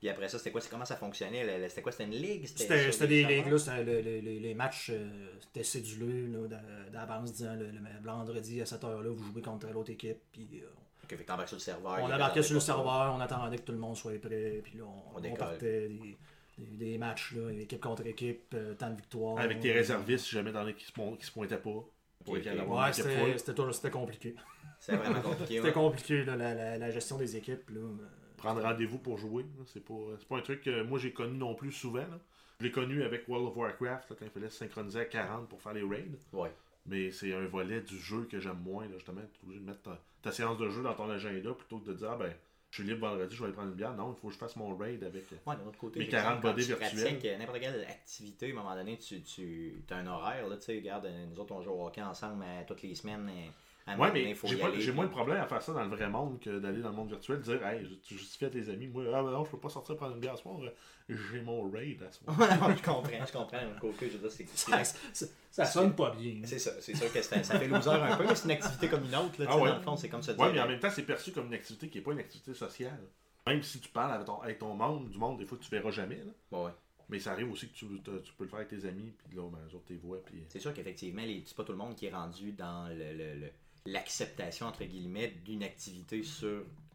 Speaker 1: Puis après ça, c'était quoi, c'est comment ça fonctionnait là, là, C'était quoi, c'était une ligue
Speaker 3: C'était
Speaker 1: sur
Speaker 3: c'était des
Speaker 1: serveurs?
Speaker 3: ligues, là, c'était le- le- le- les matchs euh, c'était cédulé là, d'a- d'avance, disant le, le vendredi à cette heure-là, vous jouez contre l'autre équipe. Puis, euh,
Speaker 1: Ok, fait que t'embarques sur le serveur.
Speaker 3: on
Speaker 1: il y a
Speaker 3: embarquait
Speaker 1: des
Speaker 3: sur le
Speaker 1: serveurs.
Speaker 3: serveur, on attendait que tout le monde soit prêt, puis là, on,
Speaker 1: On
Speaker 3: on
Speaker 1: décolle.
Speaker 3: partait des, des- des matchs, là, équipe contre équipe, euh, temps de victoire.
Speaker 2: Avec tes réservistes, si jamais dans les qui se, pon- qui se pointaient pas, pour
Speaker 1: Ok,
Speaker 2: lesquels
Speaker 1: ok.
Speaker 2: avoir
Speaker 3: Ouais,
Speaker 2: une équipe full.
Speaker 3: c'était- c'était tout- c'était compliqué.
Speaker 1: C'est vraiment compliqué.
Speaker 3: C'était
Speaker 1: ouais.
Speaker 3: compliqué, là, la, la- la gestion des équipes. Là.
Speaker 2: Prendre rendez-vous pour jouer, là, c'est pas, c'est pas un truc que moi j'ai connu non plus souvent. là. Je l'ai connu avec World of Warcraft, là, quand il fallait se synchroniser à 40 pour faire les raids.
Speaker 1: Ouais.
Speaker 2: Mais c'est un volet du jeu que j'aime moins, là, justement. Tu es obligé de mettre ta, ta séance de jeu dans ton agenda plutôt que de dire, ah, ben, je suis libre vendredi, je vais aller prendre une bière. Non, il faut que je fasse mon raid avec. euh,
Speaker 1: Ouais, d'un autre côté,
Speaker 2: Mais
Speaker 1: j'ai exemple,
Speaker 2: 40
Speaker 1: quand tu
Speaker 2: body virtuel.
Speaker 1: pratiques, euh, n'importe quelle activité, à un moment donné, tu, tu as un horaire, là, tu sais, regarde, euh, nous autres, on joue au hockey ensemble euh, toutes les semaines, euh, à un
Speaker 2: Ouais,
Speaker 1: moment donné,
Speaker 2: mais
Speaker 1: faut
Speaker 2: j'ai
Speaker 1: y
Speaker 2: pas-
Speaker 1: aller,
Speaker 2: j'ai
Speaker 1: puis-
Speaker 2: moins de problème à faire ça dans le vrai monde que d'aller dans le monde virtuel, dire, hey, tu justifies à tes amis, moi, ah, ben non, je peux pas sortir prendre une bière ce soir, euh, j'ai mon raid à ce soir.
Speaker 1: Ouais, je comprends, je comprends, d'un côté, je veux dire, c'est...
Speaker 3: Ça,
Speaker 1: c'est-
Speaker 3: sonne pas bien.
Speaker 1: C'est ça, c'est sûr que c'est- ça fait loser un peu, mais c'est une activité comme une autre, là, tu sais,
Speaker 2: Ah ouais.
Speaker 1: dans le fond, c'est comme ça. euh,
Speaker 2: Ouais, mais en même temps, c'est perçu comme une activité qui n'est pas une activité sociale. Même si tu parles avec ton, avec ton monde, du monde, des fois, que tu verras jamais. là.
Speaker 1: Ouais, ouais.
Speaker 2: Mais ça arrive aussi que tu, te- tu peux le faire avec tes amis, puis là, ben, les autres, tes voix, puis.
Speaker 1: C'est sûr qu'effectivement, les- c'est pas tout le monde qui est rendu dans le- le- le- l'acceptation, entre guillemets, d'une activité sur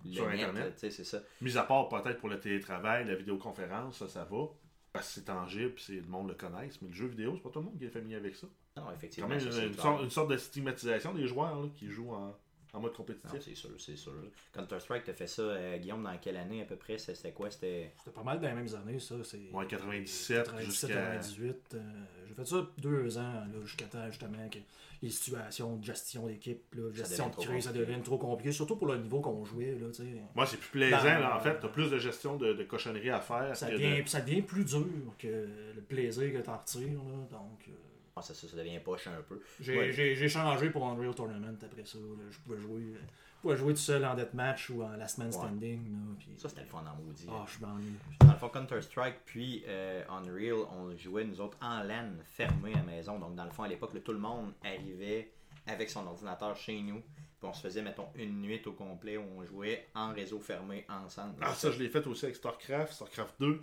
Speaker 1: le
Speaker 2: Sur
Speaker 1: net,
Speaker 2: Internet.
Speaker 1: là, tu sais, c'est ça.
Speaker 2: Mis à part peut-être pour le télétravail, la vidéoconférence, ça, ça va. Parce que c'est tangible, puis c'est- le monde le connaisse. Mais le jeu vidéo, c'est pas tout le monde qui est familier avec ça.
Speaker 1: Non,
Speaker 2: C'est quand
Speaker 1: effectivement,
Speaker 2: même
Speaker 1: ça, c'est
Speaker 2: une,
Speaker 1: clair.
Speaker 2: sorte, une sorte de stigmatisation des joueurs là, qui jouent en, en mode compétitif.
Speaker 1: Non, c'est sûr, c'est sûr. Counter-Strike, t'as fait ça, euh, Guillaume, dans quelle année à peu près C'est- C'était quoi C'était.
Speaker 3: C'était pas mal dans les mêmes années, ça. C'est
Speaker 2: Ouais, 97 jusqu'à-
Speaker 3: 98. euh, j'ai fait ça deux ans, là, jusqu'à temps, justement, que les situations de gestion d'équipe, là, gestion
Speaker 1: devient
Speaker 3: de
Speaker 1: trop
Speaker 3: crise, ça
Speaker 1: compliqué.
Speaker 3: devient trop compliqué, surtout pour le niveau qu'on jouait, là, tu sais.
Speaker 2: Moi, c'est plus plaisant,
Speaker 3: Dans-
Speaker 2: là, en fait. T'as plus de gestion de, de cochonneries à faire.
Speaker 3: Ben, Ça
Speaker 2: que de-
Speaker 3: devient, ça devient plus dur que le plaisir que t'en retires, là, donc... euh,
Speaker 1: Ah, ça, ça, ça devient poche un peu.
Speaker 3: J'ai
Speaker 1: Ouais.
Speaker 3: j'ai- j'ai changé pour Unreal Tournament après ça. là. Je pouvais jouer, euh, je pouvais jouer tout seul en deathmatch ou en last man
Speaker 1: Ouais.
Speaker 3: standing. là, puis-
Speaker 1: Ça, c'était le fun en maudit.
Speaker 3: Ah, je suis m'ennuie.
Speaker 1: Dans le fond, Counter-Strike, puis euh, Unreal, on jouait nous autres en LAN, fermé à maison. Donc, dans le fond, à l'époque, là, tout le monde arrivait avec son ordinateur chez nous. Puis on se faisait, mettons, une nuit au complet où on jouait en réseau fermé ensemble.
Speaker 2: Ah, ça, je l'ai fait aussi avec StarCraft, StarCraft 2.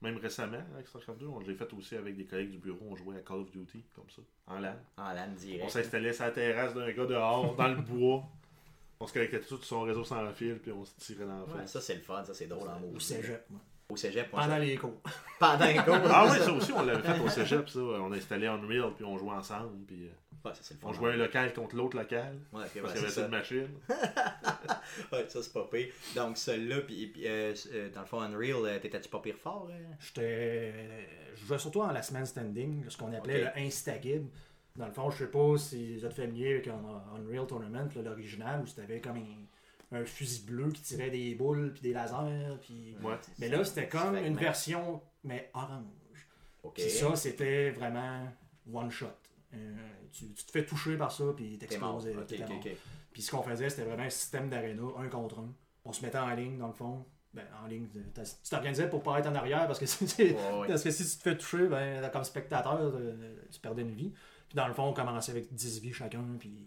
Speaker 2: Même récemment, avec StarCraft 2, on l'ai fait aussi avec des collègues du bureau. On jouait à Call of Duty, comme ça, en LAN.
Speaker 1: En LAN direct.
Speaker 2: On s'installait sur la terrasse d'un gars dehors, dans le bois. On se connectait tout sur son réseau sans fil, puis on se tirait dans la
Speaker 1: Ouais,
Speaker 2: face.
Speaker 1: ça, c'est le fun, ça, c'est drôle en maudit.
Speaker 3: Au cégep, moi.
Speaker 1: Au cégep, on
Speaker 3: Pendant
Speaker 1: jouait-
Speaker 3: les cours.
Speaker 1: pendant les cours.
Speaker 2: Ah ouais, ça aussi, on l'avait fait au cégep, ça. On installait Unreal, puis on jouait ensemble, puis euh,
Speaker 1: Ouais, ça, c'est le fun.
Speaker 2: on jouait un local contre l'autre local.
Speaker 1: Ouais, ok,
Speaker 2: Parce
Speaker 1: ouais,
Speaker 2: qu'il y avait
Speaker 1: c'est ça.
Speaker 2: cette machine.
Speaker 1: Ouais, ça c'est pas pire. Donc celui-là, puis puis, euh, euh, dans le fond, Unreal, euh, t'étais-tu pas pire fort? hein?
Speaker 3: J'étais. Je jouais surtout en last man standing, ce qu'on appelait
Speaker 1: Ok.
Speaker 3: le Instagib. Dans le fond, je sais pas si vous êtes familier avec un- Unreal Tournament, là, l'original, où c'était comme un, un fusil bleu qui tirait des boules, puis des lasers, puis.
Speaker 2: Ouais.
Speaker 3: Mais là, c'était comme une
Speaker 1: Vaguement.
Speaker 3: version, mais orange.
Speaker 1: ben. Ok.
Speaker 3: Puis ça, c'était vraiment one shot. Euh, tu, tu te fais toucher par ça, puis
Speaker 1: T'es mort.
Speaker 3: t'exploses.
Speaker 1: Ok,
Speaker 3: euh, t'es
Speaker 1: ok,
Speaker 3: mort.
Speaker 1: ok.
Speaker 3: Puis ce qu'on faisait, c'était vraiment un système d'aréna, un contre un. On se mettait en ligne, dans le fond. Ben, en ligne, t'as- tu t'organisais pour pas être en arrière, parce que, si- si-
Speaker 1: Ouais, ouais.
Speaker 3: parce que si tu te fais toucher, ben, comme spectateur, euh, tu perdais une vie. Puis dans le fond, on commençait avec 10 vies chacun, puis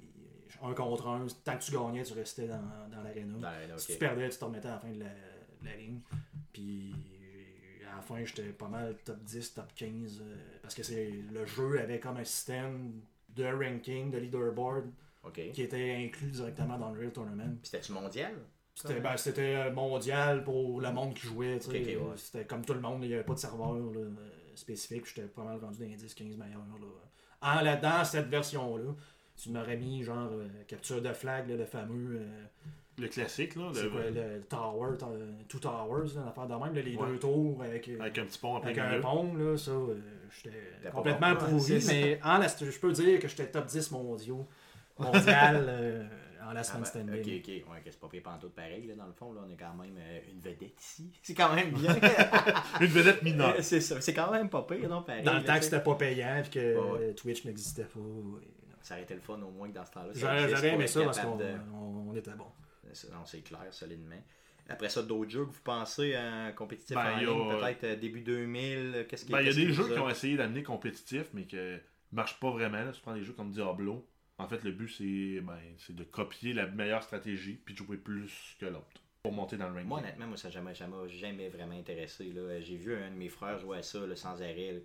Speaker 3: un contre un. Tant que tu gagnais, tu restais dans, dans l'aréna.
Speaker 1: Ouais, là, Ben, ok.
Speaker 3: Si tu perdais, tu te remettais à la fin de la, de la ligne. Puis à la fin, j'étais pas mal top 10, top 15. euh, parce que c'est le jeu avait comme un système de ranking, de leaderboard
Speaker 1: Ok. Puis
Speaker 3: qui était inclus directement dans le Real Tournament.
Speaker 1: c'était-tu mondial?
Speaker 3: C'était ben, c'était mondial pour le monde qui jouait. tu sais.
Speaker 1: Ok, ok, ouais.
Speaker 3: C'était comme tout le monde, il n'y avait pas de serveur là, euh, spécifique. J'étais pas mal rendu dans les 10-15 meilleurs. Là. euh, En là-dedans, cette version-là, tu m'aurais mis genre euh, capture de flag, là, le fameux. euh,
Speaker 2: Le classique, là.
Speaker 3: c'est
Speaker 2: le-
Speaker 3: quoi le Tower, ta- Two Towers, là, l'affaire de même, là, les
Speaker 2: Ouais.
Speaker 3: deux tours avec, euh,
Speaker 2: Avec un petit pont en plein
Speaker 3: avec un
Speaker 2: milieu.
Speaker 3: pont, là, ça, euh,
Speaker 1: T'as
Speaker 3: j'étais
Speaker 1: pas
Speaker 3: complètement
Speaker 1: compris.
Speaker 3: pourri,
Speaker 1: Ouais, c'est
Speaker 3: mais en la, je peux dire que j'étais top 10 mondiaux, mondial euh, en last
Speaker 1: Ah,
Speaker 3: man
Speaker 1: ben,
Speaker 3: standing.
Speaker 1: ok, ok. Ouais, que c'est pas pire pantoute pareil, là, dans le fond. Là, on est quand même euh, une vedette ici. C'est quand même bien.
Speaker 2: Une vedette mineure.
Speaker 1: c'est ça. C'est quand même pas pire, non, pareil.
Speaker 3: Dans le
Speaker 1: là,
Speaker 3: temps que
Speaker 1: tu sais.
Speaker 3: c'était pas payant et que
Speaker 1: Ouais, ouais.
Speaker 3: euh, Twitch n'existait pas. ouais, non.
Speaker 1: Ça aurait été le fun au moins que dans ce temps-là. ça
Speaker 3: J'aurais
Speaker 1: existe
Speaker 3: j'aurais
Speaker 1: pour
Speaker 3: aimé
Speaker 1: être
Speaker 3: ça parce qu'on
Speaker 1: capable de-
Speaker 3: on- on était bon.
Speaker 1: Non, c'est clair, solidement. Après ça, d'autres jeux que vous pensez euh, compétitifs
Speaker 2: Ben,
Speaker 1: en
Speaker 2: il y a-
Speaker 1: ligne, peut-être euh, début 2000, euh, qu'est-ce qui
Speaker 2: Ben, il y a
Speaker 1: qu'est-ce qui
Speaker 2: des jeux
Speaker 1: vous a-
Speaker 2: qui ont essayé d'amener compétitif, mais que marchent pas vraiment. Là. Tu prends des jeux comme Diablo. En fait, le but, c'est ben, c'est de copier la meilleure stratégie, puis de jouer plus que l'autre, pour monter dans le ranking.
Speaker 1: Moi, honnêtement, moi, ça n'a jamais, jamais, jamais vraiment intéressé. là. Euh, J'ai vu un de mes frères jouer à ça là, sans arrêt. là.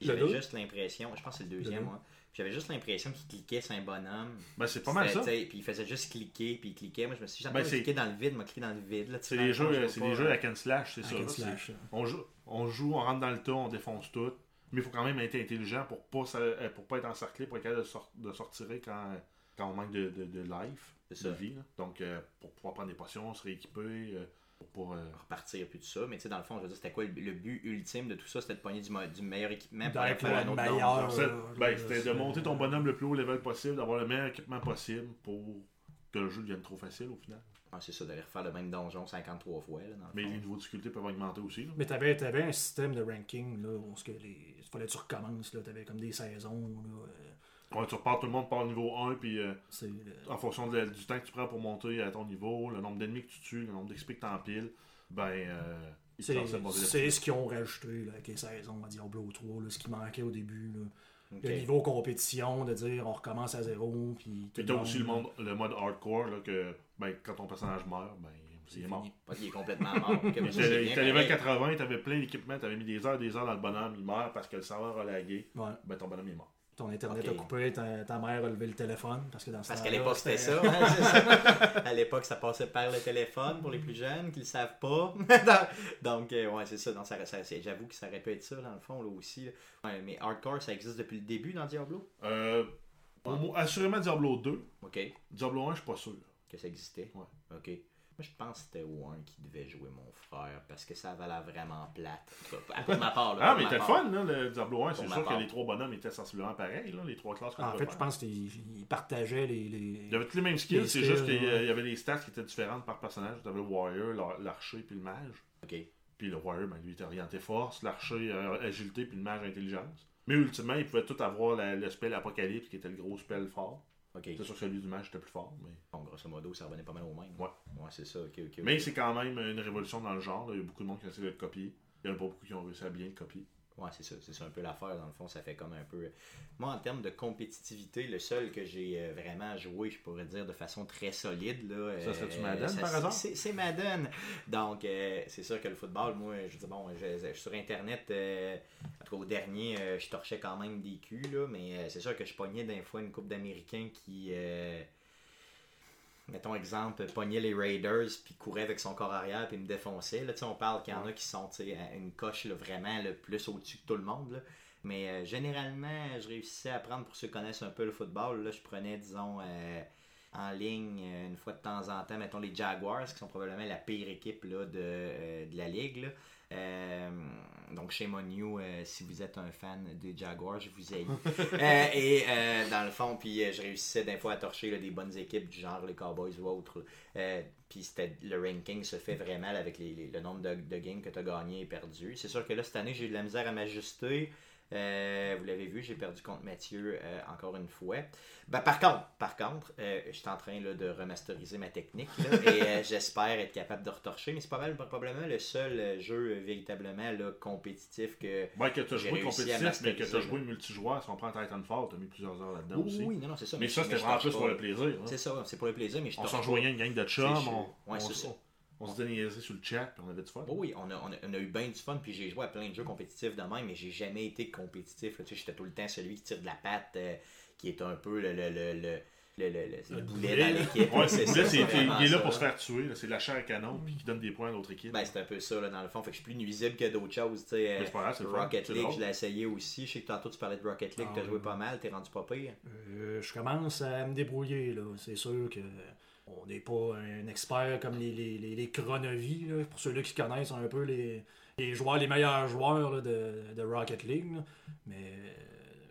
Speaker 1: J'avais
Speaker 3: deux?
Speaker 1: juste l'impression, je pense que c'est le deuxième,
Speaker 3: deux?
Speaker 1: moi. J'avais juste l'impression qu'il cliquait sur un bonhomme.
Speaker 2: Ben, c'est pas mal
Speaker 1: C'était,
Speaker 2: ça.
Speaker 1: tu sais, Puis il faisait juste cliquer, puis il cliquait. Moi, je me suis dit,
Speaker 2: Ben,
Speaker 1: j'entends
Speaker 2: c'est-
Speaker 1: cliquer dans le vide, m'a cliqué dans le vide. là, tu
Speaker 2: C'est
Speaker 1: sais, dans
Speaker 2: des
Speaker 1: le fond,
Speaker 2: jeux,
Speaker 1: je
Speaker 2: c'est
Speaker 1: veux
Speaker 2: des
Speaker 1: pas,
Speaker 2: jeux
Speaker 1: euh,
Speaker 2: hack and slash, c'est
Speaker 3: Hack
Speaker 2: ça.
Speaker 3: and
Speaker 2: là.
Speaker 3: slash,
Speaker 2: C'est-
Speaker 3: hein.
Speaker 2: On, joue, on joue, on rentre dans le tas, on défonce tout. Mais il faut quand même être intelligent pour pas, sa- euh, pour pas être encerclé, pour être capable de, sor- de sortir quand, quand on manque de, de, de life,
Speaker 1: C'est ça.
Speaker 2: de vie. là. Donc, euh, pour pouvoir prendre des potions, se rééquiper, euh, pour pouvoir, euh,
Speaker 1: repartir puis tout ça. Mais tu sais, dans le fond, je veux dire, c'était quoi le, le but ultime de tout ça? C'était de pogner du, mo- du meilleur équipement pour aller
Speaker 3: D'être
Speaker 1: faire un
Speaker 3: le
Speaker 1: autre
Speaker 3: meilleur.
Speaker 1: donjon.
Speaker 3: Ah,
Speaker 2: Ça,
Speaker 3: ouais,
Speaker 2: ben,
Speaker 3: ouais,
Speaker 2: c'était de
Speaker 3: c'est-
Speaker 2: monter ton bonhomme le plus haut level possible, d'avoir le meilleur équipement possible pour que le jeu devienne trop facile au final.
Speaker 1: Ah, c'est ça, d'aller refaire le même donjon 53 fois. Là, dans le
Speaker 2: Mais
Speaker 1: fond.
Speaker 2: les niveaux de difficulté peuvent augmenter aussi. là.
Speaker 3: Mais t'avais, t'avais un système de ranking, là, où ce que les... il fallait que tu recommences, là, t'avais comme des saisons, là, euh,
Speaker 2: Ouais, tu repars tout le monde par niveau 1, puis euh,
Speaker 3: c'est... euh,
Speaker 2: en fonction de la- du temps que tu prends pour monter à ton niveau, le nombre d'ennemis que tu tues, le nombre d'XP que tu empiles, ben, euh, ils te
Speaker 3: C'est,
Speaker 2: lancent à monter
Speaker 3: c'est
Speaker 2: là-dessus.
Speaker 3: ce qu'ils ont rajouté là, avec les saisons à Diablo 3, là, ce qui manquait au début. Là.
Speaker 1: Ok.
Speaker 3: Le niveau compétition, de dire on recommence à zéro. Puis
Speaker 2: Puis t'as aussi le, monde, le mode hardcore, là, que ben, quand ton personnage meurt, ben, il est mort.
Speaker 1: Pas qu'il est complètement mort. Ok, mais
Speaker 2: Il
Speaker 1: ça, c'est
Speaker 2: était
Speaker 1: bien
Speaker 2: il était level
Speaker 1: correct.
Speaker 2: 80, t'avais plein d'équipements, t'avais mis des heures des heures dans le bonhomme, il meurt parce que le serveur a lagué,
Speaker 3: Ouais.
Speaker 2: ben ton bonhomme il est mort.
Speaker 3: Ton internet
Speaker 1: Ok.
Speaker 3: a coupé, ta, ta mère a levé le téléphone. Parce que dans ce
Speaker 2: Ah,
Speaker 1: Parce qu'à
Speaker 3: temps-là,
Speaker 1: l'époque, c'était ça. hein, c'est ça. À l'époque, ça passait par le téléphone pour les plus jeunes qui le savent pas. Donc, euh, ouais, c'est ça. Non, ça, ça- c'est- J'avoue que ça répète ça, dans le fond, là aussi. là. Ouais, mais hardcore, ça existe depuis le début dans Diablo
Speaker 2: Euh, au mo- assurément Diablo 2.
Speaker 1: Ok.
Speaker 2: Diablo 1, je suis pas sûr.
Speaker 1: Que ça existait
Speaker 2: Ouais.
Speaker 1: Ok. Moi, je pense que c'était au 1 qui devait jouer mon frère parce que ça avait l'air vraiment plate. En tout cas, Pour ma part, là,
Speaker 2: Ah,
Speaker 1: pour
Speaker 2: mais
Speaker 1: ma
Speaker 2: t'as le
Speaker 1: part.
Speaker 2: fun, là, le Diablo 1. C'est
Speaker 1: Pour ma
Speaker 2: sûr que
Speaker 1: part.
Speaker 2: les trois bonhommes étaient sensiblement pareils, là, les trois classes qu'on
Speaker 3: En
Speaker 2: pouvait
Speaker 3: fait, je
Speaker 2: faire.
Speaker 3: pense qu'ils ils partageaient les. les...
Speaker 2: Il y avait tous les mêmes skills,
Speaker 3: Les
Speaker 2: c'est juste
Speaker 3: skills,
Speaker 2: qu'il y a-
Speaker 3: ouais.
Speaker 2: il y avait des stats qui étaient différentes par personnage. T'avais le warrior, l'ar- l'archer, puis le mage.
Speaker 1: Ok.
Speaker 2: Puis le warrior, ben, lui, était orienté force, l'archer, euh, agilité, puis le mage, intelligence. Mais ultimement, ils pouvaient tous avoir la- le spell apocalypse, qui était le gros spell fort.
Speaker 1: Ok.
Speaker 2: C'est sûr que celui du mage était plus fort, mais...
Speaker 1: Bon, grosso modo, ça revenait pas mal au même.
Speaker 2: Ouais.
Speaker 1: Ouais, c'est ça. Ok, ok. ok.
Speaker 2: Mais c'est quand même une révolution dans le genre. là. Il y a beaucoup de monde qui a essayé de le copier. Il y en a pas beaucoup qui ont réussi à bien le copier.
Speaker 1: Ouais, c'est ça. C'est ça un peu l'affaire, dans le fond. Ça fait comme un peu. Moi, en termes de compétitivité, le seul que j'ai euh, vraiment joué, je pourrais dire, de façon très solide. Là,
Speaker 2: Ça,
Speaker 1: euh,
Speaker 2: serait-tu Madden,
Speaker 1: ça-
Speaker 2: par
Speaker 1: c'est-
Speaker 2: hasard?
Speaker 1: C'est c'est Madden. Donc, euh, c'est sûr que le football, moi, je dis, bon, je, je- sur Internet, euh, en tout cas, au dernier, euh, je torchais quand même des culs, là, mais euh, c'est sûr que je pognais d'un fois une coupe d'Américains qui. euh, mettons exemple, pognait les Raiders, puis courait avec son corps arrière, puis me défonçait. Là, tu sais, on parle qu'il y en a qui sont tu sais, à une coche là, vraiment le plus au-dessus de tout le monde. là. Mais euh, généralement, je réussissais à prendre, pour ceux qui connaissent un peu le football, là, je prenais, disons, euh, en ligne euh, une fois de temps en temps, mettons les Jaguars, qui sont probablement la pire équipe là, de, euh, de la ligue. là. Euh, donc, chez Monio, si vous êtes un fan des Jaguars, je vous ai. Euh, et euh, dans le fond, puis euh, je réussissais des fois à torcher là, des bonnes équipes du genre les Cowboys ou autres. là. Euh, puis c'était- le ranking se fait vraiment là, avec les- les- le nombre de, de games que tu as gagné et perdu. C'est sûr que là, cette année, j'ai eu de la misère à m'ajuster. Euh, vous l'avez vu, j'ai perdu contre Mathieu euh, encore une fois. Ben, par contre, par contre, euh, je suis en train là, de remasteriser ma technique là, et euh, j'espère être capable de retorcher, mais c'est pas mal probablement le seul euh, jeu euh, véritablement là, compétitif que.
Speaker 2: Ouais, que tu as
Speaker 1: J'ai
Speaker 2: joué
Speaker 1: réussi à
Speaker 2: compétitif, mais que tu as
Speaker 1: masteriser,
Speaker 2: joué multijoueur, si on prend Titanfall, tu as mis plusieurs heures là-dedans
Speaker 1: Oui,
Speaker 2: aussi.
Speaker 1: oui, non, non, c'est ça.
Speaker 2: mais ça,
Speaker 1: je-
Speaker 2: c'était
Speaker 1: je
Speaker 2: vraiment
Speaker 1: torche
Speaker 2: plus
Speaker 1: pas.
Speaker 2: pour le plaisir. hein.
Speaker 1: C'est ça, c'est pour le plaisir, mais je
Speaker 2: On
Speaker 1: torche
Speaker 2: s'en
Speaker 1: pas.
Speaker 2: rejoignait une gang de
Speaker 1: C'est
Speaker 2: chums,
Speaker 1: sûr.
Speaker 2: on,
Speaker 1: Ouais,
Speaker 2: on
Speaker 1: c'est
Speaker 2: se-
Speaker 1: ça.
Speaker 2: on se déniaisait sur le chat, puis on avait du fun.
Speaker 1: Oui, oui, on a, on a- on a eu bien du fun, puis j'ai joué à plein de jeux compétitifs de même, mais j'ai jamais été compétitif. là. Tu sais, j'étais tout le temps celui qui tire de la patte, euh, qui est un peu le, le, le, le, le, le- le boulet
Speaker 2: boulet,
Speaker 1: dans l'équipe.
Speaker 2: Ouais,
Speaker 1: là,
Speaker 2: c'est
Speaker 1: ça,
Speaker 2: là, c'est- il
Speaker 1: vraiment
Speaker 2: il est là
Speaker 1: ça,
Speaker 2: pour se faire tuer, là, c'est de la chair à canon, puis qui donne des points à l'autre équipe.
Speaker 1: Ben, c'est un peu ça, là, dans le fond. Fait que je suis plus nuisible que d'autres choses, tu sais.
Speaker 2: Mais c'est pas grave, c'est le fun,
Speaker 1: Rocket
Speaker 2: c'est
Speaker 1: League,
Speaker 2: drôle.
Speaker 1: je l'ai essayé aussi. Je sais que tantôt, tu parlais de Rocket League,
Speaker 3: Ah,
Speaker 1: t'as joué
Speaker 3: oui.
Speaker 1: pas mal, t'es rendu pas pire.
Speaker 3: Euh, je commence à me débrouiller, là. C'est sûr que on n'est pas un expert comme les, les, les, les chronovies, là. Pour ceux-là qui connaissent un peu les, les joueurs, les meilleurs joueurs là, de, de Rocket League. là. Mais euh,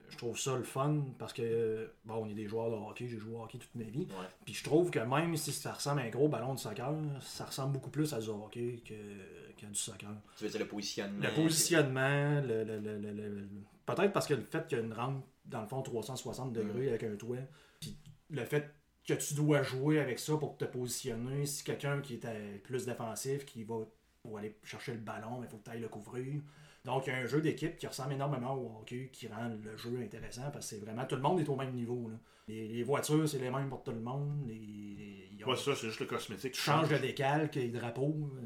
Speaker 3: je trouve ça le fun parce que, bon, on est des joueurs de hockey, j'ai joué au hockey toute ma vie.
Speaker 1: Ouais.
Speaker 3: Puis je trouve que même si ça ressemble à un gros ballon de soccer, ça ressemble beaucoup plus à du hockey que, que du soccer.
Speaker 1: Tu veux dire le positionnement.
Speaker 3: Le positionnement, le, le- le- le- le- peut-être parce que le fait qu'il y a une rampe, dans le fond, 360
Speaker 1: Mm.
Speaker 3: degrés avec un toit, puis le fait que tu dois jouer avec ça pour te positionner, si quelqu'un qui est euh, plus défensif, qui va pour aller chercher le ballon, il faut que tu ailles le couvrir. Donc, il y a un jeu d'équipe qui ressemble énormément au hockey, qui rend le jeu intéressant parce que c'est vraiment tout le monde est au même niveau. là. Les, les voitures, c'est les mêmes pour tout le monde. Les, les- ils ont-
Speaker 2: Ouais, ça, c'est juste le cosmétique.
Speaker 3: tu changes de décalque et le drapeau. euh,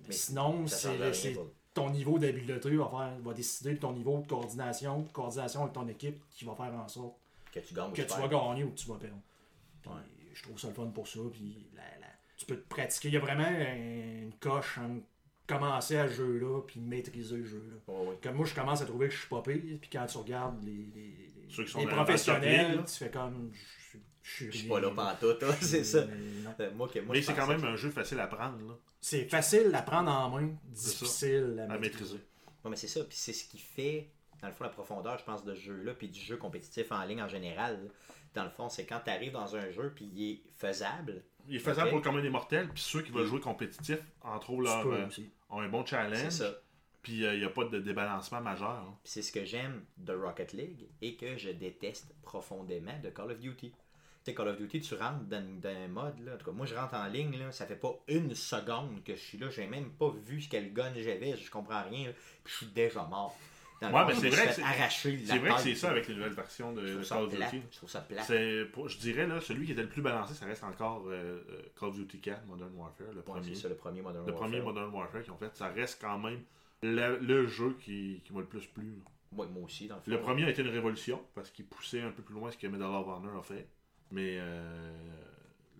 Speaker 3: mais
Speaker 1: Mais
Speaker 3: sinon,
Speaker 1: ça
Speaker 3: c'est
Speaker 1: change rien
Speaker 3: c'est-
Speaker 1: pour-
Speaker 3: ton niveau d'habileté va, faire- va décider de ton niveau de coordination, de coordination avec ton équipe qui va faire en sorte
Speaker 1: Que tu gagnes ou
Speaker 3: que
Speaker 1: tu
Speaker 3: tu vas
Speaker 1: perds.
Speaker 3: gagner ou que tu vas perdre. Puis, Je trouve ça le fun pour ça. Puis la- la- tu peux te pratiquer. Il y a vraiment une coche entre commencer à ce jeu-là puis maîtriser le jeu-là.
Speaker 1: Ouais, ouais.
Speaker 3: Comme moi, je commence à trouver que je suis pas pire. Puis quand tu regardes les, les- les-
Speaker 2: Ceux qui sont
Speaker 3: les
Speaker 2: dans la
Speaker 3: professionnels,
Speaker 2: Master League, là.
Speaker 3: tu fais comme je suis Je
Speaker 1: Je suis pas là pantoute, hein, c'est ça.
Speaker 3: Mais non.
Speaker 1: Euh, Moi, que, moi,
Speaker 2: Mais
Speaker 1: je
Speaker 2: c'est quand
Speaker 1: pensais-
Speaker 2: même un jeu facile à prendre, là,
Speaker 3: C'est facile à prendre en main,
Speaker 2: ça.
Speaker 3: difficile à,
Speaker 2: à maîtriser.
Speaker 1: Ouais, mais c'est ça. Puis c'est ce qui fait, dans le fond, la profondeur, je pense, de ce jeu-là, puis du jeu compétitif en ligne en général. là. Dans le fond, c'est quand tu arrives dans un jeu, puis il est faisable.
Speaker 2: Il est faisable
Speaker 1: Ok.
Speaker 2: pour le commun des mortels, puis ceux qui veulent jouer compétitif en trouvent
Speaker 3: Tu
Speaker 2: leur,
Speaker 3: peux
Speaker 2: euh,
Speaker 3: aussi.
Speaker 2: ont un bon
Speaker 1: C'est
Speaker 2: challenge,
Speaker 1: ça.
Speaker 2: puis euh, il n'y a pas de débalancement majeur. hein.
Speaker 1: Puis c'est ce que j'aime de Rocket League et que je déteste profondément de Call of Duty. Tu sais, Call of Duty, tu rentres dans, dans un mode, là. En tout cas, moi, je rentre en ligne, là. Ça fait pas une seconde que je suis là. J'ai même pas vu ce quel gun j'avais. Je comprends rien. là. Puis je suis déjà mort. Dans le
Speaker 2: Ouais,
Speaker 1: fond,
Speaker 2: mais
Speaker 1: je
Speaker 2: c'est
Speaker 1: me
Speaker 2: vrai
Speaker 1: suis
Speaker 2: que
Speaker 1: fait
Speaker 2: c'est-
Speaker 1: arracher la
Speaker 2: C'est vrai que
Speaker 1: tête.
Speaker 2: c'est ça avec les nouvelles versions de,
Speaker 1: Je
Speaker 2: de
Speaker 1: trouve ça
Speaker 2: Call of
Speaker 1: plate.
Speaker 2: Duty.
Speaker 1: Je trouve ça plate.
Speaker 2: C'est pour- je dirais, là, celui qui était le plus balancé, ça reste encore euh, euh, Call of Duty 4, Modern Warfare, le
Speaker 1: Ouais,
Speaker 2: premier.
Speaker 1: c'est ça, le premier Modern
Speaker 2: le
Speaker 1: Warfare.
Speaker 2: premier Modern Warfare qu'ils ont fait, ça reste quand même le, le jeu qui, qui m'a le plus plu.
Speaker 1: Ouais, moi aussi, dans le fond.
Speaker 2: Le premier a été une révolution, parce qu'il poussait un peu plus loin ce que Medal of Honor a fait. Mais euh,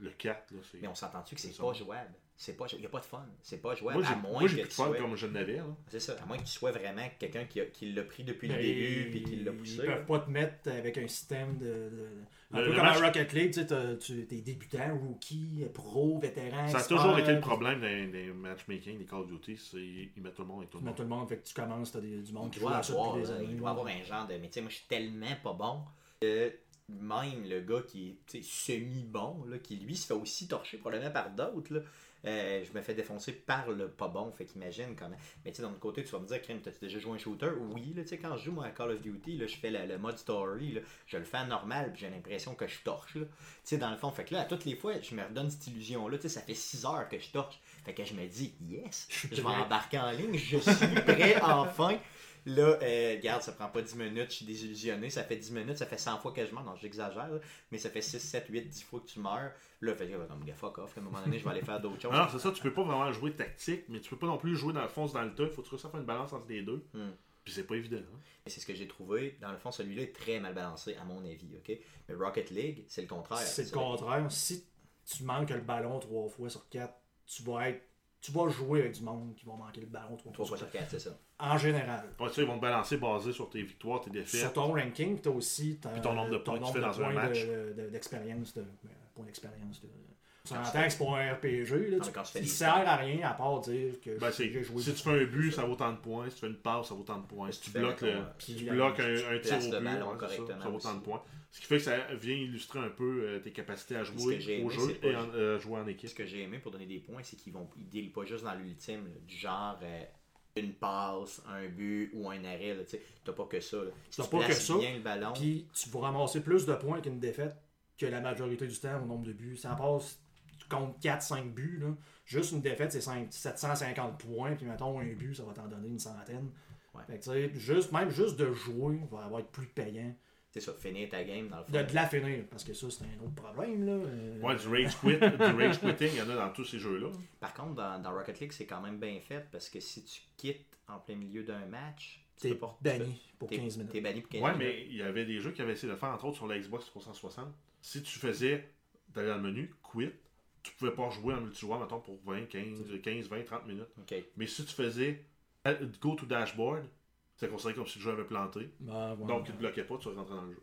Speaker 2: le 4, là, c'est...
Speaker 1: Mais on s'entend-tu que c'est
Speaker 2: C'est
Speaker 1: pas
Speaker 2: ça.
Speaker 1: jouable? C'est pas, il n'y a pas de fun. C'est pas jouable.
Speaker 2: Moi,
Speaker 1: à
Speaker 2: j'ai-
Speaker 1: moins
Speaker 2: moi, j'ai
Speaker 1: que
Speaker 2: plus de
Speaker 1: tu
Speaker 2: fun
Speaker 1: sois-
Speaker 2: comme je n'avais. là.
Speaker 1: C'est ça. À moins que tu sois vraiment quelqu'un qui, a- qui l'a pris depuis le
Speaker 2: Ben,
Speaker 3: Mais
Speaker 1: début puis qui l'a poussé.
Speaker 3: Ben, Ils peuvent pas te mettre euh, avec un système de. de- un
Speaker 2: Le-
Speaker 3: peu
Speaker 2: le
Speaker 3: comme
Speaker 2: match-
Speaker 3: à Rocket League, tu sais, t'as- tu es débutant, rookie, pro, vétéran.
Speaker 2: Ça a
Speaker 3: expert,
Speaker 2: toujours été le problème des, des matchmaking des Call of Duty, c'est ils mettent tout le monde et tout le
Speaker 3: Mais
Speaker 2: monde.
Speaker 3: tout le monde, fait que tu commences, t'as des- du monde qui
Speaker 1: Il
Speaker 3: joue
Speaker 1: doit,
Speaker 3: à ça
Speaker 1: avoir,
Speaker 3: depuis des
Speaker 1: là,
Speaker 3: années.
Speaker 1: il doit avoir un genre de. Mais tu sais, moi, je suis tellement pas bon que même le gars qui est tu sais, semi-bon, là, qui lui se fait aussi torcher probablement par d'autres, là, euh, je me fais défoncer par le pas bon. Fait qu'imagine comment. Mais tu sais, d'un autre côté, tu vas me dire, Crime, t'as-tu déjà joué un shooter Oui, là, tu sais, quand je joue moi, à Call of Duty, là, je fais la- le mode story, là, je le fais en normal, puis j'ai l'impression que je torche. là. Tu sais, dans le fond, fait que là, à toutes les fois, je me redonne cette illusion-là. Tu sais, ça fait 6 heures que je torche. Fait que je me dis, yes,
Speaker 3: Je suis
Speaker 1: je vais
Speaker 3: prêt.
Speaker 1: embarquer en ligne, je suis prêt enfin. Là, euh, regarde, ça prend pas 10 minutes, je suis désillusionné, ça fait 10 minutes, ça fait 100 fois que je meurs, non, j'exagère, là, mais ça fait 6, 7, 8, 10 fois que tu meurs. Là, fait que, comme, gars, fuck off, à un moment donné, je vais aller faire d'autres choses.
Speaker 2: Alors, Ah, c'est ça, tu peux pas vraiment jouer tactique, mais tu peux pas non plus jouer dans le fond, c'est dans le tas. Il faut trouver ça faire une balance entre les deux.
Speaker 1: Hmm.
Speaker 2: Puis c'est pas évident. hein.
Speaker 1: Et c'est ce que j'ai trouvé. Dans le fond, celui-là est très mal balancé, à mon avis. ok Mais Rocket League, c'est le contraire.
Speaker 3: C'est le
Speaker 1: Ça va être-
Speaker 3: contraire. Si tu manques le ballon trois fois sur quatre, tu vas être. Tu vas jouer avec du monde qui va manquer le ballon trois
Speaker 1: Trois fois
Speaker 3: fois sur
Speaker 1: sur quatre,
Speaker 3: quatre.
Speaker 1: c'est ça.
Speaker 3: En général.
Speaker 2: Après ça, ils vont te balancer basé sur tes victoires, tes
Speaker 3: Sur
Speaker 2: défaites.
Speaker 3: ton ranking, tu as aussi ta-
Speaker 2: Puis ton nombre de points que tu fais
Speaker 3: nombre de
Speaker 2: dans un
Speaker 3: points
Speaker 2: match.
Speaker 3: de- de- d'expérience. De, euh, points d'expérience. De, on s'entend que c'est pas un RPG. Là,
Speaker 1: Non, mais
Speaker 3: tu-
Speaker 1: quand tu fais
Speaker 3: il
Speaker 1: des-
Speaker 3: sert à rien à part dire que
Speaker 2: Ben, c'est-
Speaker 3: j'ai joué.
Speaker 2: si tu fais un but, ça vaut tant de points. Si tu fais une passe, ça vaut tant de points. Si tu
Speaker 1: Tu fais,
Speaker 2: bloques,
Speaker 1: mettons,
Speaker 2: le-
Speaker 1: euh,
Speaker 2: si
Speaker 3: puis
Speaker 2: tu
Speaker 3: la-
Speaker 2: bloques un, un tir
Speaker 1: places
Speaker 2: au
Speaker 1: le ballon
Speaker 2: but, ouais, c'est ça, ça,
Speaker 1: correctement
Speaker 2: vaut tant de
Speaker 1: aussi.
Speaker 2: points. Ce qui fait que ça vient illustrer un peu euh, tes capacités à
Speaker 1: Puis ce
Speaker 2: jouer
Speaker 1: que j'ai
Speaker 2: au
Speaker 1: aimé,
Speaker 2: jeu
Speaker 1: c'est
Speaker 2: et
Speaker 1: pas-
Speaker 2: en- euh, jouer en
Speaker 1: Puis
Speaker 2: équipe.
Speaker 1: ce que j'ai aimé pour donner des points, c'est qu'ils vont ils dealent pas juste dans l'ultime, là, du genre euh, une passe, un but ou un arrêt. là, tu sais. T'as pas que ça. là. Si
Speaker 3: T'as
Speaker 1: tu
Speaker 3: pas que
Speaker 1: places
Speaker 3: ça,
Speaker 1: bien le ballon,
Speaker 3: Puis tu vas ramasser plus de points qu'une défaite que la majorité du temps au nombre de buts. Ça passe, tu comptes 4-5 buts. Là. Juste une défaite, c'est 5 750 points. Puis mettons un but, ça va t'en donner une centaine.
Speaker 1: Ouais.
Speaker 3: Fait que, tu sais, juste, même juste de jouer va avoir être plus payant.
Speaker 1: c'est ça, finir ta game dans le fond.
Speaker 3: De, de la finir, parce que ça, c'est un autre problème. Là. Euh,
Speaker 2: Ouais, du rage quit, du rage quitting, il y en a dans tous ces jeux-là.
Speaker 1: Par contre, dans, dans Rocket League, c'est quand même bien fait parce que si tu quittes en plein milieu d'un match, tu
Speaker 3: T'es
Speaker 1: peux pas- tu peux-
Speaker 3: banni pour
Speaker 1: t'es-
Speaker 3: 15
Speaker 1: T'es
Speaker 3: minutes.
Speaker 1: banni pour 15
Speaker 2: Ouais,
Speaker 1: minutes.
Speaker 2: mais il y avait des jeux qui avaient essayé de le faire, entre autres sur la Xbox 360. Si tu faisais, d'aller dans le menu, quit, tu pouvais pas jouer en multijoueur, mettons, pour 20, 15, 15, 20, 30 minutes.
Speaker 1: Ok.
Speaker 2: Mais si tu faisais euh, go to dashboard, c'est considéré comme si le jeu avait planté.
Speaker 3: Bah, ouais.
Speaker 2: Donc, il te bloquait pas, tu rentrais dans le jeu.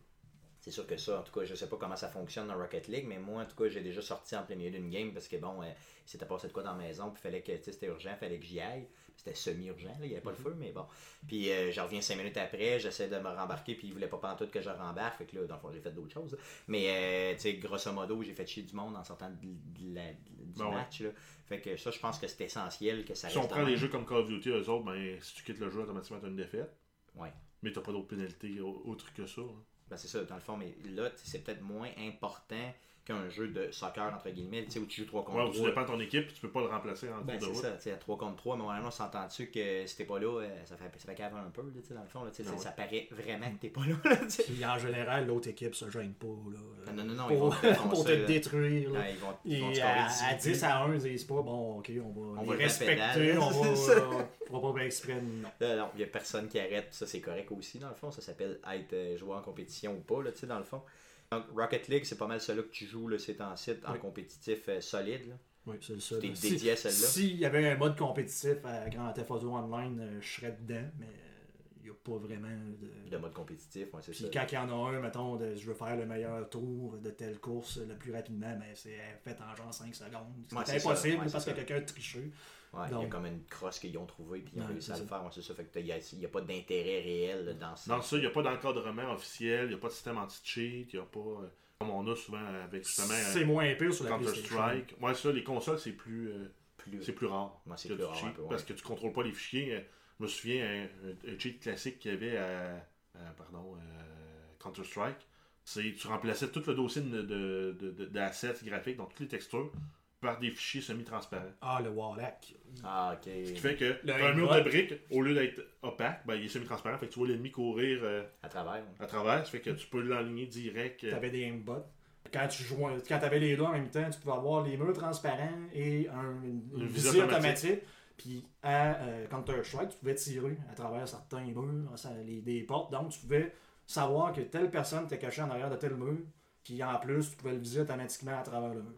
Speaker 1: C'est sûr que ça, en tout cas, je sais pas comment ça fonctionne dans Rocket League, mais moi, en tout cas, j'ai déjà sorti en plein milieu d'une game parce que bon, euh, il s'était passé de quoi dans la maison, puis fallait que, tu sais, c'était urgent, fallait que j'y aille. C'était semi-urgent, là, il n'y avait pas
Speaker 2: Mm-hmm.
Speaker 1: le feu, mais bon. Puis euh, je reviens cinq minutes après, j'essaie de me rembarquer, puis il voulait pas pantoute que je rembarque, fait que là, dans le fond, j'ai fait d'autres choses. Mais, euh, tu sais, grosso modo, j'ai fait chier du monde en sortant de, de la- du
Speaker 2: Ben ouais.
Speaker 1: match, là. Fait que ça, je pense que c'est essentiel que ça
Speaker 2: Si on
Speaker 1: reste
Speaker 2: prend
Speaker 1: dans-
Speaker 2: des jeux comme Call of Duty, eux autres, ben, si tu quittes le jeu, automatiquement, t'as une défaite.
Speaker 1: Ouais.
Speaker 2: Mais t'as pas d'autres pénalités au- autres que ça. hein.
Speaker 1: Ben, c'est ça, dans le fond, mais là, tu sais, c'est peut-être moins important qu'un jeu de soccer, entre guillemets, tu sais, où tu joues 3 contre
Speaker 2: Ouais, ou tu
Speaker 1: trois.
Speaker 2: dépends de ton équipe, tu peux pas le remplacer en
Speaker 1: Ben,
Speaker 2: cours de
Speaker 1: c'est ça,
Speaker 2: route.
Speaker 1: tu sais, à 3 contre 3, mais on s'entend-tu que si t'es pas là, euh, ça fait, ça fait cave un peu, là, tu sais, dans le fond, là, tu sais,
Speaker 3: Ben
Speaker 2: Ah ouais.
Speaker 1: ça paraît vraiment que t'es pas là, là, tu sais.
Speaker 3: Puis en général, l'autre équipe se gêne pas. Là,
Speaker 1: Ah, non, non, non, ils
Speaker 3: pour,
Speaker 1: vont te défoncer,
Speaker 3: pour te
Speaker 1: là.
Speaker 3: détruire. là.
Speaker 1: Là, ils vont, ils vont te
Speaker 3: Et
Speaker 1: scorer
Speaker 3: à,
Speaker 1: 10
Speaker 3: à
Speaker 1: buts.
Speaker 3: 10 à 1, ils disent pas, bon, ok, on va
Speaker 1: On
Speaker 3: les
Speaker 1: va les
Speaker 3: respecter,
Speaker 1: pédales.
Speaker 3: on
Speaker 1: C'est
Speaker 3: va,
Speaker 1: ça.
Speaker 3: euh, on va pas faire exprès. Non.
Speaker 1: Là, non, il y a personne qui arrête, puis ça c'est correct aussi, dans le fond, ça s'appelle être euh, joueur en compétition ou pas, là, tu sais, dans le fond. Donc, Rocket League, c'est pas mal celui que tu joues, là, c'est en site, en
Speaker 3: Oui.
Speaker 1: compétitif euh, solide, là.
Speaker 3: Oui, c'est ça.
Speaker 1: T'es
Speaker 3: là.
Speaker 1: dédié à celle-là.
Speaker 3: S'il y avait un mode compétitif à Grand Theft Auto Online, euh, je serais dedans, mais euh, il n'y a pas vraiment de.
Speaker 1: Le mode compétitif, ouais, c'est ça.
Speaker 3: Puis quand il y en a un, mettons, de, je veux faire le meilleur tour de telle course le plus rapidement, mais c'est fait en genre 5 secondes. C'est
Speaker 1: Ouais, c'est ça.
Speaker 3: impossible
Speaker 1: Ouais, c'est
Speaker 3: parce que
Speaker 1: ça.
Speaker 3: quelqu'un a triché.
Speaker 1: Ouais, il y a
Speaker 3: Donc-
Speaker 1: comme une crosse qu'ils ont trouvée puis ils ont
Speaker 3: Ouais,
Speaker 1: réussi à
Speaker 3: c'est
Speaker 1: le
Speaker 3: ça.
Speaker 1: faire. Ouais, c'est ça. Fait que t'as- il n'y a, pas d'intérêt réel là, dans ça.
Speaker 2: Dans ça, il n'y a pas d'encadrement officiel, il n'y a pas de système anti-cheat, il n'y a pas. euh, comme on a souvent avec justement euh,
Speaker 3: C'est moins pire sur la PlayStation.
Speaker 2: Counter-Strike. Ouais, ça, les consoles, c'est plus, euh,
Speaker 1: Plus...
Speaker 2: c'est plus rare.
Speaker 1: Ouais, c'est
Speaker 2: que
Speaker 1: plus
Speaker 2: du
Speaker 1: rare un
Speaker 2: cheat,
Speaker 1: peu, ouais.
Speaker 2: Parce que tu contrôles pas les fichiers. Euh, Je me souviens, un, un- un cheat classique qu'il y avait à. à- pardon, euh, Counter-Strike, c'est tu remplaçais tout le dossier d'assets de, de, de- d'assets graphiques, donc toutes les textures, par des fichiers semi-transparents.
Speaker 3: Ah, le Warlock.
Speaker 1: Ah, ok.
Speaker 2: Ce qui fait que
Speaker 3: Le
Speaker 2: t'as un mur de
Speaker 3: aimbot.
Speaker 2: briques, au lieu d'être opaque, ben, il est semi-transparent. Fait que tu vois l'ennemi courir euh,
Speaker 1: À travers. ouais.
Speaker 2: à travers. Ça fait que tu peux l'enligner direct. euh,
Speaker 3: T'avais des aimbots. Quand tu jouais, quand t'avais les deux en même temps, tu pouvais avoir les murs transparents et un, une,
Speaker 2: Le
Speaker 3: une
Speaker 2: viseur
Speaker 3: visée automatique. Puis à euh, Counter-Strike, tu pouvais tirer à travers certains murs, ça- les, des portes. Donc tu pouvais savoir que telle personne était cachée en arrière de tel mur. Puis en plus, tu pouvais le viser automatiquement à travers le mur.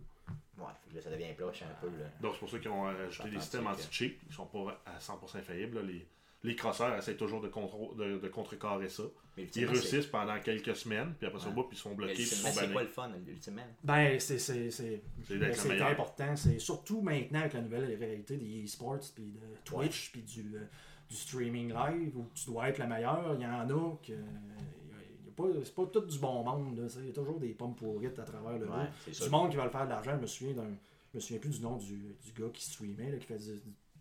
Speaker 1: Ouais, fait que là, ça devient ploche un peu. Là.
Speaker 2: Donc c'est pour ça qu'ils ont euh, ajouté des
Speaker 1: Authentique,
Speaker 2: systèmes
Speaker 1: hein.
Speaker 2: anti-cheat. Ils sont pas à 100% infaillibles. là. Les, les crosseurs essaient toujours de, contrô- de, de contrecarrer ça.
Speaker 1: Mais
Speaker 2: Ils
Speaker 1: ultimement, c'est-
Speaker 2: réussissent pendant quelques semaines, puis après ça,
Speaker 1: Ouais.
Speaker 2: boum, ils sont
Speaker 1: mais
Speaker 2: bloqués, puis ils
Speaker 1: ultimement,
Speaker 2: sont
Speaker 1: c'est
Speaker 2: bannés.
Speaker 1: quoi le fun, ultimement?
Speaker 3: Ben, c'est c'est- c'est-
Speaker 2: C'est
Speaker 3: ben,
Speaker 2: d'être le
Speaker 3: c'est
Speaker 2: meilleur.
Speaker 3: important. C'est surtout maintenant avec la nouvelle réalité des e-sports, puis de Twitch, puis du, euh, du streaming live, où tu dois être le meilleur. Il y en a que. euh, il y a pas- C'est pas tout du bon monde. là, tu sais. Il y a toujours des pommes pourrites à travers le
Speaker 1: Ouais,
Speaker 3: monde.
Speaker 1: c'est
Speaker 3: Du
Speaker 1: sûr.
Speaker 3: monde qui va le faire de l'argent. Je me souviens d'un. Je me souviens plus du nom du, du gars qui streamait, là, qui faisait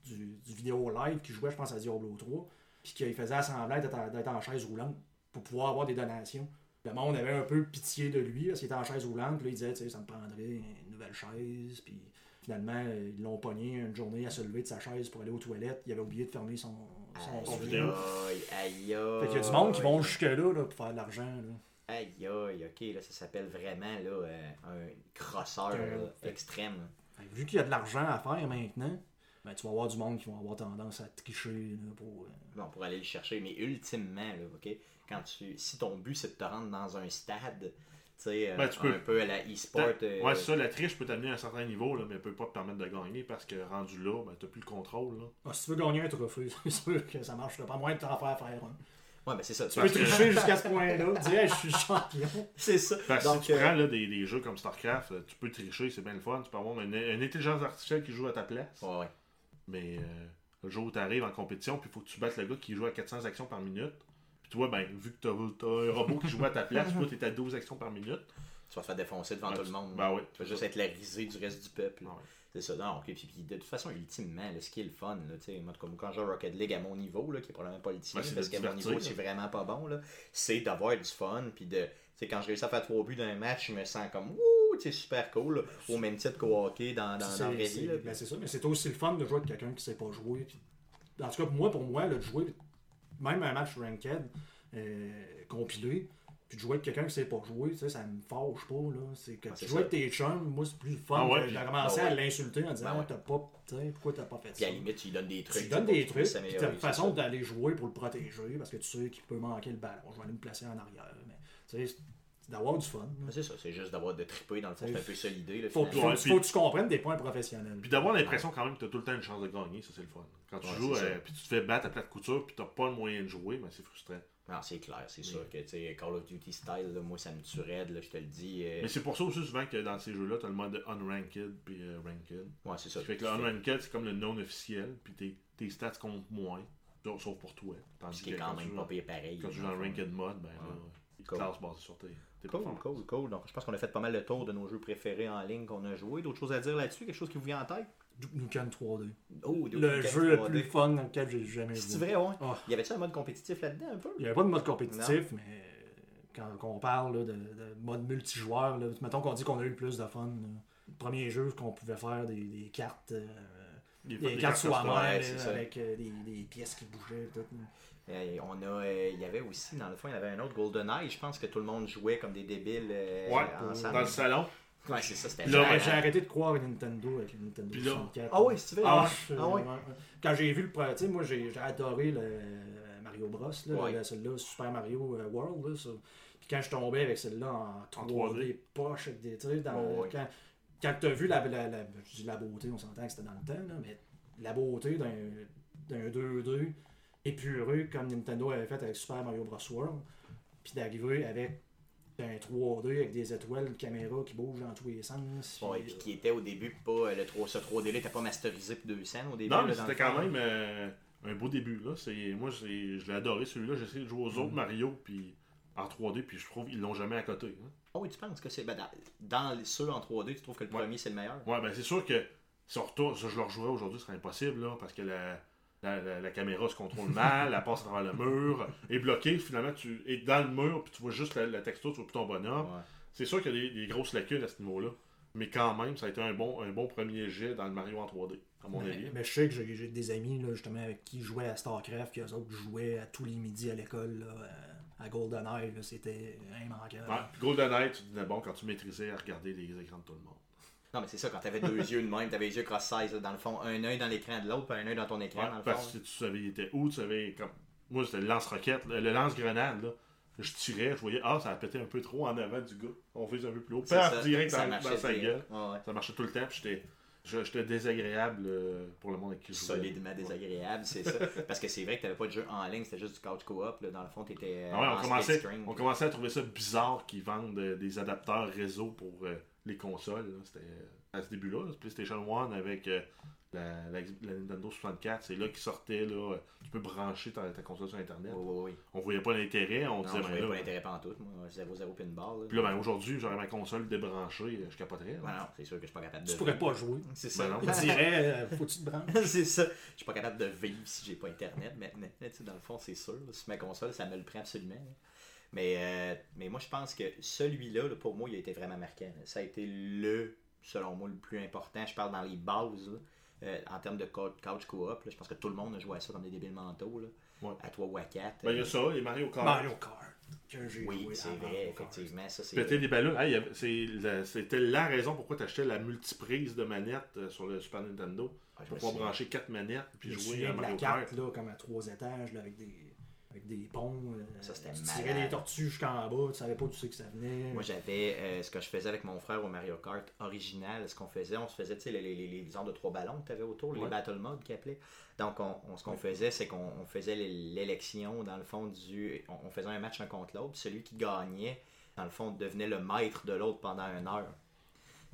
Speaker 3: du, du- du vidéo live, qui jouait, je pense, à Diablo 3, puis qu'il faisait semblant d'être en- d'être en chaise roulante pour pouvoir avoir des donations. Le monde avait un peu pitié de lui parce qu'il était en chaise roulante. Puis là, il disait, tu sais, ça me prendrait une nouvelle chaise. Puis finalement, euh, ils l'ont pogné une journée à se lever de sa chaise pour aller aux toilettes. Il avait oublié de fermer son, son, son
Speaker 1: Aïe,
Speaker 2: vidéo.
Speaker 1: Aïe, aïe.
Speaker 3: Fait qu'il y a du monde qui
Speaker 1: Ah,
Speaker 3: vont jusque-là là, pour faire de l'argent. là.
Speaker 1: Aïe, aïe, ok, là, ça s'appelle vraiment là, euh, un crosseur
Speaker 3: Euh,
Speaker 1: là, extrême.
Speaker 3: Fait que vu qu'il y a de l'argent à faire maintenant, ben, tu vas avoir du monde qui vont avoir tendance à tricher là, pour. euh,
Speaker 1: Bon, pour aller le chercher, mais ultimement, là, ok, quand tu, si ton but c'est de te rendre dans un stade, tu sais, euh,
Speaker 2: Ben, tu
Speaker 1: un
Speaker 2: peux.
Speaker 1: peu à la
Speaker 2: T'as-
Speaker 1: e-sport. euh,
Speaker 2: Ouais, c'est ça, la triche peut t'amener à un certain niveau, là, mais elle peut pas te permettre de gagner parce que rendu là, ben, t'as plus le contrôle. là.
Speaker 3: ah, si tu veux gagner un trophée, c'est sûr que ça marche pas. Moins de t'en faire faire un.
Speaker 1: ouais, ben, c'est ça. tu
Speaker 3: Tu peux
Speaker 1: peux-
Speaker 3: tricher jusqu'à ce point-là, dire, Hey, je suis champion.
Speaker 1: C'est ça.
Speaker 2: Parce que
Speaker 1: Donc,
Speaker 2: si tu
Speaker 1: euh,
Speaker 2: prends là, des, des jeux comme StarCraft, euh, tu peux tricher, c'est bien le fun. Tu peux avoir une, une intelligence artificielle qui joue à ta place.
Speaker 1: ouais, ouais.
Speaker 2: Mais euh, le jour où tu arrives en compétition, puis il faut que tu battes le gars qui joue à 400 actions par minute. Puis toi, ben, vu que tu un robot qui joue à ta place, toi, tu es à 12 actions par minute.
Speaker 1: tu vas te faire défoncer devant
Speaker 2: Ben,
Speaker 1: tout
Speaker 2: tu-
Speaker 1: le monde.
Speaker 2: ben oui,
Speaker 1: Tu vas
Speaker 2: c'est
Speaker 1: juste
Speaker 2: ça.
Speaker 1: être la risée du reste du peuple.
Speaker 2: Ouais.
Speaker 1: C'est ça. Non, ok, puis, puis de toute façon, ultimement, là, ce qui est le fun, là, tu sais, moi, comme quand je joue à Rocket League à mon niveau, là, qui est probablement pas le tien,
Speaker 2: Ben, c'est de
Speaker 1: parce qu'à mon
Speaker 2: divertir,
Speaker 1: niveau,
Speaker 2: là.
Speaker 1: c'est vraiment pas bon, là, c'est d'avoir du fun, puis de. Tu sais, quand je réussis à faire trois buts d'un match, je me sens comme Wouh, tu sais, super cool, là, au même titre qu'au hockey dans, dans, dans la vraie
Speaker 3: C'est
Speaker 1: vie. là.
Speaker 3: c'est- ben, c'est ça, mais c'est aussi le fun de jouer avec quelqu'un qui sait pas jouer. puis- En tout cas, moi, pour moi, là, de jouer même un match ranked euh, compilé, puis de jouer avec quelqu'un qui sait pas jouer, tu sais, ça me fâche pas. Là. C'est que
Speaker 1: Ah,
Speaker 3: tu
Speaker 1: c'est
Speaker 3: joues
Speaker 1: ça.
Speaker 3: avec tes chums, moi, c'est plus le fun.
Speaker 2: Ah ouais,
Speaker 3: que
Speaker 2: puis-
Speaker 3: de commencer
Speaker 1: ah ouais.
Speaker 3: à l'insulter en disant
Speaker 1: Ben ouais.
Speaker 3: Ah, t'as pas, tu sais, pourquoi t'as pas fait
Speaker 1: Puis à
Speaker 3: ça
Speaker 1: la limite, tu lui donnes des trucs.
Speaker 3: Tu donnes des
Speaker 1: pour
Speaker 3: trucs, puis
Speaker 1: s'améliorer,
Speaker 3: t'as une
Speaker 1: c'est
Speaker 3: façon
Speaker 1: ça.
Speaker 3: d'aller jouer pour le protéger, parce que tu sais qu'il peut manquer le ballon, je vais aller me placer en arrière. Mais tu sais, c'est d'avoir du fun. là.
Speaker 1: Ben, C'est ça, c'est juste d'avoir de triper, dans le fond, c'est un peu ça l'idée. là,
Speaker 3: Faut,
Speaker 1: finalement.
Speaker 3: faut-
Speaker 2: Ouais,
Speaker 3: faut
Speaker 2: puis-
Speaker 3: que tu comprennes des points professionnels.
Speaker 2: Puis d'avoir l'impression quand même que tu as tout le temps une chance de gagner, ça, c'est le fun. Quand tu
Speaker 1: Ouais,
Speaker 2: joues,
Speaker 1: c'est
Speaker 2: euh,
Speaker 1: ça.
Speaker 2: puis tu te fais battre à plat de couture, puis tu pas le moyen de jouer, ben, c'est frustrant.
Speaker 1: Non, c'est clair, c'est sûr que, tu sais, Call of Duty style, là, moi, ça me tue raide, là, je te le dis. euh,
Speaker 2: Mais c'est pour ça aussi souvent que dans ces jeux-là, tu as le mode unranked, puis euh, ranked.
Speaker 1: Ouais, c'est ça.
Speaker 2: Ça fait que le unranked, c'est comme le non officiel, puis tes, tes stats comptent moins, donc, sauf pour toi. Tandis
Speaker 1: Ce qui est quand même
Speaker 2: tu
Speaker 1: pas
Speaker 2: joues-
Speaker 1: pire pareil.
Speaker 2: Quand tu joues
Speaker 1: dans
Speaker 2: en
Speaker 1: le fond.
Speaker 2: ranked mode, ben là, ils te
Speaker 1: Cool.
Speaker 2: classent basé sur tes, tes
Speaker 1: Cool,
Speaker 2: performances.
Speaker 1: cool, cool. Donc, je pense qu'on a fait pas mal le tour de nos jeux préférés en ligne qu'on a joué. D'autres choses à dire là-dessus Quelque chose qui vous vient en tête
Speaker 3: Duke Nukem 3D.
Speaker 1: Oh,
Speaker 3: Le jeu le plus fun dans lequel j'ai jamais
Speaker 1: C'est
Speaker 3: joué.
Speaker 1: vrai, ouais.
Speaker 3: Ah.
Speaker 1: Il Y avait-tu un mode compétitif là-dedans un peu
Speaker 3: Il n'y avait pas de mode compétitif, mais quand, quand on parle là, de, de mode multijoueur, là, mettons qu'on dit qu'on a eu le plus de fun. là. Le premier jeu qu'on pouvait faire des, des cartes, euh,
Speaker 2: Il
Speaker 3: des, cartes sous la
Speaker 1: custom,
Speaker 3: main,
Speaker 1: ouais,
Speaker 3: là,
Speaker 1: c'est ça.
Speaker 3: avec euh, des, des pièces qui bougeaient. Tout, là.
Speaker 1: Euh, On a, euh, il y avait aussi dans le fond, il y avait un autre GoldenEye. Je pense que tout le monde jouait comme des débiles euh,
Speaker 2: Ouais,
Speaker 1: ensemble.
Speaker 2: dans le salon.
Speaker 1: Ouais, c'est ça, c'était.
Speaker 2: Puis là,
Speaker 1: génial.
Speaker 3: J'ai arrêté de croire à Nintendo avec le Nintendo
Speaker 2: Puis là-
Speaker 3: 64.
Speaker 1: Ah ouais, c'est vrai.
Speaker 3: Ah,
Speaker 1: ouais.
Speaker 3: je-
Speaker 1: Ah ouais.
Speaker 3: ouais, ouais. Quand j'ai vu le premier, tu sais, moi j'ai j'ai adoré le euh, Mario Bros, là,
Speaker 1: Ouais.
Speaker 3: le- celui-là, Super Mario euh, World. Là, ça. Puis quand je tombais avec celle-là en 3D, poche, avec des trucs, dans
Speaker 1: Ouais, ouais.
Speaker 3: quand, quand tu as vu la, la, la- je dis la beauté, on s'entend que c'était dans le temps, là, mais la beauté d'un d'un 2D épuré comme Nintendo avait fait avec Super Mario Bros. World, puis d'arriver avec un 3D avec des étoiles, une caméra qui bouge dans tous les sens.
Speaker 1: Bon, et
Speaker 3: puis, euh,
Speaker 1: puis qui était au début pas le 3, ce 3D là était pas masterisé pour deux scènes au début. là,
Speaker 2: Non, mais
Speaker 1: dans
Speaker 2: c'était
Speaker 1: le
Speaker 2: quand
Speaker 1: fond.
Speaker 2: même euh, un beau début. Là. C'est, moi, j'ai- je l'ai adoré celui-là. J'ai essayé de jouer aux
Speaker 1: Mm.
Speaker 2: autres Mario puis en 3D, puis je trouve qu'ils l'ont jamais à côté. hein.
Speaker 1: Ah oui, tu penses que c'est. ben, dans, dans les- ceux en 3D, tu trouves que le
Speaker 2: Ouais.
Speaker 1: premier c'est le meilleur
Speaker 2: Ouais, ben c'est sûr que si on retourne, ça, je le rejouerais aujourd'hui, ce serait impossible, là, parce que la, la, la- la caméra se contrôle mal, elle passe à travers le mur, est bloquée, finalement, tu es dans le mur, puis tu vois juste la, la texture, tu vois plus ton bonhomme.
Speaker 1: Ouais.
Speaker 2: C'est sûr qu'il y a des, des grosses lacunes à ce niveau-là, mais quand même, ça a été un bon, un bon premier jet dans le Mario en 3D, à mon
Speaker 3: Mais,
Speaker 2: avis.
Speaker 3: mais je sais que j'ai j'ai des amis là, justement avec qui jouaient à StarCraft, qui eux autres jouaient à tous les midis à l'école, là, à à GoldenEye, là, c'était immanquable.
Speaker 2: Ouais, puis GoldenEye, tu disais bon quand tu maîtrisais à regarder les écrans de tout le monde.
Speaker 1: Non, mais c'est ça, quand t'avais deux yeux de même, t'avais les yeux cross-size, là, dans le fond, un œil dans l'écran de l'autre, puis un œil dans ton écran,
Speaker 2: Ouais,
Speaker 1: dans le
Speaker 2: parce
Speaker 1: fond.
Speaker 2: que tu savais il était où, tu savais comme. Moi c'était le lance-roquette, le le lance-grenade là. Je tirais, je voyais, ah, ça a pété un peu trop en avant du gars. On faisait un peu plus haut.
Speaker 1: C'est
Speaker 2: Paf,
Speaker 1: ça,
Speaker 2: direct
Speaker 1: ça
Speaker 2: dans,
Speaker 1: marchait
Speaker 2: dans sa
Speaker 1: direct.
Speaker 2: gueule.
Speaker 1: Ouais, ouais.
Speaker 2: Ça marchait tout le temps, puis j'étais. je- J'étais désagréable euh, pour le monde avec qui je jouais.
Speaker 1: Solidement
Speaker 2: Ouais.
Speaker 1: désagréable, c'est ça. Parce que c'est vrai que t'avais pas de jeu en ligne, c'était juste du couch co-op. là. Dans le fond, t'étais. euh,
Speaker 2: Ah ouais,
Speaker 1: en
Speaker 2: on, commençait,
Speaker 1: split screen.
Speaker 2: on commençait à trouver ça bizarre qu'ils vendent euh, des adapteurs réseau pour euh, les consoles. là. C'était euh, à ce début-là, là, PlayStation 1 avec euh, la, la- la Nintendo 64, c'est là qu'ils sortaient. Là, euh, tu peux brancher ta, ta console sur Internet.
Speaker 1: Oui, oui, oui.
Speaker 2: On voyait pas l'intérêt, on
Speaker 1: Non,
Speaker 2: disait
Speaker 1: je voyais
Speaker 2: ben
Speaker 1: pas
Speaker 2: là,
Speaker 1: l'intérêt pantoute, moi. 0-0 puis une barre. là.
Speaker 2: Puis là, ben, aujourd'hui, j'aurais ma console débranchée, euh, je capoterais.
Speaker 1: Ouais, non, c'est sûr que je suis pas capable de.
Speaker 3: Tu pourrais pas jouer.
Speaker 1: C'est ça.
Speaker 2: Ben non.
Speaker 3: On dirait, euh, faut-tu te brancher?
Speaker 1: c'est ça. Je suis pas capable de vivre si j'ai pas internet maintenant. Tu sais, dans le fond, c'est sûr. là. Sur ma console, ça me le prend absolument. là. Mais, euh, mais moi, je pense que celui-là, là, pour moi, il a été vraiment marquant. là. Ça a été le, selon moi, le plus important. Je parle dans les bases. là. Euh, en termes de co- couch co-op, là. je pense que tout le monde a joué à ça comme des débiles mentaux. là.
Speaker 2: Ouais.
Speaker 1: À 3 ou à 4.
Speaker 2: Ben, il y a ça, les Mario Kart.
Speaker 3: Mario Kart. Que j'ai
Speaker 1: oui,
Speaker 3: joué à
Speaker 1: c'est
Speaker 3: Mario
Speaker 1: vrai,
Speaker 3: Kart.
Speaker 1: effectivement. Ça, c'est
Speaker 2: Péter des ballons. Hey, il y avait- c'est la- C'était la raison pourquoi tu achetais la multiprise de manettes euh, sur le Super Nintendo.
Speaker 1: Ah, je
Speaker 2: Pour
Speaker 1: me
Speaker 2: pouvoir
Speaker 1: souviens.
Speaker 2: brancher quatre manettes puis
Speaker 3: Puis je
Speaker 2: jouer à
Speaker 3: de la
Speaker 2: Mario Kart.
Speaker 3: carte, là, comme à trois étages, là, avec des, avec des ponts. euh,
Speaker 1: Ça, c'était
Speaker 3: Tu
Speaker 1: malade.
Speaker 3: tirais des tortues jusqu'en bas, tu savais pas d'où c'est que ça venait.
Speaker 1: Moi, j'avais euh, ce que je faisais avec mon frère au Mario Kart original. Ce qu'on faisait, on se faisait tu sais, les, les, les, les genres de trois ballons que tu avais autour, les
Speaker 2: Ouais.
Speaker 1: battle mode qu'ils appelaient. Donc, on, on- ce qu'on faisait, c'est qu'on on faisait l'é- l'élection, dans le fond, du. On, on faisait un match un contre l'autre. puis Celui qui gagnait, dans le fond, devenait le maître de l'autre pendant une heure.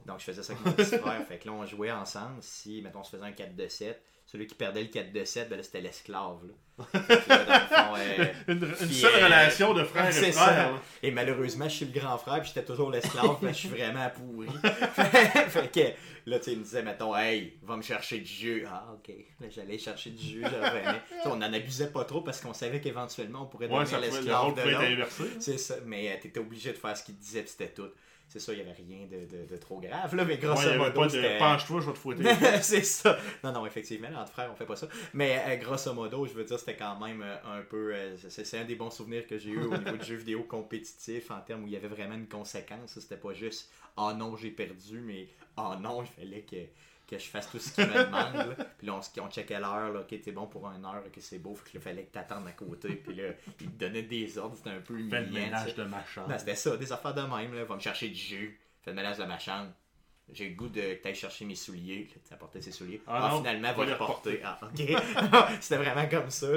Speaker 1: Donc, je faisais ça avec mon petit frère. Fait que là, on jouait ensemble. Si, mettons, on se faisait un 4 de 7, celui qui perdait le 4 de 7, ben là, c'était l'esclave. là. Fait que là, dans le fond, euh,
Speaker 2: Une, une
Speaker 1: Puis,
Speaker 2: seule
Speaker 1: euh,
Speaker 2: relation de frère et
Speaker 1: c'est
Speaker 2: frère.
Speaker 1: ça.
Speaker 2: là.
Speaker 1: Et malheureusement, je suis le grand frère, puis j'étais toujours l'esclave, mais je suis vraiment pourri. fait que là, tu sais, il me disait, mettons, hey, va me chercher du jus. Ah, ok. Là, j'allais chercher du jus, je revenais. Tu sais, on n'en abusait pas trop parce qu'on savait qu'éventuellement, on pourrait
Speaker 2: Ouais,
Speaker 1: devenir
Speaker 2: ça pouvait, le
Speaker 1: l'esclave
Speaker 2: rôle
Speaker 1: de
Speaker 2: pouvait être
Speaker 1: l'autre.
Speaker 2: inversé.
Speaker 1: C'est ça, mais euh, t'étais obligé de faire ce qu'il te disait, puis c'était tout. C'est ça, il n'y avait rien de, de- de trop grave, là, mais
Speaker 2: Ouais,
Speaker 1: grosso
Speaker 2: il y avait
Speaker 1: modo,
Speaker 2: pas de
Speaker 1: c'était-
Speaker 2: penche-toi, je vais te fouetter.
Speaker 1: c'est ça. Non, non, effectivement, là, entre frères, on fait pas ça. Mais euh, grosso modo, je veux dire, c'était quand même euh, un peu. euh, c'est c'est un des bons souvenirs que j'ai eu au niveau du jeu vidéo compétitif, en termes où il y avait vraiment une conséquence. C'était pas juste Ah non, j'ai perdu, mais Ah non, il fallait que, que je fasse tout ce qu'il me demande. là. Puis là, on, se- on checkait l'heure, là, ok, t'es bon pour une heure, ok, c'est beau, fait que là, fallait que t'attendes à côté. Puis là, il te donnait des ordres, c'était un peu humiliant.
Speaker 2: Fais Ben, le
Speaker 1: tu
Speaker 2: ménage
Speaker 1: sais.
Speaker 2: de ma chambre.
Speaker 1: Non, c'était ça, des affaires de même, là. Va me chercher du jus. Fais le ménage de ma chambre. J'ai le goût de que t'ailles chercher mes souliers. Là, apporté ses souliers.
Speaker 2: Ah
Speaker 1: Ah,
Speaker 2: non,
Speaker 1: finalement,
Speaker 2: faut
Speaker 1: va
Speaker 2: les
Speaker 1: les porter. Ah, ok. c'était vraiment comme ça,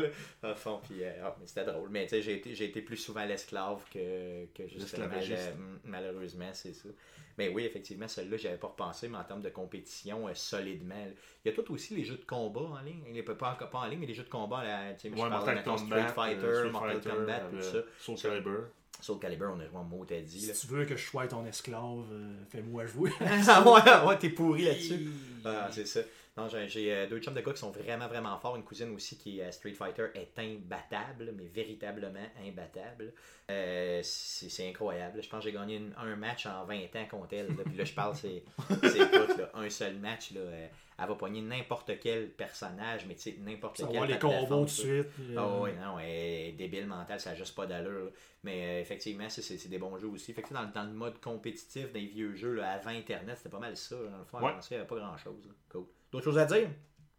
Speaker 1: là. Au fond, puis, euh, ah, mais c'était drôle. Mais, tu sais, j'ai été, j'ai été plus souvent l'esclave que, que justement,
Speaker 2: L'esclavagiste.
Speaker 1: le- mm, malheureusement, c'est ça. Mais oui, effectivement, celui-là, j'avais pas repensé, mais en termes de compétition, euh, solidement. là. Il y a tout aussi les jeux de combat en ligne. Il est pas, pas en- pas en ligne, mais les jeux de combat, là, tu sais, je
Speaker 2: Ouais,
Speaker 1: parle,
Speaker 2: Mortal
Speaker 1: mettons,
Speaker 2: Kombat,
Speaker 1: Street Fighter,
Speaker 2: euh, Street
Speaker 1: Mortal
Speaker 2: Fighter,
Speaker 1: Kombat, tout
Speaker 2: euh,
Speaker 1: ça.
Speaker 2: Soul Calibur.
Speaker 1: Soul Calibur, on a joué en mot, t'as dit, là.
Speaker 3: Si tu veux que je sois ton esclave, euh, fais-moi jouer.
Speaker 1: ah ouais, ouais, t'es pourri là-dessus. Ah, c'est ça. Non, j'ai- j'ai euh, deux chums de gars qui sont vraiment, vraiment forts. Une cousine aussi qui est euh, Street Fighter est imbattable, mais véritablement imbattable. Euh, c'est c'est incroyable. Je pense que j'ai gagné une- un match en 20 ans contre elle. là. Puis là, je parle, c'est c'est tout, là. un seul match. Là, euh, elle va pogner n'importe quel personnage, mais tu sais, n'importe
Speaker 3: Ça
Speaker 1: quel.
Speaker 3: va voir les
Speaker 1: plateforme,
Speaker 3: combos tout de
Speaker 1: ça.
Speaker 3: suite. puis,
Speaker 1: Ah
Speaker 3: euh,
Speaker 1: oui, non, elle est débile mentale, ça n'a juste pas d'allure. là. Mais euh, effectivement, ça, c'est c'est des bons jeux aussi. Fait que, tu sais, dans, le- dans le mode compétitif des vieux jeux, là, avant Internet, c'était pas mal ça. là. Dans le fond,
Speaker 2: Ouais.
Speaker 1: avant ça, il n'y avait pas grand-chose. là. Cool. D'autres choses à dire?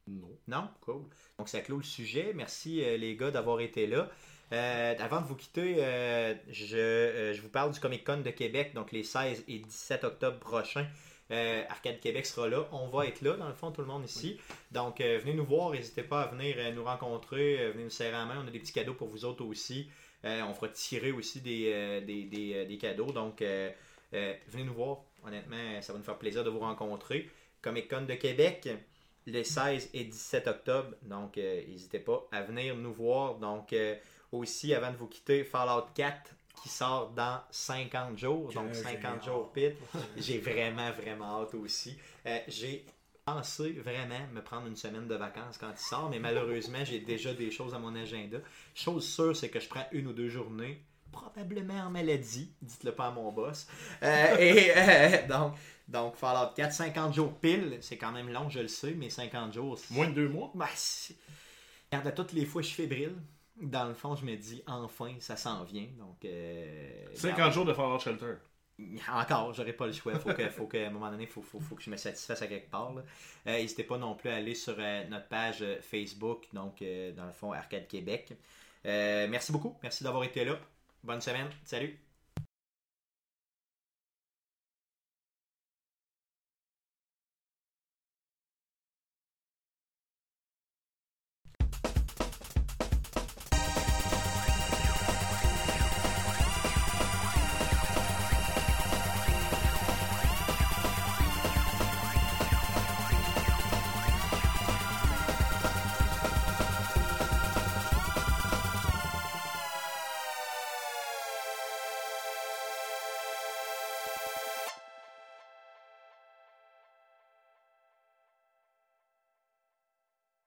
Speaker 2: Non.
Speaker 1: Non? Cool. Donc, ça clôt le sujet. Merci, euh, les gars, d'avoir été là. Euh, avant de vous quitter, euh, je, euh, je vous parle du Comic Con de Québec, donc les 16 et 17 octobre prochains. Euh, Arcade Québec sera là. On va être là, dans le fond, tout le monde ici. Donc, euh, venez nous voir. N'hésitez pas à venir euh, nous rencontrer. Euh, venez nous serrer la main. On a des petits cadeaux pour vous autres aussi. Euh, on fera tirer aussi des, euh, des, des, euh, des cadeaux. Donc, euh, euh, venez nous voir. Honnêtement, ça va nous faire plaisir de vous rencontrer. Comic Con de Québec, le 16 et 17 octobre. Donc, euh, n'hésitez pas à venir nous voir. Donc, euh, aussi, avant de vous quitter, Fallout 4 qui sort dans 50 jours. Donc,
Speaker 3: Que
Speaker 1: 50
Speaker 3: j'ai
Speaker 1: jours
Speaker 3: hâte.
Speaker 1: pile. J'ai vraiment, vraiment hâte aussi. Euh, j'ai pensé vraiment me prendre une semaine de vacances quand il sort, mais malheureusement, j'ai déjà des choses à mon agenda. Chose sûre, c'est que je prends une ou deux journées, probablement en maladie, dites-le pas à mon boss. Euh, et euh, donc, donc, Fallout 4, 50 jours pile, c'est quand même long, je le sais, mais 50 jours, c'est-
Speaker 2: Moins de deux mois.
Speaker 1: ben, c'est- regarde, à toutes les fois, je suis fébrile. Dans le fond, je me dis, enfin, ça s'en vient. Donc, euh,
Speaker 2: 50 jours de Fallout Shelter.
Speaker 1: encore, j'aurais pas le choix. Faut que, faut que, à un moment donné, faut, faut, faut que je me satisfasse à quelque part. là. Euh, N'hésitez pas non plus à aller sur euh, notre page euh, Facebook, donc euh, dans le fond Arcade Québec. Euh, merci beaucoup, merci d'avoir été là. Bonne semaine, salut.